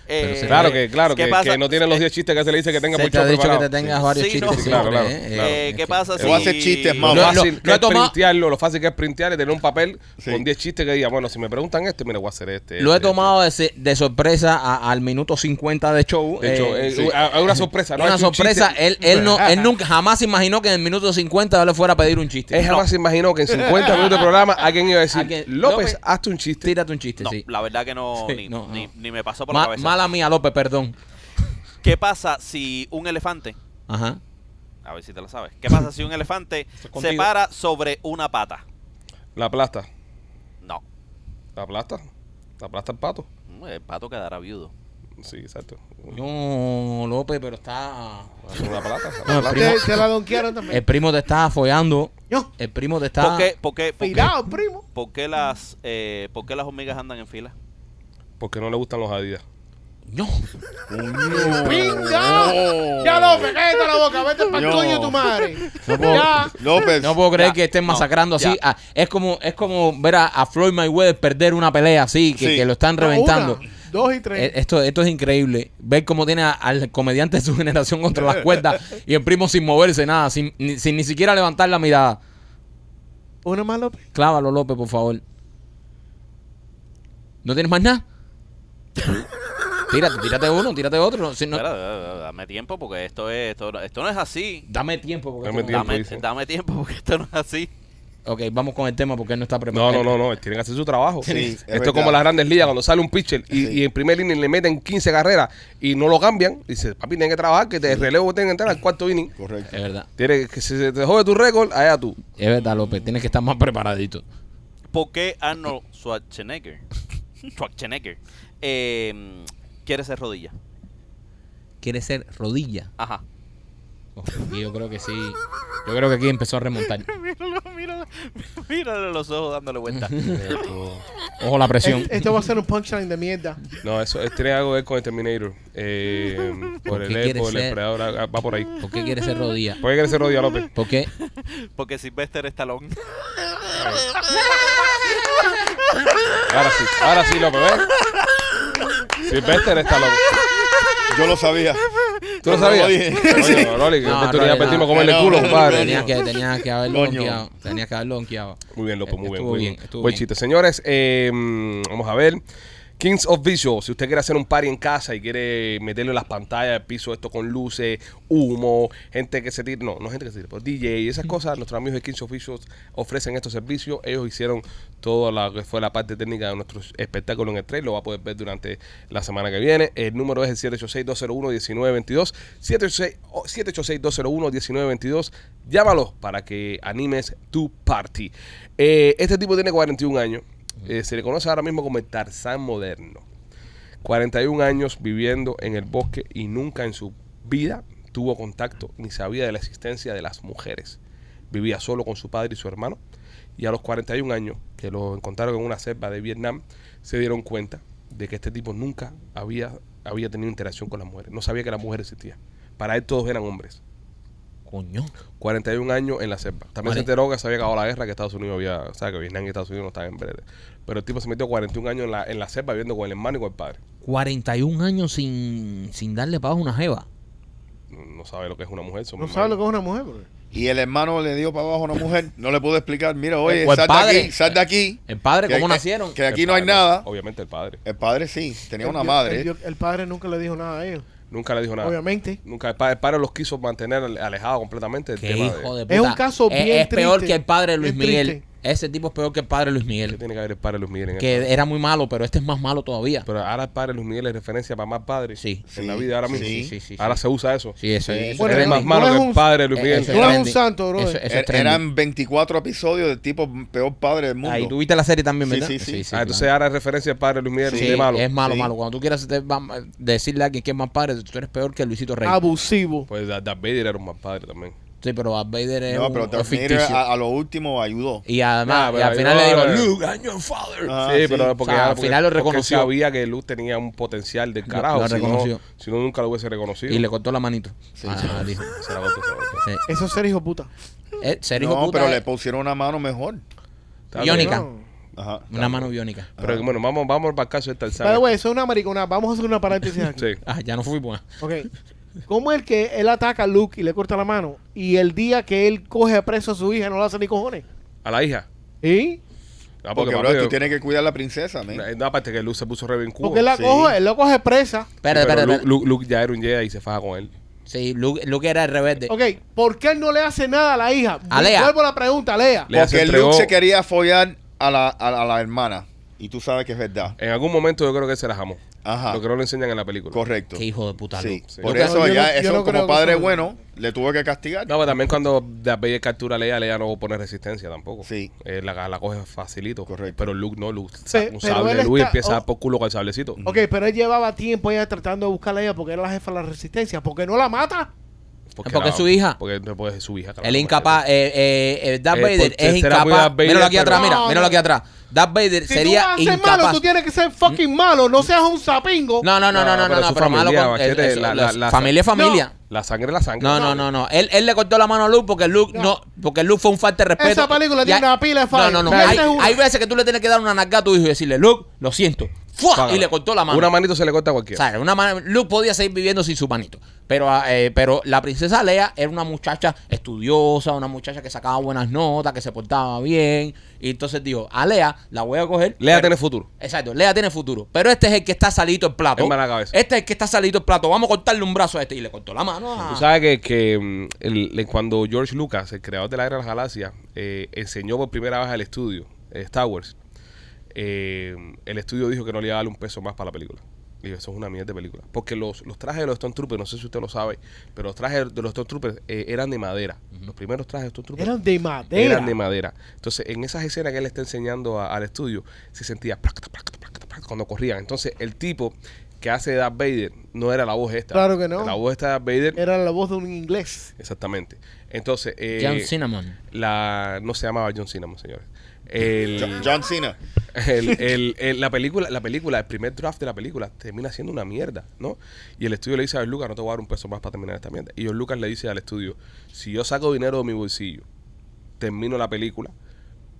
Speaker 6: eh,
Speaker 2: se-
Speaker 1: Claro que, claro,
Speaker 6: ¿qué
Speaker 1: que,
Speaker 6: pasa?
Speaker 1: que no tiene los
Speaker 6: Eh,
Speaker 1: 10 chistes que se le dice que tenga
Speaker 2: se
Speaker 1: mucho
Speaker 2: te ha dicho
Speaker 1: preparado.
Speaker 2: que te tengas varios
Speaker 6: Sí, no.
Speaker 2: chistes.
Speaker 6: Sí,
Speaker 1: claro,
Speaker 2: siempre,
Speaker 1: claro,
Speaker 2: eh,
Speaker 1: claro.
Speaker 2: eh,
Speaker 6: Eh,
Speaker 2: es
Speaker 6: ¿Qué
Speaker 2: que-
Speaker 6: pasa si...?
Speaker 5: Te voy a hacer chistes,
Speaker 1: Lo
Speaker 5: Mau. No,
Speaker 2: no,
Speaker 1: fácil
Speaker 2: no
Speaker 1: que
Speaker 2: he
Speaker 1: es
Speaker 2: tomado-
Speaker 1: printearlo, lo fácil que es printear y tener un papel
Speaker 5: Sí.
Speaker 1: con 10 chistes que diga, bueno, si me preguntan este, mira, voy a hacer este.
Speaker 2: Lo he
Speaker 1: este,
Speaker 2: tomado de, se- de sorpresa a- al minuto 50 de show.
Speaker 1: este. De hecho,
Speaker 2: eh,
Speaker 1: eh, hay hay una sorpresa. no
Speaker 2: una
Speaker 1: es un
Speaker 2: sorpresa,
Speaker 1: chiste.
Speaker 2: él, él, no, él nunca jamás se imaginó que en el minuto 50 yo le fuera a pedir un chiste.
Speaker 1: Él jamás se imaginó que en 50 minutos de programa alguien iba a decir,
Speaker 2: Alguien-
Speaker 1: López,
Speaker 2: López,
Speaker 1: hazte un chiste.
Speaker 2: Tírate un chiste,
Speaker 6: No,
Speaker 2: sí.
Speaker 6: la verdad que no,
Speaker 2: Sí,
Speaker 6: ni,
Speaker 2: no,
Speaker 6: ni-
Speaker 2: no.
Speaker 6: ni me pasó por
Speaker 2: Ma-
Speaker 6: la cabeza.
Speaker 2: mala mía, López, perdón.
Speaker 6: ¿Qué pasa si un elefante...
Speaker 2: Ajá.
Speaker 6: A ver si te lo sabes. ¿Qué pasa si un elefante
Speaker 2: es
Speaker 6: se
Speaker 2: contigo.
Speaker 6: para sobre una pata?
Speaker 1: La aplasta.
Speaker 6: No.
Speaker 1: La aplasta. La aplasta el pato.
Speaker 6: Mm, El pato quedará viudo.
Speaker 1: Sí, exacto.
Speaker 2: No, López, pero está.
Speaker 1: Es una plata.
Speaker 2: No, el, primo, Eh,
Speaker 3: Te, te la donkearon también.
Speaker 2: el primo te está follando.
Speaker 3: Yo,
Speaker 2: El primo te está.
Speaker 6: ¿Por qué, por qué- por qué-
Speaker 3: pirado, primo.
Speaker 6: por qué las, eh, por qué las hormigas andan en fila?
Speaker 1: Porque no le gustan los adidas.
Speaker 2: No.
Speaker 3: ¡Pinga! Ya, López, cállate la boca, vete para el
Speaker 5: No.
Speaker 3: coño de tu madre.
Speaker 2: No puedo-
Speaker 3: Ya.
Speaker 5: López.
Speaker 3: pues-
Speaker 2: No puedo creer
Speaker 6: Ya,
Speaker 2: que estén
Speaker 6: no,
Speaker 2: masacrando así.
Speaker 6: ya.
Speaker 2: a- es como es como ver a, a Floyd Mayweather perder una pelea así, que,
Speaker 5: Sí.
Speaker 2: que lo están reventando.
Speaker 3: Una, dos y
Speaker 2: Eh,
Speaker 3: tres.
Speaker 2: Esto, esto es increíble. Ver cómo tiene a- al comediante de su generación contra las cuerdas y el primo sin moverse nada, sin ni, sin ni siquiera levantar la mirada.
Speaker 3: Una más, López.
Speaker 2: Clávalo, López, por favor. ¿No tienes más nada? tírate, tírate uno, tírate otro. no, si no-
Speaker 6: Espera, da- da- dame tiempo porque esto es esto, no- esto no es así.
Speaker 2: dame tiempo. Porque
Speaker 1: Dame
Speaker 2: esto no-
Speaker 1: tiempo,
Speaker 6: Dame,
Speaker 1: dice.
Speaker 6: dame tiempo porque esto no es así.
Speaker 2: Ok, vamos con el tema porque él no está
Speaker 1: No,
Speaker 2: preparado.
Speaker 1: no, no, no. Tienen que hacer su trabajo.
Speaker 5: Sí, es
Speaker 1: Esto es
Speaker 5: verdad.
Speaker 1: como las grandes ligas, cuando sale un pitcher y,
Speaker 5: Sí.
Speaker 1: y en primer inning le meten 15 carreras y no lo cambian. Dice, papi, tienen que trabajar, que te relevo tienen que entrar al cuarto inning.
Speaker 5: Correcto.
Speaker 2: Es verdad,
Speaker 1: Tienes que si se te jode tu récord, allá tú.
Speaker 2: es verdad, López. Tienes que estar más preparadito.
Speaker 6: ¿Por qué Arnold Schwarzenegger, Schwarzenegger eh, quiere ser rodilla?
Speaker 2: Quiere ser rodilla.
Speaker 6: Ajá.
Speaker 2: Y yo creo que sí. Yo creo que aquí empezó a remontar.
Speaker 6: Míralo, míralo, míralo los ojos dándole vuelta.
Speaker 2: Ojo la presión.
Speaker 3: Es- eh, Esto va a ser un punchline de mierda.
Speaker 1: No, eso es- tiene algo que ver con el Terminator. Eh, por
Speaker 2: ¿Por
Speaker 1: el
Speaker 2: qué
Speaker 1: Epo,
Speaker 2: quiere
Speaker 1: por el
Speaker 2: ser?
Speaker 1: Predador, ah, va por ahí.
Speaker 2: ¿Por qué quiere ser rodilla?
Speaker 1: ¿Por qué quiere ser Rodia López?
Speaker 2: ¿Por qué?
Speaker 6: Porque Sylvester Stallone.
Speaker 1: Ahora sí, ahora sí, López, ¿ves? Silvester está loco.
Speaker 5: Yo lo sabía.
Speaker 1: ¿Tú lo
Speaker 5: No, no lo
Speaker 1: sabías?
Speaker 5: dije.
Speaker 1: Oye, Rolly, qué
Speaker 2: No,
Speaker 1: oportunidad
Speaker 2: Rolly, no.
Speaker 1: perdimos comerle el
Speaker 5: No,
Speaker 1: culo,
Speaker 5: no, no,
Speaker 1: compadre.
Speaker 2: Tenía que, tenía que haberlo
Speaker 5: Coño.
Speaker 2: donkeado. Tenía que haberlo donkeado.
Speaker 1: Muy bien, López, muy bien.
Speaker 2: Estuvo
Speaker 1: muy
Speaker 2: bien,
Speaker 1: bien.
Speaker 2: estuvo
Speaker 1: Buen
Speaker 2: bien.
Speaker 1: chiste. Señores, eh, mm, vamos a ver. Kings of Visual, si usted quiere hacer un party en casa y quiere meterle las pantallas al piso, esto con luces, humo, gente que se tire, no, no gente que se tire, pero DJ y esas cosas, nuestros amigos de Kings of Visual ofrecen estos servicios, ellos hicieron toda la que fue la parte técnica de nuestro espectáculo en el trailer, lo va a poder ver durante la semana que viene, el número es el 786-201-1922, 786 o 786-201-1922, llámalos para que animes tu party. Eh, este tipo tiene 41 años, eh, se le conoce ahora mismo como el Tarzán moderno. 41 años viviendo en el bosque y nunca en su vida tuvo contacto ni sabía de la existencia de las mujeres. Vivía solo con su padre y su hermano y a los 41 años que lo encontraron en una selva de Vietnam se dieron cuenta de que este tipo nunca había, había tenido interacción con las mujeres. No sabía que las mujeres existían. Para él todos eran hombres.
Speaker 2: Coño.
Speaker 1: 41 años en la selva. También se
Speaker 2: Cuare-
Speaker 1: enteró que se había acabado la guerra, que Estados Unidos había, o sea, que Vietnam y Estados Unidos no estaban en breve. Pero el tipo se metió 41 años en la, en la selva viviendo con el hermano y con el padre.
Speaker 2: 41 años sin, sin darle para abajo una jeva.
Speaker 1: No sabe lo que es una mujer. son
Speaker 3: No
Speaker 1: muy
Speaker 3: sabe lo
Speaker 1: malos.
Speaker 3: que es una mujer, bro.
Speaker 5: Y el hermano le dio para abajo a una mujer. No le pudo explicar. Mira, oye,
Speaker 2: O el
Speaker 5: sal de
Speaker 2: Pues, padre.
Speaker 5: aquí, sal de aquí.
Speaker 2: El padre,
Speaker 5: Que-
Speaker 2: ¿cómo
Speaker 5: que-
Speaker 2: nacieron?
Speaker 5: Que aquí
Speaker 1: El
Speaker 5: no hay
Speaker 1: padre,
Speaker 5: nada.
Speaker 1: Obviamente el padre.
Speaker 5: El padre sí, tenía
Speaker 3: El
Speaker 5: una
Speaker 3: Dios-
Speaker 5: madre.
Speaker 3: El, Dios- el padre nunca le dijo nada a ellos.
Speaker 1: Nunca le dijo nada.
Speaker 3: Obviamente.
Speaker 1: Nunca el padre, el padre los quiso mantener ale- alejados completamente del
Speaker 2: Qué
Speaker 1: tema
Speaker 2: hijo de
Speaker 3: Es
Speaker 2: puta.
Speaker 3: un caso
Speaker 2: Es-
Speaker 3: bien
Speaker 2: Es peor
Speaker 3: triste,
Speaker 2: que el padre de Luis
Speaker 3: bien
Speaker 2: Miguel.
Speaker 3: triste.
Speaker 2: Ese tipo es peor que el padre de Luis
Speaker 1: ¿Qué
Speaker 2: Miguel.
Speaker 1: tiene que ver el padre Luis Miguel en esto?
Speaker 2: Que era muy malo, pero este es más malo todavía.
Speaker 1: Pero ahora el padre Luis Miguel es referencia para más padres.
Speaker 2: Sí.
Speaker 1: En la vida ahora mismo.
Speaker 5: Sí,
Speaker 2: sí, sí, sí.
Speaker 1: ahora se usa eso.
Speaker 2: Sí, eso
Speaker 5: Sí.
Speaker 2: es.
Speaker 3: Bueno,
Speaker 1: Eres
Speaker 3: no-
Speaker 1: más
Speaker 3: no
Speaker 1: malo
Speaker 3: es
Speaker 1: que el
Speaker 3: un-
Speaker 1: padre Luis
Speaker 2: eh,
Speaker 1: Miguel.
Speaker 2: eso
Speaker 3: No es un
Speaker 2: trending.
Speaker 3: santo, bro.
Speaker 2: Eso- eso
Speaker 5: Er-
Speaker 2: es trending.
Speaker 5: eran 24 episodios del tipo peor padre del mundo.
Speaker 2: Ahí tú viste la serie también,
Speaker 5: Sí,
Speaker 2: ¿verdad?
Speaker 5: sí, sí.
Speaker 1: ah, entonces
Speaker 2: claro.
Speaker 1: ahora es referencia al padre Luis Miguel.
Speaker 2: Sí,
Speaker 1: Sí, de malo.
Speaker 2: es malo,
Speaker 5: Sí.
Speaker 2: malo. Cuando tú quieras te- va- decirle a alguien que es más padre, tú eres peor que Luisito
Speaker 3: Ah,
Speaker 2: Rey.
Speaker 3: Abusivo.
Speaker 1: Pues Darth Vader era un más padre también.
Speaker 2: sí, pero Darth Vader es,
Speaker 5: no,
Speaker 2: un-
Speaker 5: pero
Speaker 2: es
Speaker 5: Darth Vader ah,
Speaker 2: ficticio.
Speaker 5: a, a lo último ayudó.
Speaker 2: y además,
Speaker 1: Nah,
Speaker 2: y al
Speaker 1: Ah, pero ahí
Speaker 2: final
Speaker 1: no,
Speaker 2: le digo,
Speaker 1: eh.
Speaker 2: Luke, I'm your father.
Speaker 5: Ah,
Speaker 1: sí,
Speaker 5: sí.
Speaker 1: pero porque,
Speaker 2: O sea,
Speaker 1: ah,
Speaker 2: al
Speaker 1: porque-
Speaker 2: final lo
Speaker 1: porque
Speaker 2: reconoció.
Speaker 1: sí sabía que Luz tenía un potencial del
Speaker 2: Lo-
Speaker 1: carajo.
Speaker 2: lo
Speaker 1: si no-
Speaker 2: reconoció.
Speaker 1: Si no, nunca lo hubiese reconocido.
Speaker 2: Y le cortó la manito. Ah, dijo.
Speaker 1: Se la cortó, se la cortó.
Speaker 2: Sí.
Speaker 3: Eso es ser hijo puta.
Speaker 2: Eh, ser hijo
Speaker 5: No,
Speaker 2: puta
Speaker 5: pero
Speaker 2: es
Speaker 5: le pusieron una mano mejor.
Speaker 1: Está bien.
Speaker 2: Iónica.
Speaker 3: No.
Speaker 5: Ajá.
Speaker 2: una mano biónica.
Speaker 1: Pero bueno, vamos, vamos para el caso de Tarzán.
Speaker 3: By the way, eso es una maricona. Vamos a hacer una paréntesis aquí.
Speaker 1: Sí.
Speaker 2: Ah, ya no fui buena.
Speaker 3: Ok. ¿Cómo el que él ataca a Luke y le corta la mano? Y el día que él coge preso a su hija no lo hace ni cojones.
Speaker 1: A la hija.
Speaker 3: ¿Y?
Speaker 1: Ah,
Speaker 5: porque,
Speaker 1: papi,
Speaker 5: bro, tú tienes que cuidar a la princesa, man.
Speaker 1: eh, No, aparte que Luz se puso re bien cubo.
Speaker 3: Porque él la
Speaker 5: sí.
Speaker 3: coge, él lo coge presa.
Speaker 2: Espera,
Speaker 1: Sí,
Speaker 2: espera,
Speaker 1: pero Luke,
Speaker 2: espera.
Speaker 1: Luke- Luke ya era un Jedi y se faja con él.
Speaker 2: Sí, Luke, Luke era el rebelde.
Speaker 3: Ok, ¿por qué él no le hace nada a la hija?
Speaker 2: A Lea.
Speaker 3: Vuelvo a la pregunta, Lea.
Speaker 1: Le hace
Speaker 5: Porque
Speaker 1: entregó-
Speaker 5: Luke se quería follar a la, a, la- a la hermana. Y tú sabes que es verdad.
Speaker 1: En algún momento yo creo que se la jamó.
Speaker 5: Ajá.
Speaker 1: Lo que no le enseñan en la película.
Speaker 5: Correcto.
Speaker 2: Qué hijo de puta,
Speaker 5: Sí.
Speaker 2: Luke.
Speaker 1: Sí.
Speaker 5: Por
Speaker 1: Yo
Speaker 5: eso,
Speaker 3: creo- yo
Speaker 5: ya,
Speaker 3: no- yo
Speaker 5: eso
Speaker 3: no
Speaker 5: como
Speaker 3: creo que
Speaker 5: padre
Speaker 3: eso-
Speaker 5: bueno, le tuvo que castigar.
Speaker 1: No, pero también cuando Darth Vader captura a Leia, Leia no pone resistencia tampoco.
Speaker 5: Sí.
Speaker 1: Eh, la, la coge facilito.
Speaker 5: Correcto.
Speaker 1: Pero Luke no, Luke.
Speaker 3: Pe-
Speaker 1: un
Speaker 3: pero él
Speaker 1: sable de luz y
Speaker 3: está-
Speaker 1: empieza a dar
Speaker 3: oh.
Speaker 1: por culo con el sablecito.
Speaker 5: Mm.
Speaker 3: Ok, pero él llevaba tiempo ella tratando de buscar a ella porque era la jefa de la resistencia. ¿Por qué no la mata?
Speaker 2: Porque es su hija.
Speaker 1: Porque después es su hija. claro.
Speaker 2: El incapaz, eh, eh, eh, Darth
Speaker 1: Eh,
Speaker 2: Vader
Speaker 1: por
Speaker 2: es
Speaker 1: tercera
Speaker 2: incapaz.
Speaker 1: vez Darth Vader,
Speaker 2: míralo aquí
Speaker 1: pero-
Speaker 2: atrás, mira,
Speaker 3: No,
Speaker 2: míralo
Speaker 3: no.
Speaker 2: aquí atrás. Darth Vader
Speaker 3: Si tú
Speaker 2: sería
Speaker 3: vas a ser malo,
Speaker 2: incapaz. Mm.
Speaker 3: tú tienes que ser fucking malo. No seas un sapingo.
Speaker 2: No, no, no, no, no,
Speaker 1: No,
Speaker 2: no,
Speaker 1: pero
Speaker 2: no,
Speaker 1: su
Speaker 2: pero malo
Speaker 1: familia,
Speaker 2: con eh,
Speaker 1: Machete,
Speaker 2: eso,
Speaker 1: la-
Speaker 2: los-
Speaker 1: la- la-
Speaker 2: familia es familia.
Speaker 1: La sangre es la sangre.
Speaker 2: No, no, no, no. Él, él le cortó la mano a Luke porque Luke no, porque Luke fue un falta de respeto.
Speaker 3: Esa película
Speaker 2: Y
Speaker 3: tiene
Speaker 2: hay-
Speaker 3: una pila de
Speaker 2: No,
Speaker 3: fallas.
Speaker 2: no, no.
Speaker 3: Esa
Speaker 2: Hay,
Speaker 3: es una.
Speaker 2: hay veces que tú le tienes que dar una nalga a tu hijo y decirle, Luke, lo siento. ¡Fua!
Speaker 1: Págala.
Speaker 2: Y le cortó la mano.
Speaker 1: Una manito se le corta a
Speaker 2: O
Speaker 1: cualquiera.
Speaker 2: sea, era una mano- Luke podía seguir viviendo sin su manito. Pero, ah, eh, pero la princesa Lea era una muchacha estudiosa, una muchacha que sacaba buenas notas, que se portaba bien. Y entonces dijo, a Lea la voy a coger.
Speaker 1: Lea
Speaker 2: pero-
Speaker 1: tiene futuro.
Speaker 2: Exacto, Lea tiene futuro. Pero este es el que está salito el plato.
Speaker 1: Es mala cabeza.
Speaker 2: Este es el que está salito el plato. Vamos a cortarle un brazo a este. Y le cortó la mano. a-
Speaker 1: Tú sabes que, que, mm, el- el- cuando George Lucas, el creador de la Era de las Galaxias, eh, enseñó por primera vez al estudio eh, Star Wars, eh, el estudio dijo que no le iba a darle un peso más para la película. Y yo, eso es una mierda de película. Porque los, los trajes de los Stone Troopers, no sé si usted lo sabe, pero los trajes de los Stone Troopers eh, eran de madera. Los primeros trajes de Stone Troopers
Speaker 3: Eran de madera.
Speaker 1: eran de madera. Entonces, en esas escenas que él está enseñando a- al estudio, se sentía plac, plac, plac, plac, cuando corrían. Entonces, el tipo que hace de Darth Vader no era la voz esta.
Speaker 3: Claro que no.
Speaker 1: La voz esta de Darth Vader.
Speaker 3: Era la voz de un inglés.
Speaker 1: Exactamente. Entonces, eh,
Speaker 2: John Cinnamon.
Speaker 1: la no se llamaba John Cinnamon, señores. El,
Speaker 5: Jo- John Cena.
Speaker 1: el- el- el- la película, la película, el primer draft de la película termina siendo una mierda, ¿no? Y el estudio le dice a George Lucas, no te voy a dar un peso más para terminar esta mierda. Y George Lucas le dice al estudio, si yo saco dinero de mi bolsillo, termino la película,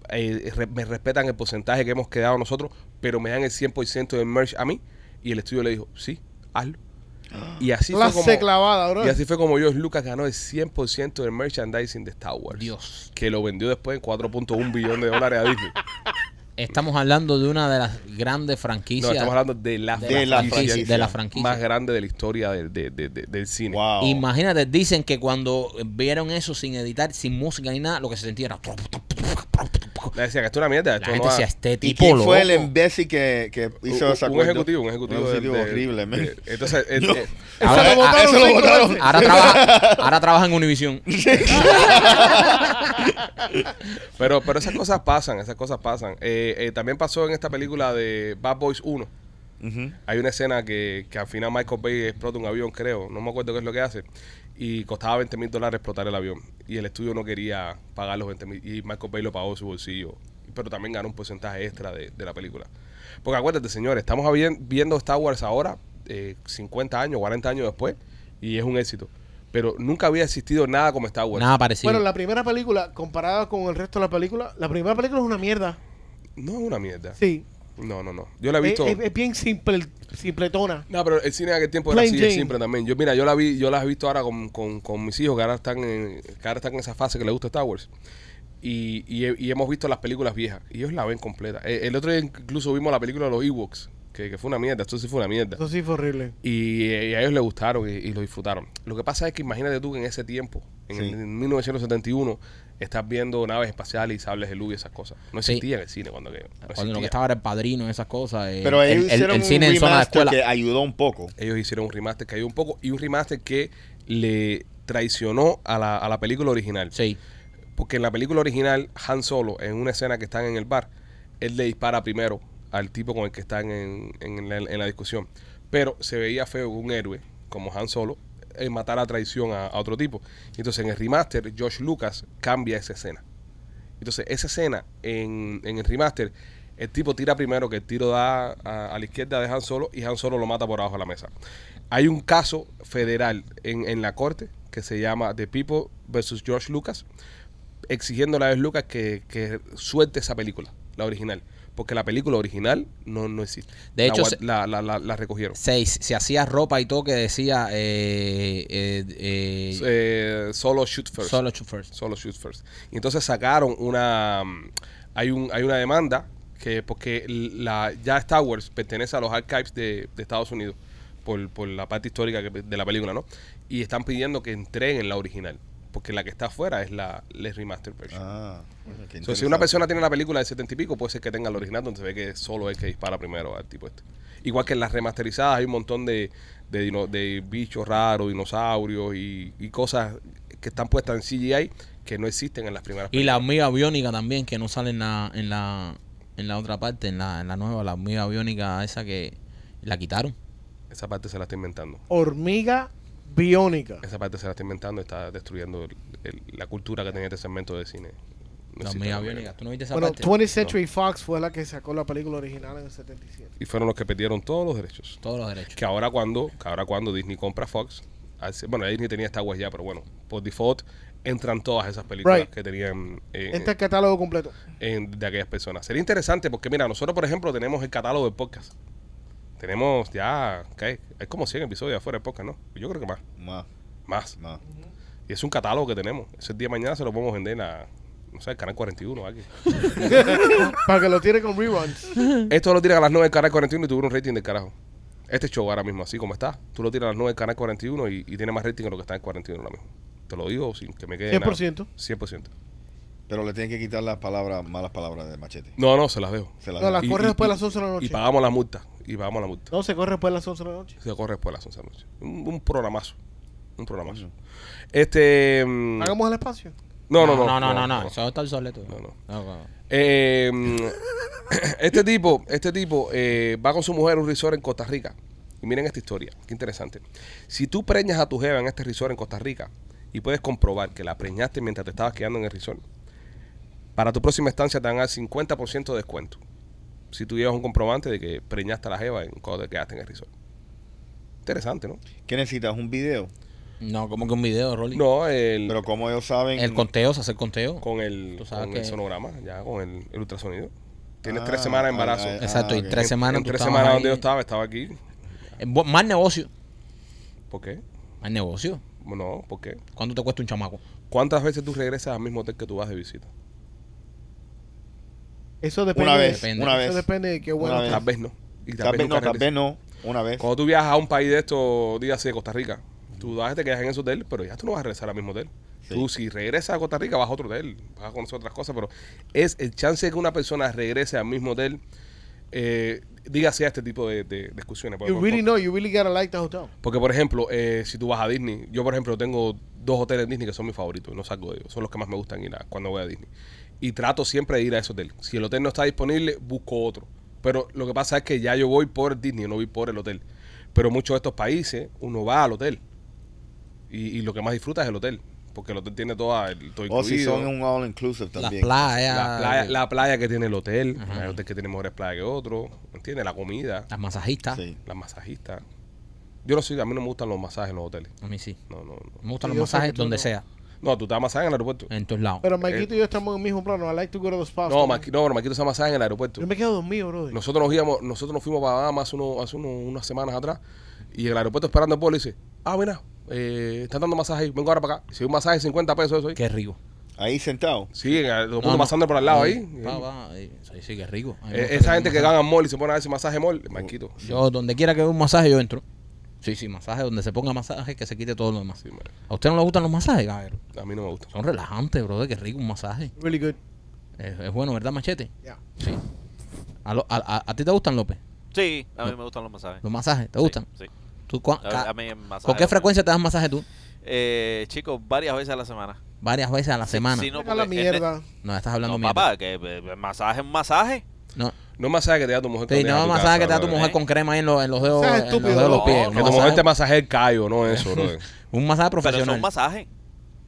Speaker 1: eh, re- me respetan el porcentaje que hemos quedado nosotros, pero me dan el 100% de merch a mí. Y el estudio le dijo, sí, hazlo. Y así fue
Speaker 3: Clase
Speaker 1: como,
Speaker 3: clavada, bro.
Speaker 1: y así fue como George Lucas ganó el 100% del merchandising de Star Wars.
Speaker 2: Dios.
Speaker 1: Que lo vendió después en 4.1 billones de dólares a Disney.
Speaker 2: Estamos hablando de una de las grandes
Speaker 1: No,
Speaker 2: franquicias.
Speaker 1: estamos hablando de la,
Speaker 2: de,
Speaker 5: de
Speaker 2: la
Speaker 5: la
Speaker 2: franquicia,
Speaker 5: franquicia.
Speaker 2: de la franquicia.
Speaker 1: más grande de la historia del, de- de- de- del cine.
Speaker 5: Wow.
Speaker 2: Imagínate, dicen que cuando vieron eso sin editar, sin música ni nada, lo que se sentía era.
Speaker 1: Le decía que esto es una mierda.
Speaker 2: La
Speaker 1: Esto
Speaker 2: gente
Speaker 1: no va-
Speaker 2: decía, este
Speaker 5: ¿Y
Speaker 2: tipo
Speaker 5: quién fue el
Speaker 2: loco".
Speaker 5: imbécil que, que hizo
Speaker 1: un,
Speaker 5: esa
Speaker 1: un
Speaker 5: cuerda?
Speaker 1: ejecutivo, un ejecutivo.
Speaker 5: Un
Speaker 1: de-
Speaker 5: ejecutivo
Speaker 1: de-
Speaker 5: horrible, man.
Speaker 1: de- entonces, eh, eh,
Speaker 3: Eso
Speaker 2: Ahora-
Speaker 3: lo
Speaker 2: ah,
Speaker 3: votaron
Speaker 5: eso lo
Speaker 3: cinco
Speaker 5: votaron.
Speaker 3: veces.
Speaker 2: Ahora trabaja, ahora trabaja en Univision.
Speaker 1: pero, pero esas cosas pasan, esas cosas pasan. Eh, eh, también pasó en esta película de Bad Boys 1.
Speaker 5: Ujú.
Speaker 1: Hay una escena que, que al final Michael Bay explota un avión, creo. No me acuerdo qué es lo que hace. Y costaba 20 mil dólares explotar el avión. Y el estudio no quería pagar los 20 mil. Y Michael Bay lo pagó de su bolsillo. Pero también ganó un porcentaje extra de, de la película. Porque acuérdate, señores, estamos habi- viendo Star Wars ahora, eh, 50 años, 40 años después. Y es un éxito. Pero nunca había existido nada como Star Wars.
Speaker 2: Nada parecido.
Speaker 3: Bueno, la primera película, comparada con el resto de la película, la primera película es una mierda.
Speaker 1: No es una mierda.
Speaker 3: Sí. Eh,
Speaker 1: No, no, no. Yo la he visto.
Speaker 3: Es, es- es bien simple, simpletona.
Speaker 1: No, pero el cine en aquel tiempo era
Speaker 3: Plain
Speaker 1: así de
Speaker 3: Jane.
Speaker 1: siempre también. Yo, mira, yo la vi, yo las he visto ahora con, con- con mis hijos que ahora están en, que ahora están en esa fase que les gusta Star Wars. Y, y he- y hemos visto las películas viejas. Y ellos la ven completa. El, el otro día incluso vimos la película de los Ewoks, que, que fue una mierda, esto sí fue una mierda.
Speaker 3: Eso sí fue horrible.
Speaker 1: Y, eh, y a ellos les gustaron y, y lo disfrutaron. Lo que pasa es que imagínate tú que en ese tiempo, en,
Speaker 5: Sí.
Speaker 1: en 1971, estás viendo naves espaciales y sables de luz y esas cosas. No
Speaker 2: Sí.
Speaker 1: existía en el cine cuando aquello. No
Speaker 2: Cuando lo que
Speaker 1: existía.
Speaker 2: estaba era el padrino, esas cosas. eh,
Speaker 5: Pero ellos
Speaker 2: el, el-
Speaker 5: hicieron
Speaker 2: el cine
Speaker 5: un
Speaker 2: en zona de
Speaker 5: remaster
Speaker 2: escuela.
Speaker 5: que ayudó un poco.
Speaker 1: ellos hicieron un remaster que ayudó un poco y un remaster que le traicionó a la, a la película original.
Speaker 2: Sí.
Speaker 1: Porque en la película original, Han Solo, en una escena que están en el bar, él le dispara primero al tipo con el que están en, en la, en la discusión. Pero se veía feo que un héroe como Han Solo eh, matara a traición a, a otro tipo. Entonces en el remaster, George Lucas cambia esa escena. Entonces, esa escena en, en el remaster, el tipo tira primero, que el tiro da a, a la izquierda de Han Solo y Han Solo lo mata por abajo de la mesa. Hay un caso federal en, en la corte que se llama The People versus George Lucas, exigiéndole a George Lucas que, que suelte esa película, la original. Porque la película original no, no existe.
Speaker 2: De
Speaker 1: La
Speaker 2: hecho,
Speaker 1: guard-
Speaker 2: se-
Speaker 1: la, la, la- la recogieron.
Speaker 2: Se, se hacía ropa y todo que decía. eh, eh, eh,
Speaker 1: Eh, solo shoot first.
Speaker 2: Solo shoot first.
Speaker 1: Solo Shoot First. Y entonces sacaron una. mm, Hay, un, hay una demanda que porque la, ya Star Wars pertenece a los archives de, de Estados Unidos por, por la parte histórica que- de la película, ¿no? Y están pidiendo que entreguen la original. Porque la que está afuera es la, la remaster version.
Speaker 5: Ah, qué
Speaker 1: So, si una
Speaker 5: interesante.
Speaker 1: persona tiene la película de 70 y pico, puede ser que tenga la original, donde se ve que solo es el que dispara primero al tipo este. Igual que en las remasterizadas hay un montón de, de, dino- de bichos raros, dinosaurios y, y cosas que están puestas en CGI que no existen en las primeras
Speaker 2: Y la hormiga biónica también, que no sale en la, en la, en la otra parte, en la, en la nueva, la hormiga biónica esa que la quitaron.
Speaker 1: películas. Esa parte se la está inventando.
Speaker 3: Hormiga biónica.
Speaker 1: Esa parte se la está inventando y está destruyendo el- el- la cultura que tenía este segmento de cine. No
Speaker 2: la
Speaker 1: existe
Speaker 2: hormiga
Speaker 1: la
Speaker 2: biónica.
Speaker 1: primera.
Speaker 2: ¿Tú no viste esa
Speaker 3: Bueno,
Speaker 2: parte?
Speaker 3: 20th Century Fox fue la que sacó la película original en el 77.
Speaker 1: Y fueron los que perdieron todos los derechos.
Speaker 2: Todos los derechos.
Speaker 1: Que ahora cuando, que ahora cuando Disney compra Fox, hace- bueno, Disney tenía Star Wars ya, pero bueno, por default entran todas esas películas
Speaker 3: Right.
Speaker 1: que tenían eh,
Speaker 3: Este es el catálogo completo.
Speaker 1: en- de aquellas personas. Sería interesante porque mira, nosotros por ejemplo tenemos el catálogo de podcast. Tenemos ya, ¿qué? Hay como 100 episodios afuera de podcast, ¿no? Yo creo que más,
Speaker 5: Más,
Speaker 1: más.
Speaker 5: más.
Speaker 1: Y es un catálogo que tenemos. Ese día de mañana se lo podemos vender a, no sé, al canal 41 o alguien.
Speaker 3: Para que lo tiene con reruns.
Speaker 1: Esto lo tiran a las 9 del canal 41 y tuvieron un rating del carajo. Este show ahora mismo, así como está, tú lo tiras a las 9 del canal 41 y, y tiene más rating que lo que está en 41 ahora mismo. Te lo digo sin que me quede. nada.
Speaker 3: 100%.
Speaker 1: 100%.
Speaker 5: Pero le tienen que quitar las palabras, malas palabras de machete.
Speaker 1: No, no, se las dejo.
Speaker 5: Se las
Speaker 3: No, la
Speaker 1: Y-
Speaker 3: corre
Speaker 1: y-
Speaker 3: después de
Speaker 1: y-
Speaker 3: las 11 de la
Speaker 1: Y
Speaker 3: noche.
Speaker 1: pagamos la multa. Y pagamos la multa.
Speaker 3: No, se corre después de las 11 de la noche.
Speaker 1: Se corre después de las 11 de la noche. Un, un programazo. Un programazo. Este. mm,
Speaker 3: Hagamos el espacio.
Speaker 1: No, no, no.
Speaker 2: No, no, no. no, Eso está obsoleto.
Speaker 1: No, no.
Speaker 2: No, no.
Speaker 1: Eh, este tipo, este tipo eh, va con su mujer a un resort en Costa Rica. Y miren esta historia, qué interesante. Si tú preñas a tu jeva en este resort en Costa Rica y puedes comprobar que la preñaste mientras te estabas quedando en el resort, para tu próxima estancia te dan el 50% de descuento. Si tú llevas un comprobante de que preñaste a la jeva en, cuando te quedaste en el resort. Interesante, ¿no?
Speaker 5: ¿Qué necesitas? ¿Un video?
Speaker 2: No, como que un video, Rolly.
Speaker 1: No, el,
Speaker 5: Pero como ellos saben...
Speaker 2: El conteo, se hace el conteo.
Speaker 1: con el,
Speaker 2: Tú sabes
Speaker 1: con
Speaker 2: que-
Speaker 1: el sonograma, ya con el, el ultrasonido. Tienes
Speaker 5: Ah,
Speaker 1: tres semanas de embarazo.
Speaker 5: ah, ah,
Speaker 2: Exacto, y
Speaker 5: ok.
Speaker 2: tres semanas.
Speaker 1: en
Speaker 2: tú
Speaker 1: tres
Speaker 2: estabas
Speaker 1: semanas
Speaker 2: ahí.
Speaker 1: donde yo estaba, estaba aquí.
Speaker 2: Eh, bu- Más negocio.
Speaker 1: ¿Por qué?
Speaker 2: Más negocio.
Speaker 1: No, ¿por qué?
Speaker 2: ¿Cuánto te cuesta un chamaco?
Speaker 1: ¿Cuántas veces tú regresas al mismo hotel que tú vas de visita?
Speaker 3: Eso depende.
Speaker 5: Una vez,
Speaker 2: Depende.
Speaker 5: una
Speaker 3: Eso
Speaker 5: vez.
Speaker 3: depende de qué bueno.
Speaker 5: Una vez.
Speaker 1: Tal
Speaker 3: estés.
Speaker 1: vez no. Y
Speaker 5: Tal vez no,
Speaker 1: nunca
Speaker 5: tal vez
Speaker 1: regresas.
Speaker 5: no. Una vez.
Speaker 1: Cuando tú viajas a un país de estos, dígase de Costa Rica, tú vas, te quedas en ese hotel, pero ya tú no vas a regresar al mismo hotel.
Speaker 5: Sí.
Speaker 1: Tú si regresas a Costa Rica vas a otro hotel, vas a conocer otras cosas, pero es el chance de que una persona regrese al mismo hotel, eh, dígase a este tipo de, de- de discusiones. Por-
Speaker 3: You
Speaker 1: por-
Speaker 3: really
Speaker 1: por-
Speaker 3: know, you really gotta like the hotel.
Speaker 1: Porque, por ejemplo, eh, si tú vas a Disney, yo, por ejemplo, tengo dos hoteles en Disney que son mis favoritos, no salgo de ellos, son los que más me gustan ir a, cuando voy a Disney. Y trato siempre de ir a ese hotel. Si el hotel no está disponible, busco otro. Pero lo que pasa es que ya yo voy por Disney, no voy por el hotel. Pero muchos de estos países, uno va al hotel. Y, y lo que más disfruta es el hotel. Porque el hotel tiene toda el, todo
Speaker 5: O Oh, si
Speaker 1: incluido.
Speaker 5: son un all inclusive
Speaker 2: Las
Speaker 5: también.
Speaker 2: playas.
Speaker 1: la, playa, la playa que tiene el hotel. Hay hotel que tiene mejores playas que otros. ¿Entiendes? La comida.
Speaker 2: Las masajistas.
Speaker 5: Sí.
Speaker 1: Las masajistas. Yo no soy, a mí no me gustan los masajes en los hoteles.
Speaker 2: A mí sí.
Speaker 1: No, no, no.
Speaker 2: Me gustan
Speaker 3: Sí,
Speaker 2: los
Speaker 3: yo sé que
Speaker 2: masajes
Speaker 3: tú
Speaker 2: donde
Speaker 3: no.
Speaker 2: sea.
Speaker 1: No, tú te das masaje en el aeropuerto.
Speaker 2: En todos lados.
Speaker 5: Eh,
Speaker 3: Pero Maquito y yo estamos en el mismo plano. I like to go to the spa.
Speaker 1: No, Marqui- no, Marquito se masaje en el aeropuerto.
Speaker 3: Yo me quedo dormido, brother.
Speaker 1: Nosotros nos íbamos, nosotros nos fuimos para Bahamas hace, uno- hace uno- unas semanas atrás y en el aeropuerto esperando el pueblo dice, ah, mira, eh, están dando masaje ahí, vengo ahora para acá. Si un masaje 50 pesos eso ahí.
Speaker 2: Qué rico.
Speaker 5: Ahí sentado.
Speaker 1: Sí, en el- todo el mundo
Speaker 2: No, Ah, no.
Speaker 1: pasando por al lado ahí.
Speaker 2: Va,
Speaker 1: Eh,
Speaker 2: va, eh, Sí, sí, qué rico. A mí me gusta
Speaker 1: esa
Speaker 2: que
Speaker 1: gente
Speaker 2: me
Speaker 1: que
Speaker 2: masaje.
Speaker 1: gana mall y se pone a ese masaje mall, Marquito.
Speaker 2: Yo, donde quiera que vea un masaje, yo entro. Sí, sí, masaje, donde se ponga masaje, que se quite todo lo demás.
Speaker 1: Sí, man.
Speaker 2: ¿A usted no le gustan los masajes, caballero?
Speaker 1: a mí no me gusta.
Speaker 2: Son relajantes, brother, qué rico un masaje.
Speaker 3: Really good.
Speaker 2: Es, es bueno, ¿verdad, Machete?
Speaker 3: Yeah.
Speaker 2: Sí. ¿A, lo- a- a- a ti te gustan, López?
Speaker 6: Sí, a mí me gustan los masajes.
Speaker 2: ¿Los masajes? ¿Te
Speaker 6: Sí,
Speaker 2: gustan?
Speaker 6: Sí.
Speaker 2: ¿Tú cua-
Speaker 6: A-
Speaker 2: ca-
Speaker 6: a mí el masaje
Speaker 2: ¿Con qué
Speaker 6: lo-
Speaker 2: frecuencia te das masaje tú?
Speaker 6: Eh, chicos, varias veces a la semana.
Speaker 2: Varias veces a la semana.
Speaker 6: si no-
Speaker 3: Venga la
Speaker 6: porque es de-
Speaker 3: mierda.
Speaker 2: no, estás hablando
Speaker 6: No,
Speaker 2: mierda.
Speaker 6: papá, que eh, el masaje es un masaje.
Speaker 2: No,
Speaker 1: No masaje que te da tu
Speaker 2: sí,
Speaker 1: mujer. cuando llega
Speaker 2: no
Speaker 1: a tu
Speaker 2: masaje
Speaker 1: casa,
Speaker 2: que te da tu
Speaker 1: brother.
Speaker 2: mujer
Speaker 6: ¿eh?
Speaker 2: con crema ahí en, los- en los dedos,
Speaker 3: Seas
Speaker 2: en los
Speaker 3: estúpido,
Speaker 2: dedos de los
Speaker 3: no,
Speaker 2: pies.
Speaker 1: Que
Speaker 2: Un
Speaker 1: tu
Speaker 2: masaje-
Speaker 1: mujer te masaje el callo, no eso, brother.
Speaker 2: Un masaje
Speaker 6: Pero eso es
Speaker 2: profesional.
Speaker 6: un masaje.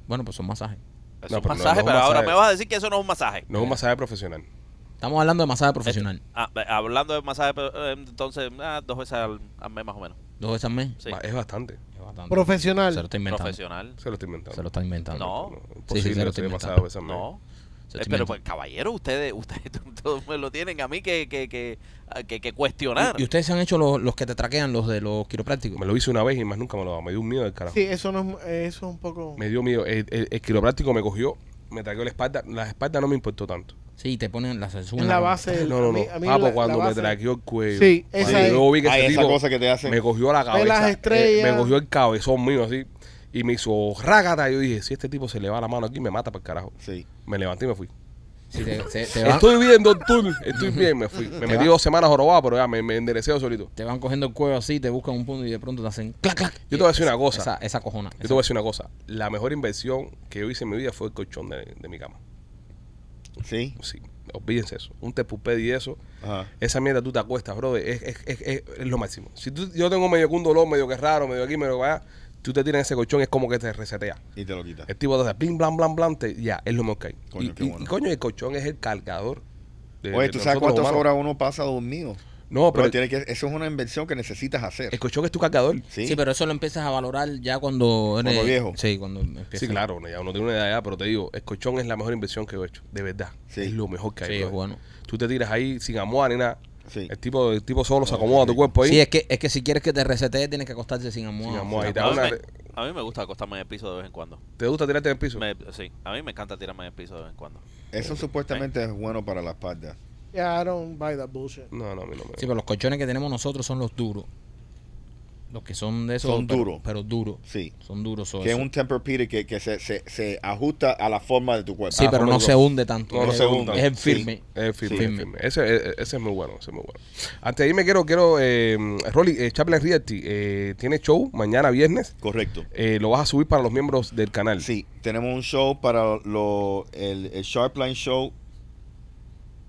Speaker 2: bueno, pues son masajes.
Speaker 6: Eso
Speaker 1: No, pero
Speaker 6: es
Speaker 1: no,
Speaker 6: un
Speaker 1: no
Speaker 6: masaje,
Speaker 1: es un
Speaker 6: pero ahora
Speaker 1: masaje.
Speaker 6: me vas a decir que eso no es un masaje.
Speaker 1: No es un masaje profesional.
Speaker 2: Estamos hablando de masaje profesional.
Speaker 6: Ah, eh, hablando de masaje, pero, eh, entonces, ah, dos veces al, al mes más o menos.
Speaker 2: Dos veces al mes.
Speaker 6: Sí.
Speaker 1: Va- Es bastante.
Speaker 2: Es bastante. Se lo
Speaker 3: Profesional.
Speaker 2: está inventando.
Speaker 6: Profesional.
Speaker 1: Se lo estoy inventando.
Speaker 2: Se lo está inventando.
Speaker 6: No.
Speaker 1: Posible,
Speaker 2: Sí, sí, se lo
Speaker 1: ese
Speaker 2: estoy
Speaker 1: masaje
Speaker 2: inventando.
Speaker 1: besame.
Speaker 6: No.
Speaker 2: Se
Speaker 6: Eh,
Speaker 2: lo estoy
Speaker 6: pero
Speaker 2: inventando.
Speaker 6: pues, caballero, ustedes, ustedes todos me lo tienen a mí que, que, que, a- que, que cuestionar.
Speaker 2: ¿Y, y ustedes se han hecho los, los que te traquean, los de los quiroprácticos?
Speaker 1: Me lo hice una vez y más nunca me lo daba. Me dio un miedo del carajo.
Speaker 3: Sí, eso no es, eh, eso es un poco.
Speaker 1: Me dio miedo. El, el- el quiropráctico me cogió, me traqueó la espalda. La espalda no me importó tanto.
Speaker 2: Sí, te ponen las
Speaker 3: Es la base del.
Speaker 1: No, no,
Speaker 3: a
Speaker 1: no.
Speaker 3: mí- a mí
Speaker 1: Papo,
Speaker 3: la- la
Speaker 1: cuando me
Speaker 3: base-
Speaker 1: traqueó el cuello.
Speaker 3: Sí,
Speaker 1: cuando
Speaker 3: esa es-
Speaker 1: yo vi que
Speaker 5: Ay,
Speaker 1: ese
Speaker 5: esa
Speaker 1: tipo
Speaker 5: cosa que te hacen.
Speaker 1: me cogió la
Speaker 3: Ve las
Speaker 1: cabeza. eh,
Speaker 3: estrellas.
Speaker 1: me cogió el cabezón mío así. Y me hizo rágata. Yo dije, si este tipo se le va la mano aquí, me mata para el carajo.
Speaker 5: Sí.
Speaker 1: Me levanté y me fui.
Speaker 2: Sí, te, se- te van,
Speaker 1: Estoy bien, doctor. Estoy bien, me fui. Me
Speaker 2: Te
Speaker 1: metí
Speaker 2: va-
Speaker 1: dos semanas jorobado, pero ya me, me enderecé yo solito.
Speaker 2: te van cogiendo el cuello así, te buscan un punto y de pronto te hacen clac, clac.
Speaker 1: Yo te voy a decir
Speaker 2: Esa-
Speaker 1: una cosa.
Speaker 2: Esa, esa cojona.
Speaker 1: Yo te voy a decir una cosa. La mejor inversión que yo hice en mi vida fue el colchón de, de mi cama.
Speaker 5: Sí.
Speaker 1: Sí, olvídense eso. Un tepuped y eso.
Speaker 5: Ajá.
Speaker 1: Esa mierda tú te acuestas, brother. Es, es, es, es- es lo máximo. Si tú, yo tengo medio que un dolor, medio que raro, medio aquí, medio que allá, tú te tiras en ese colchón es como que te resetea.
Speaker 5: Y te lo quitas.
Speaker 1: El tipo te hace bling, blan, blan, blan, te- ya, es lo mejor que hay.
Speaker 5: Coño,
Speaker 1: y,
Speaker 5: qué
Speaker 1: y-
Speaker 5: bueno.
Speaker 1: y coño, el colchón es el cargador. de-
Speaker 5: Oye,
Speaker 1: de
Speaker 5: ¿tú sabes
Speaker 1: eh, nosotros los
Speaker 5: cuántas
Speaker 1: humanos.
Speaker 5: horas uno pasa dormido?
Speaker 1: No, pero
Speaker 5: Pero tiene que, eso es una inversión que necesitas hacer.
Speaker 1: el colchón es tu cargador.
Speaker 5: Sí.
Speaker 2: Sí, pero eso lo empiezas a valorar ya cuando eres.
Speaker 5: Cuando viejo.
Speaker 2: Sí, cuando empiezas.
Speaker 1: Sí, claro, uno ya uno tiene una edad ya, pero te digo, el colchón es la mejor inversión que yo he hecho, de verdad.
Speaker 5: Sí.
Speaker 1: Es lo mejor que hay.
Speaker 2: Sí, es
Speaker 1: brother.
Speaker 2: bueno.
Speaker 1: Tú te tiras ahí sin amor ni nada.
Speaker 5: Sí.
Speaker 1: El tipo, el tipo solo se acomoda tu cuerpo ahí.
Speaker 2: Sí, es que, es que si quieres que te resetee, tienes que acostarte sin almohada.
Speaker 1: Sin almohada.
Speaker 2: Sí.
Speaker 1: ahí te
Speaker 6: a,
Speaker 1: da
Speaker 6: mí
Speaker 1: una-
Speaker 6: me, a mí me gusta acostarme en el piso de vez en cuando.
Speaker 1: ¿Te gusta tirarte en el piso?
Speaker 6: Me- sí, a mí me encanta tirarme en el piso de vez en cuando.
Speaker 5: Eso supuestamente es bueno para la espalda.
Speaker 3: Yeah, I don't buy that bullshit.
Speaker 1: No, no, a mí no me
Speaker 2: Sí, pero los colchones que tenemos nosotros son los duros. Los que son de esos.
Speaker 5: Son
Speaker 2: pero-
Speaker 5: duros.
Speaker 2: Pero duros.
Speaker 5: Sí.
Speaker 2: Son duros. son
Speaker 5: Que es
Speaker 2: esos.
Speaker 5: un Tempur-Pedic que, que se, se, se ajusta a la forma de tu cuerpo.
Speaker 2: Sí,
Speaker 1: Ah,
Speaker 2: pero
Speaker 1: como
Speaker 2: no
Speaker 1: digo,
Speaker 2: se hunde tanto.
Speaker 1: no
Speaker 2: es,
Speaker 5: se hunde.
Speaker 2: Es el
Speaker 5: Sí.
Speaker 2: firme.
Speaker 1: Es firme,
Speaker 2: Sí.
Speaker 1: es firme. Ese, e- ese es muy bueno, ese es muy bueno. Antes de irme quiero, quiero, eh, Rolly, eh, Chaplin Realty, eh, tiene show mañana viernes.
Speaker 5: Correcto.
Speaker 1: Eh, lo vas a subir para los miembros del canal.
Speaker 5: Sí, tenemos un show para lo, el, el Sharpline Show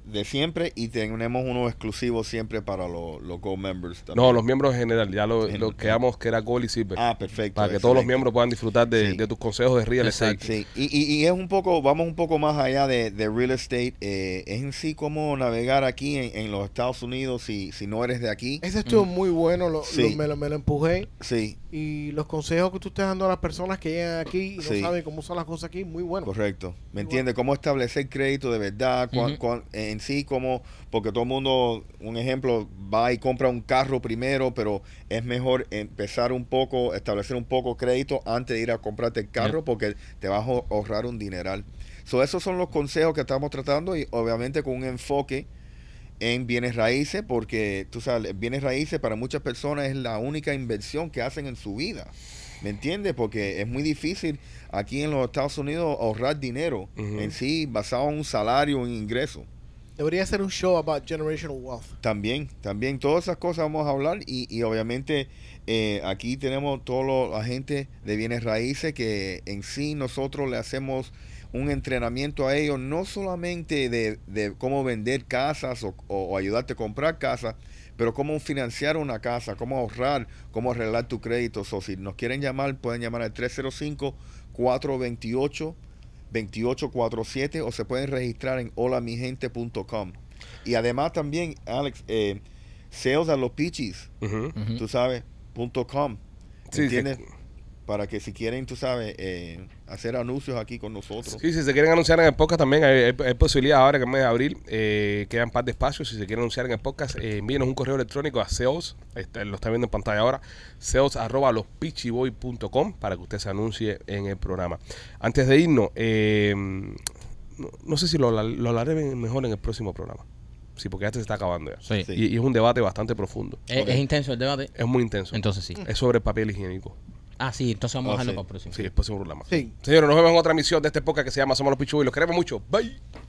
Speaker 5: de siempre y tenemos uno exclusivo siempre para lo- los Go Members. también.
Speaker 1: No, los miembros en general, ya lo,
Speaker 5: En-
Speaker 1: lo quedamos que era Gol y Silver.
Speaker 5: Ah, perfecto.
Speaker 1: para que todos los
Speaker 5: excelente.
Speaker 1: miembros puedan disfrutar de,
Speaker 5: Sí.
Speaker 1: de tus consejos de real estate.
Speaker 5: Sí, y, y- y es un poco, vamos un poco más allá de, de real estate. eh, es en sí cómo navegar aquí en, en los Estados Unidos si, si no eres de aquí.
Speaker 3: Ese estuvo muy bueno. Lo,
Speaker 5: Sí.
Speaker 3: lo- me, lo, me lo empujé.
Speaker 5: Sí,
Speaker 3: Y los consejos que tú estás dando a las personas que llegan aquí y no
Speaker 5: Sí.
Speaker 3: saben cómo son las cosas aquí, muy bueno.
Speaker 5: Correcto. ¿Me entiendes? ¿Cómo establecer crédito de verdad? cuán-
Speaker 2: Ujú.
Speaker 5: cuán- en sí, cómo, porque todo el mundo, un ejemplo, va y compra un carro primero, pero es mejor empezar un poco, establecer un poco crédito antes de ir a comprarte el carro porque te vas a ahor- ahorrar un dineral. So, esos son los consejos que estamos tratando y obviamente con un enfoque en bienes raíces porque tú sabes, bienes raíces para muchas personas es la única inversión que hacen en su vida. ¿Me entiendes? Porque es muy difícil aquí en los Estados Unidos ahorrar dinero
Speaker 1: Ujú.
Speaker 5: en sí basado en un salario, un ingreso.
Speaker 3: Debería ser un show about generational wealth.
Speaker 5: También, también, todas esas cosas vamos a hablar y, y obviamente eh, aquí tenemos todos los agentes de bienes raíces que en sí nosotros le hacemos un entrenamiento a ellos, no solamente de, de cómo vender casas o, o- o ayudarte a comprar casas, pero cómo financiar una casa, cómo ahorrar, cómo arreglar tu crédito. So, si nos quieren llamar, pueden llamar al 305-428. 2847 o se pueden registrar en holamigente.com. Y además también, Alex, eh, sales a los pichis,
Speaker 1: Ujú.
Speaker 2: Ujú.
Speaker 5: tú sabes, punto com.
Speaker 1: Sí,
Speaker 5: ¿Entiendes?
Speaker 1: sí.
Speaker 5: Para que si quieren, tú sabes, eh, hacer anuncios aquí con nosotros.
Speaker 1: Sí, si se quieren anunciar en el podcast también, hay, hay- hay posibilidad ahora que en el mes de abril eh, quedan par de espacios. Si se quieren anunciar en el podcast, eh, envíenos un correo electrónico a seos, este, lo están viendo en pantalla ahora, seos arroba lospichiboy.com para que usted se anuncie en el programa. Antes de irnos, eh, no, no sé si lo, habla- lo hablaré mejor en el próximo programa. Sí, porque este se está acabando ya.
Speaker 2: Sí.
Speaker 5: Sí.
Speaker 1: Y, y es un debate bastante profundo.
Speaker 2: ¿Es, es intenso el debate?
Speaker 1: Es muy intenso.
Speaker 2: Entonces sí.
Speaker 1: Es sobre el papel higiénico.
Speaker 2: Ah, sí, entonces vamos a
Speaker 5: Oh,
Speaker 2: dejarlo
Speaker 5: sí.
Speaker 2: para el próximo.
Speaker 1: Sí, es próximo programa.
Speaker 3: Sí.
Speaker 1: Señores, nos vemos en otra emisión de este podcast que se llama Somos los Pichuy. Los queremos mucho. Bye.